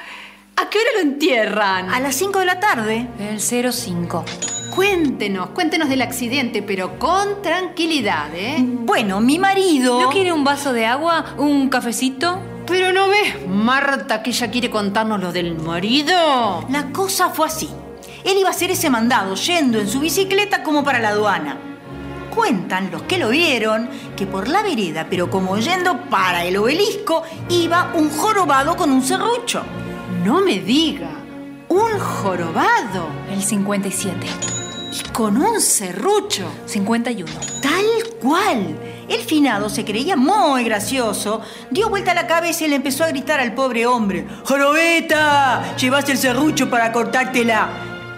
S3: ¿A qué hora lo entierran?
S5: A las 5 de la tarde.
S4: El 05.
S3: Cuéntenos, cuéntenos del accidente, pero con tranquilidad, ¿eh?
S5: Bueno, mi marido.
S4: ¿No quiere un vaso de agua? ¿Un cafecito?
S3: Pero no ves, Marta, que ella quiere contarnos lo del marido.
S5: La cosa fue así. Él iba a hacer ese mandado yendo en su bicicleta como para la aduana. Cuentan los que lo vieron que por la vereda, pero como yendo para el obelisco, iba un jorobado con un serrucho.
S3: No me diga, un jorobado.
S4: El 57.
S5: Y con un serrucho.
S4: 51.
S5: Tal cual. El finado se creía muy gracioso, dio vuelta la cabeza y le empezó a gritar al pobre hombre: ¡Jorobeta! ¡Llevas el serrucho para cortártela!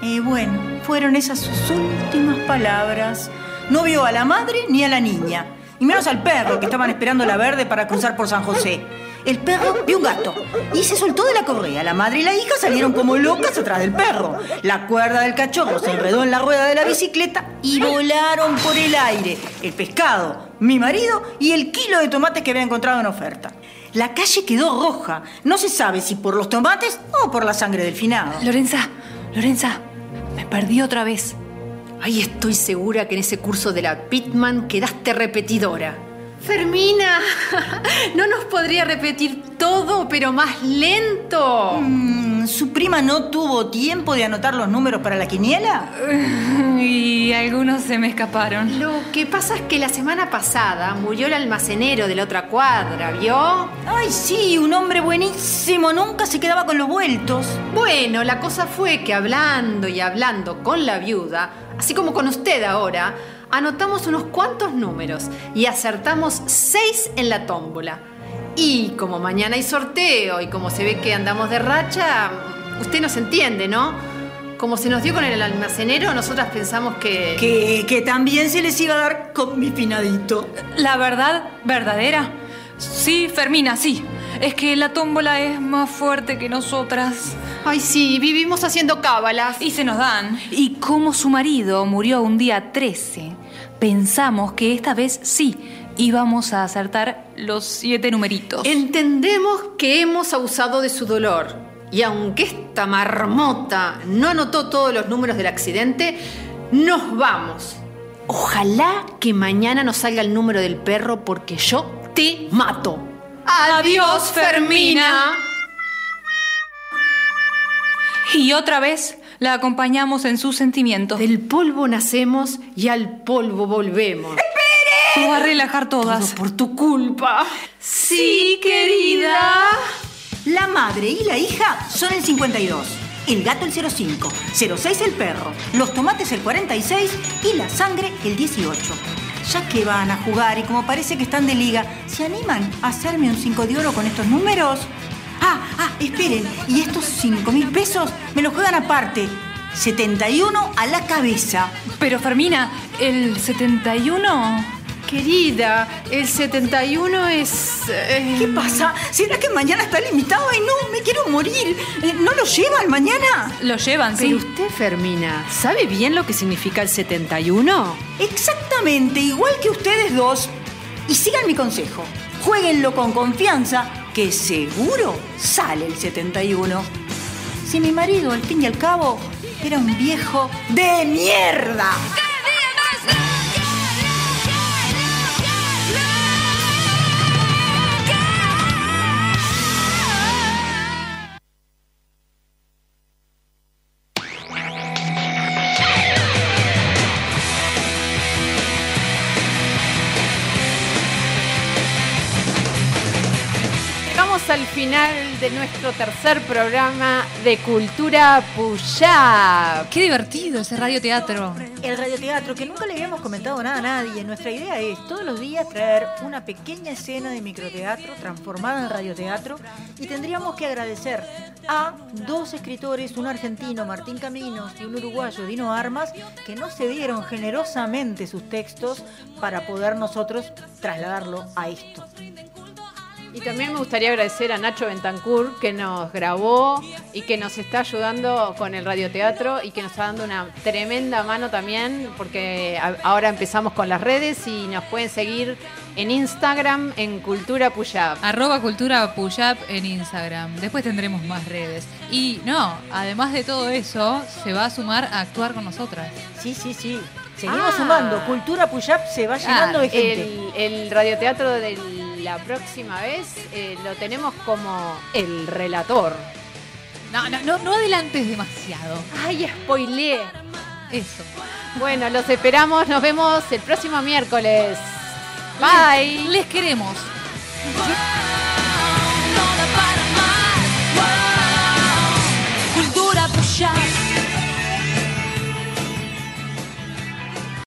S5: Y bueno, fueron esas sus últimas palabras. No vio a la madre ni a la niña, y menos al perro que estaban esperando la verde para cruzar por San José. El perro vio un gato y se soltó de la correa. La madre y la hija salieron como locas atrás del perro. La cuerda del cachorro se enredó en la rueda de la bicicleta y volaron por el aire. El pescado, mi marido y el kilo de tomates que había encontrado en oferta. La calle quedó roja. No se sabe si por los tomates o por la sangre del finado.
S4: Lorenza, Lorenza, me perdí otra vez.
S3: Ahí estoy segura que en ese curso de la Pitman quedaste repetidora. Fermina, no nos podría repetir todo, pero más lento.
S5: Mm, ¿Su prima no tuvo tiempo de anotar los números para la quiniela?
S4: Y algunos se me escaparon.
S3: Lo que pasa es que la semana pasada murió el almacenero de la otra cuadra, ¿vio?
S5: Ay, sí, un hombre buenísimo, nunca se quedaba con los vueltos.
S3: Bueno, la cosa fue que hablando y hablando con la viuda, así como con usted ahora, anotamos unos cuantos números y acertamos seis en la tómbola. Y como mañana hay sorteo y como se ve que andamos de racha,
S32: Usted nos entiende, ¿no? Como se nos dio con el almacenero, nosotras pensamos que...
S5: Que, que también se les iba a dar con mi finadito.
S4: La verdad verdadera. Sí, Fermina, sí. Es que la tómbola es más fuerte que nosotras.
S32: Ay, sí, vivimos haciendo cábalas.
S4: Y se nos dan. Y como su marido murió un día 13, pensamos que esta vez sí íbamos a acertar los siete numeritos.
S32: Entendemos que hemos abusado de su dolor. Y aunque esta marmota no anotó todos los números del accidente, nos vamos. Ojalá que mañana nos salga el número del perro porque yo te mato.
S33: Adiós, Fermina.
S4: Y otra vez la acompañamos en sus sentimientos.
S32: Del polvo nacemos y al polvo volvemos.
S4: Tú vas a relajar todas.
S32: por tu culpa.
S5: Sí, querida. La madre y la hija son el 52, el gato el 05, 06 el perro, los tomates el 46 y la sangre el 18. Ya que van a jugar y como parece que están de liga, ¿se animan a hacerme un 5 de oro con estos números? Ah, ah, esperen, y estos 5 mil pesos me los juegan aparte. 71 a la cabeza.
S4: Pero Fermina, el 71...
S32: Querida, el 71 es...
S5: ¿Qué pasa? ¿Será que mañana está limitado? Ay, no, me quiero morir. Eh, ¿No lo llevan mañana?
S4: Lo llevan,
S32: Pero usted, Fermina, ¿sabe bien lo que significa el 71?
S5: Exactamente, igual que ustedes dos. Y sigan mi consejo. Jueguenlo con confianza, que seguro sale el 71. Si mi marido, al fin y al cabo, era un viejo de mierda.
S3: Llegamos al final de nuestro tercer programa de Cultura Puyá.
S34: Qué divertido ese radioteatro.
S35: El radioteatro, que nunca le habíamos comentado nada a nadie. Nuestra idea es todos los días traer una pequeña escena de microteatro transformada en radioteatro y tendríamos que agradecer a dos escritores, un argentino, Martín Caminos, y un uruguayo, Dino Armas, que nos cedieron generosamente sus textos para poder nosotros trasladarlo a esto.
S3: Y también me gustaría agradecer a Nacho Bentancur que nos grabó y que nos está ayudando con el radioteatro y que nos está dando una tremenda mano también porque a- ahora empezamos con las redes y nos pueden seguir en Instagram en Cultura Puyab.
S34: Arroba Cultura Puyap en Instagram. Después tendremos más redes. Y no, además de todo eso, se va a sumar a actuar con nosotras. Ah.
S35: Sí, sí, sí. Seguimos
S4: Ah.
S35: sumando. Cultura Puyap se va llenando de gente.
S3: Ah, El, el radioteatro de la próxima vez eh, lo tenemos como el relator.
S34: No, no, no, no adelantes demasiado.
S3: Ay, spoileé.
S34: Eso.
S3: Bueno, los esperamos. Nos vemos el próximo miércoles. Bye.
S34: Les queremos.
S33: Bye.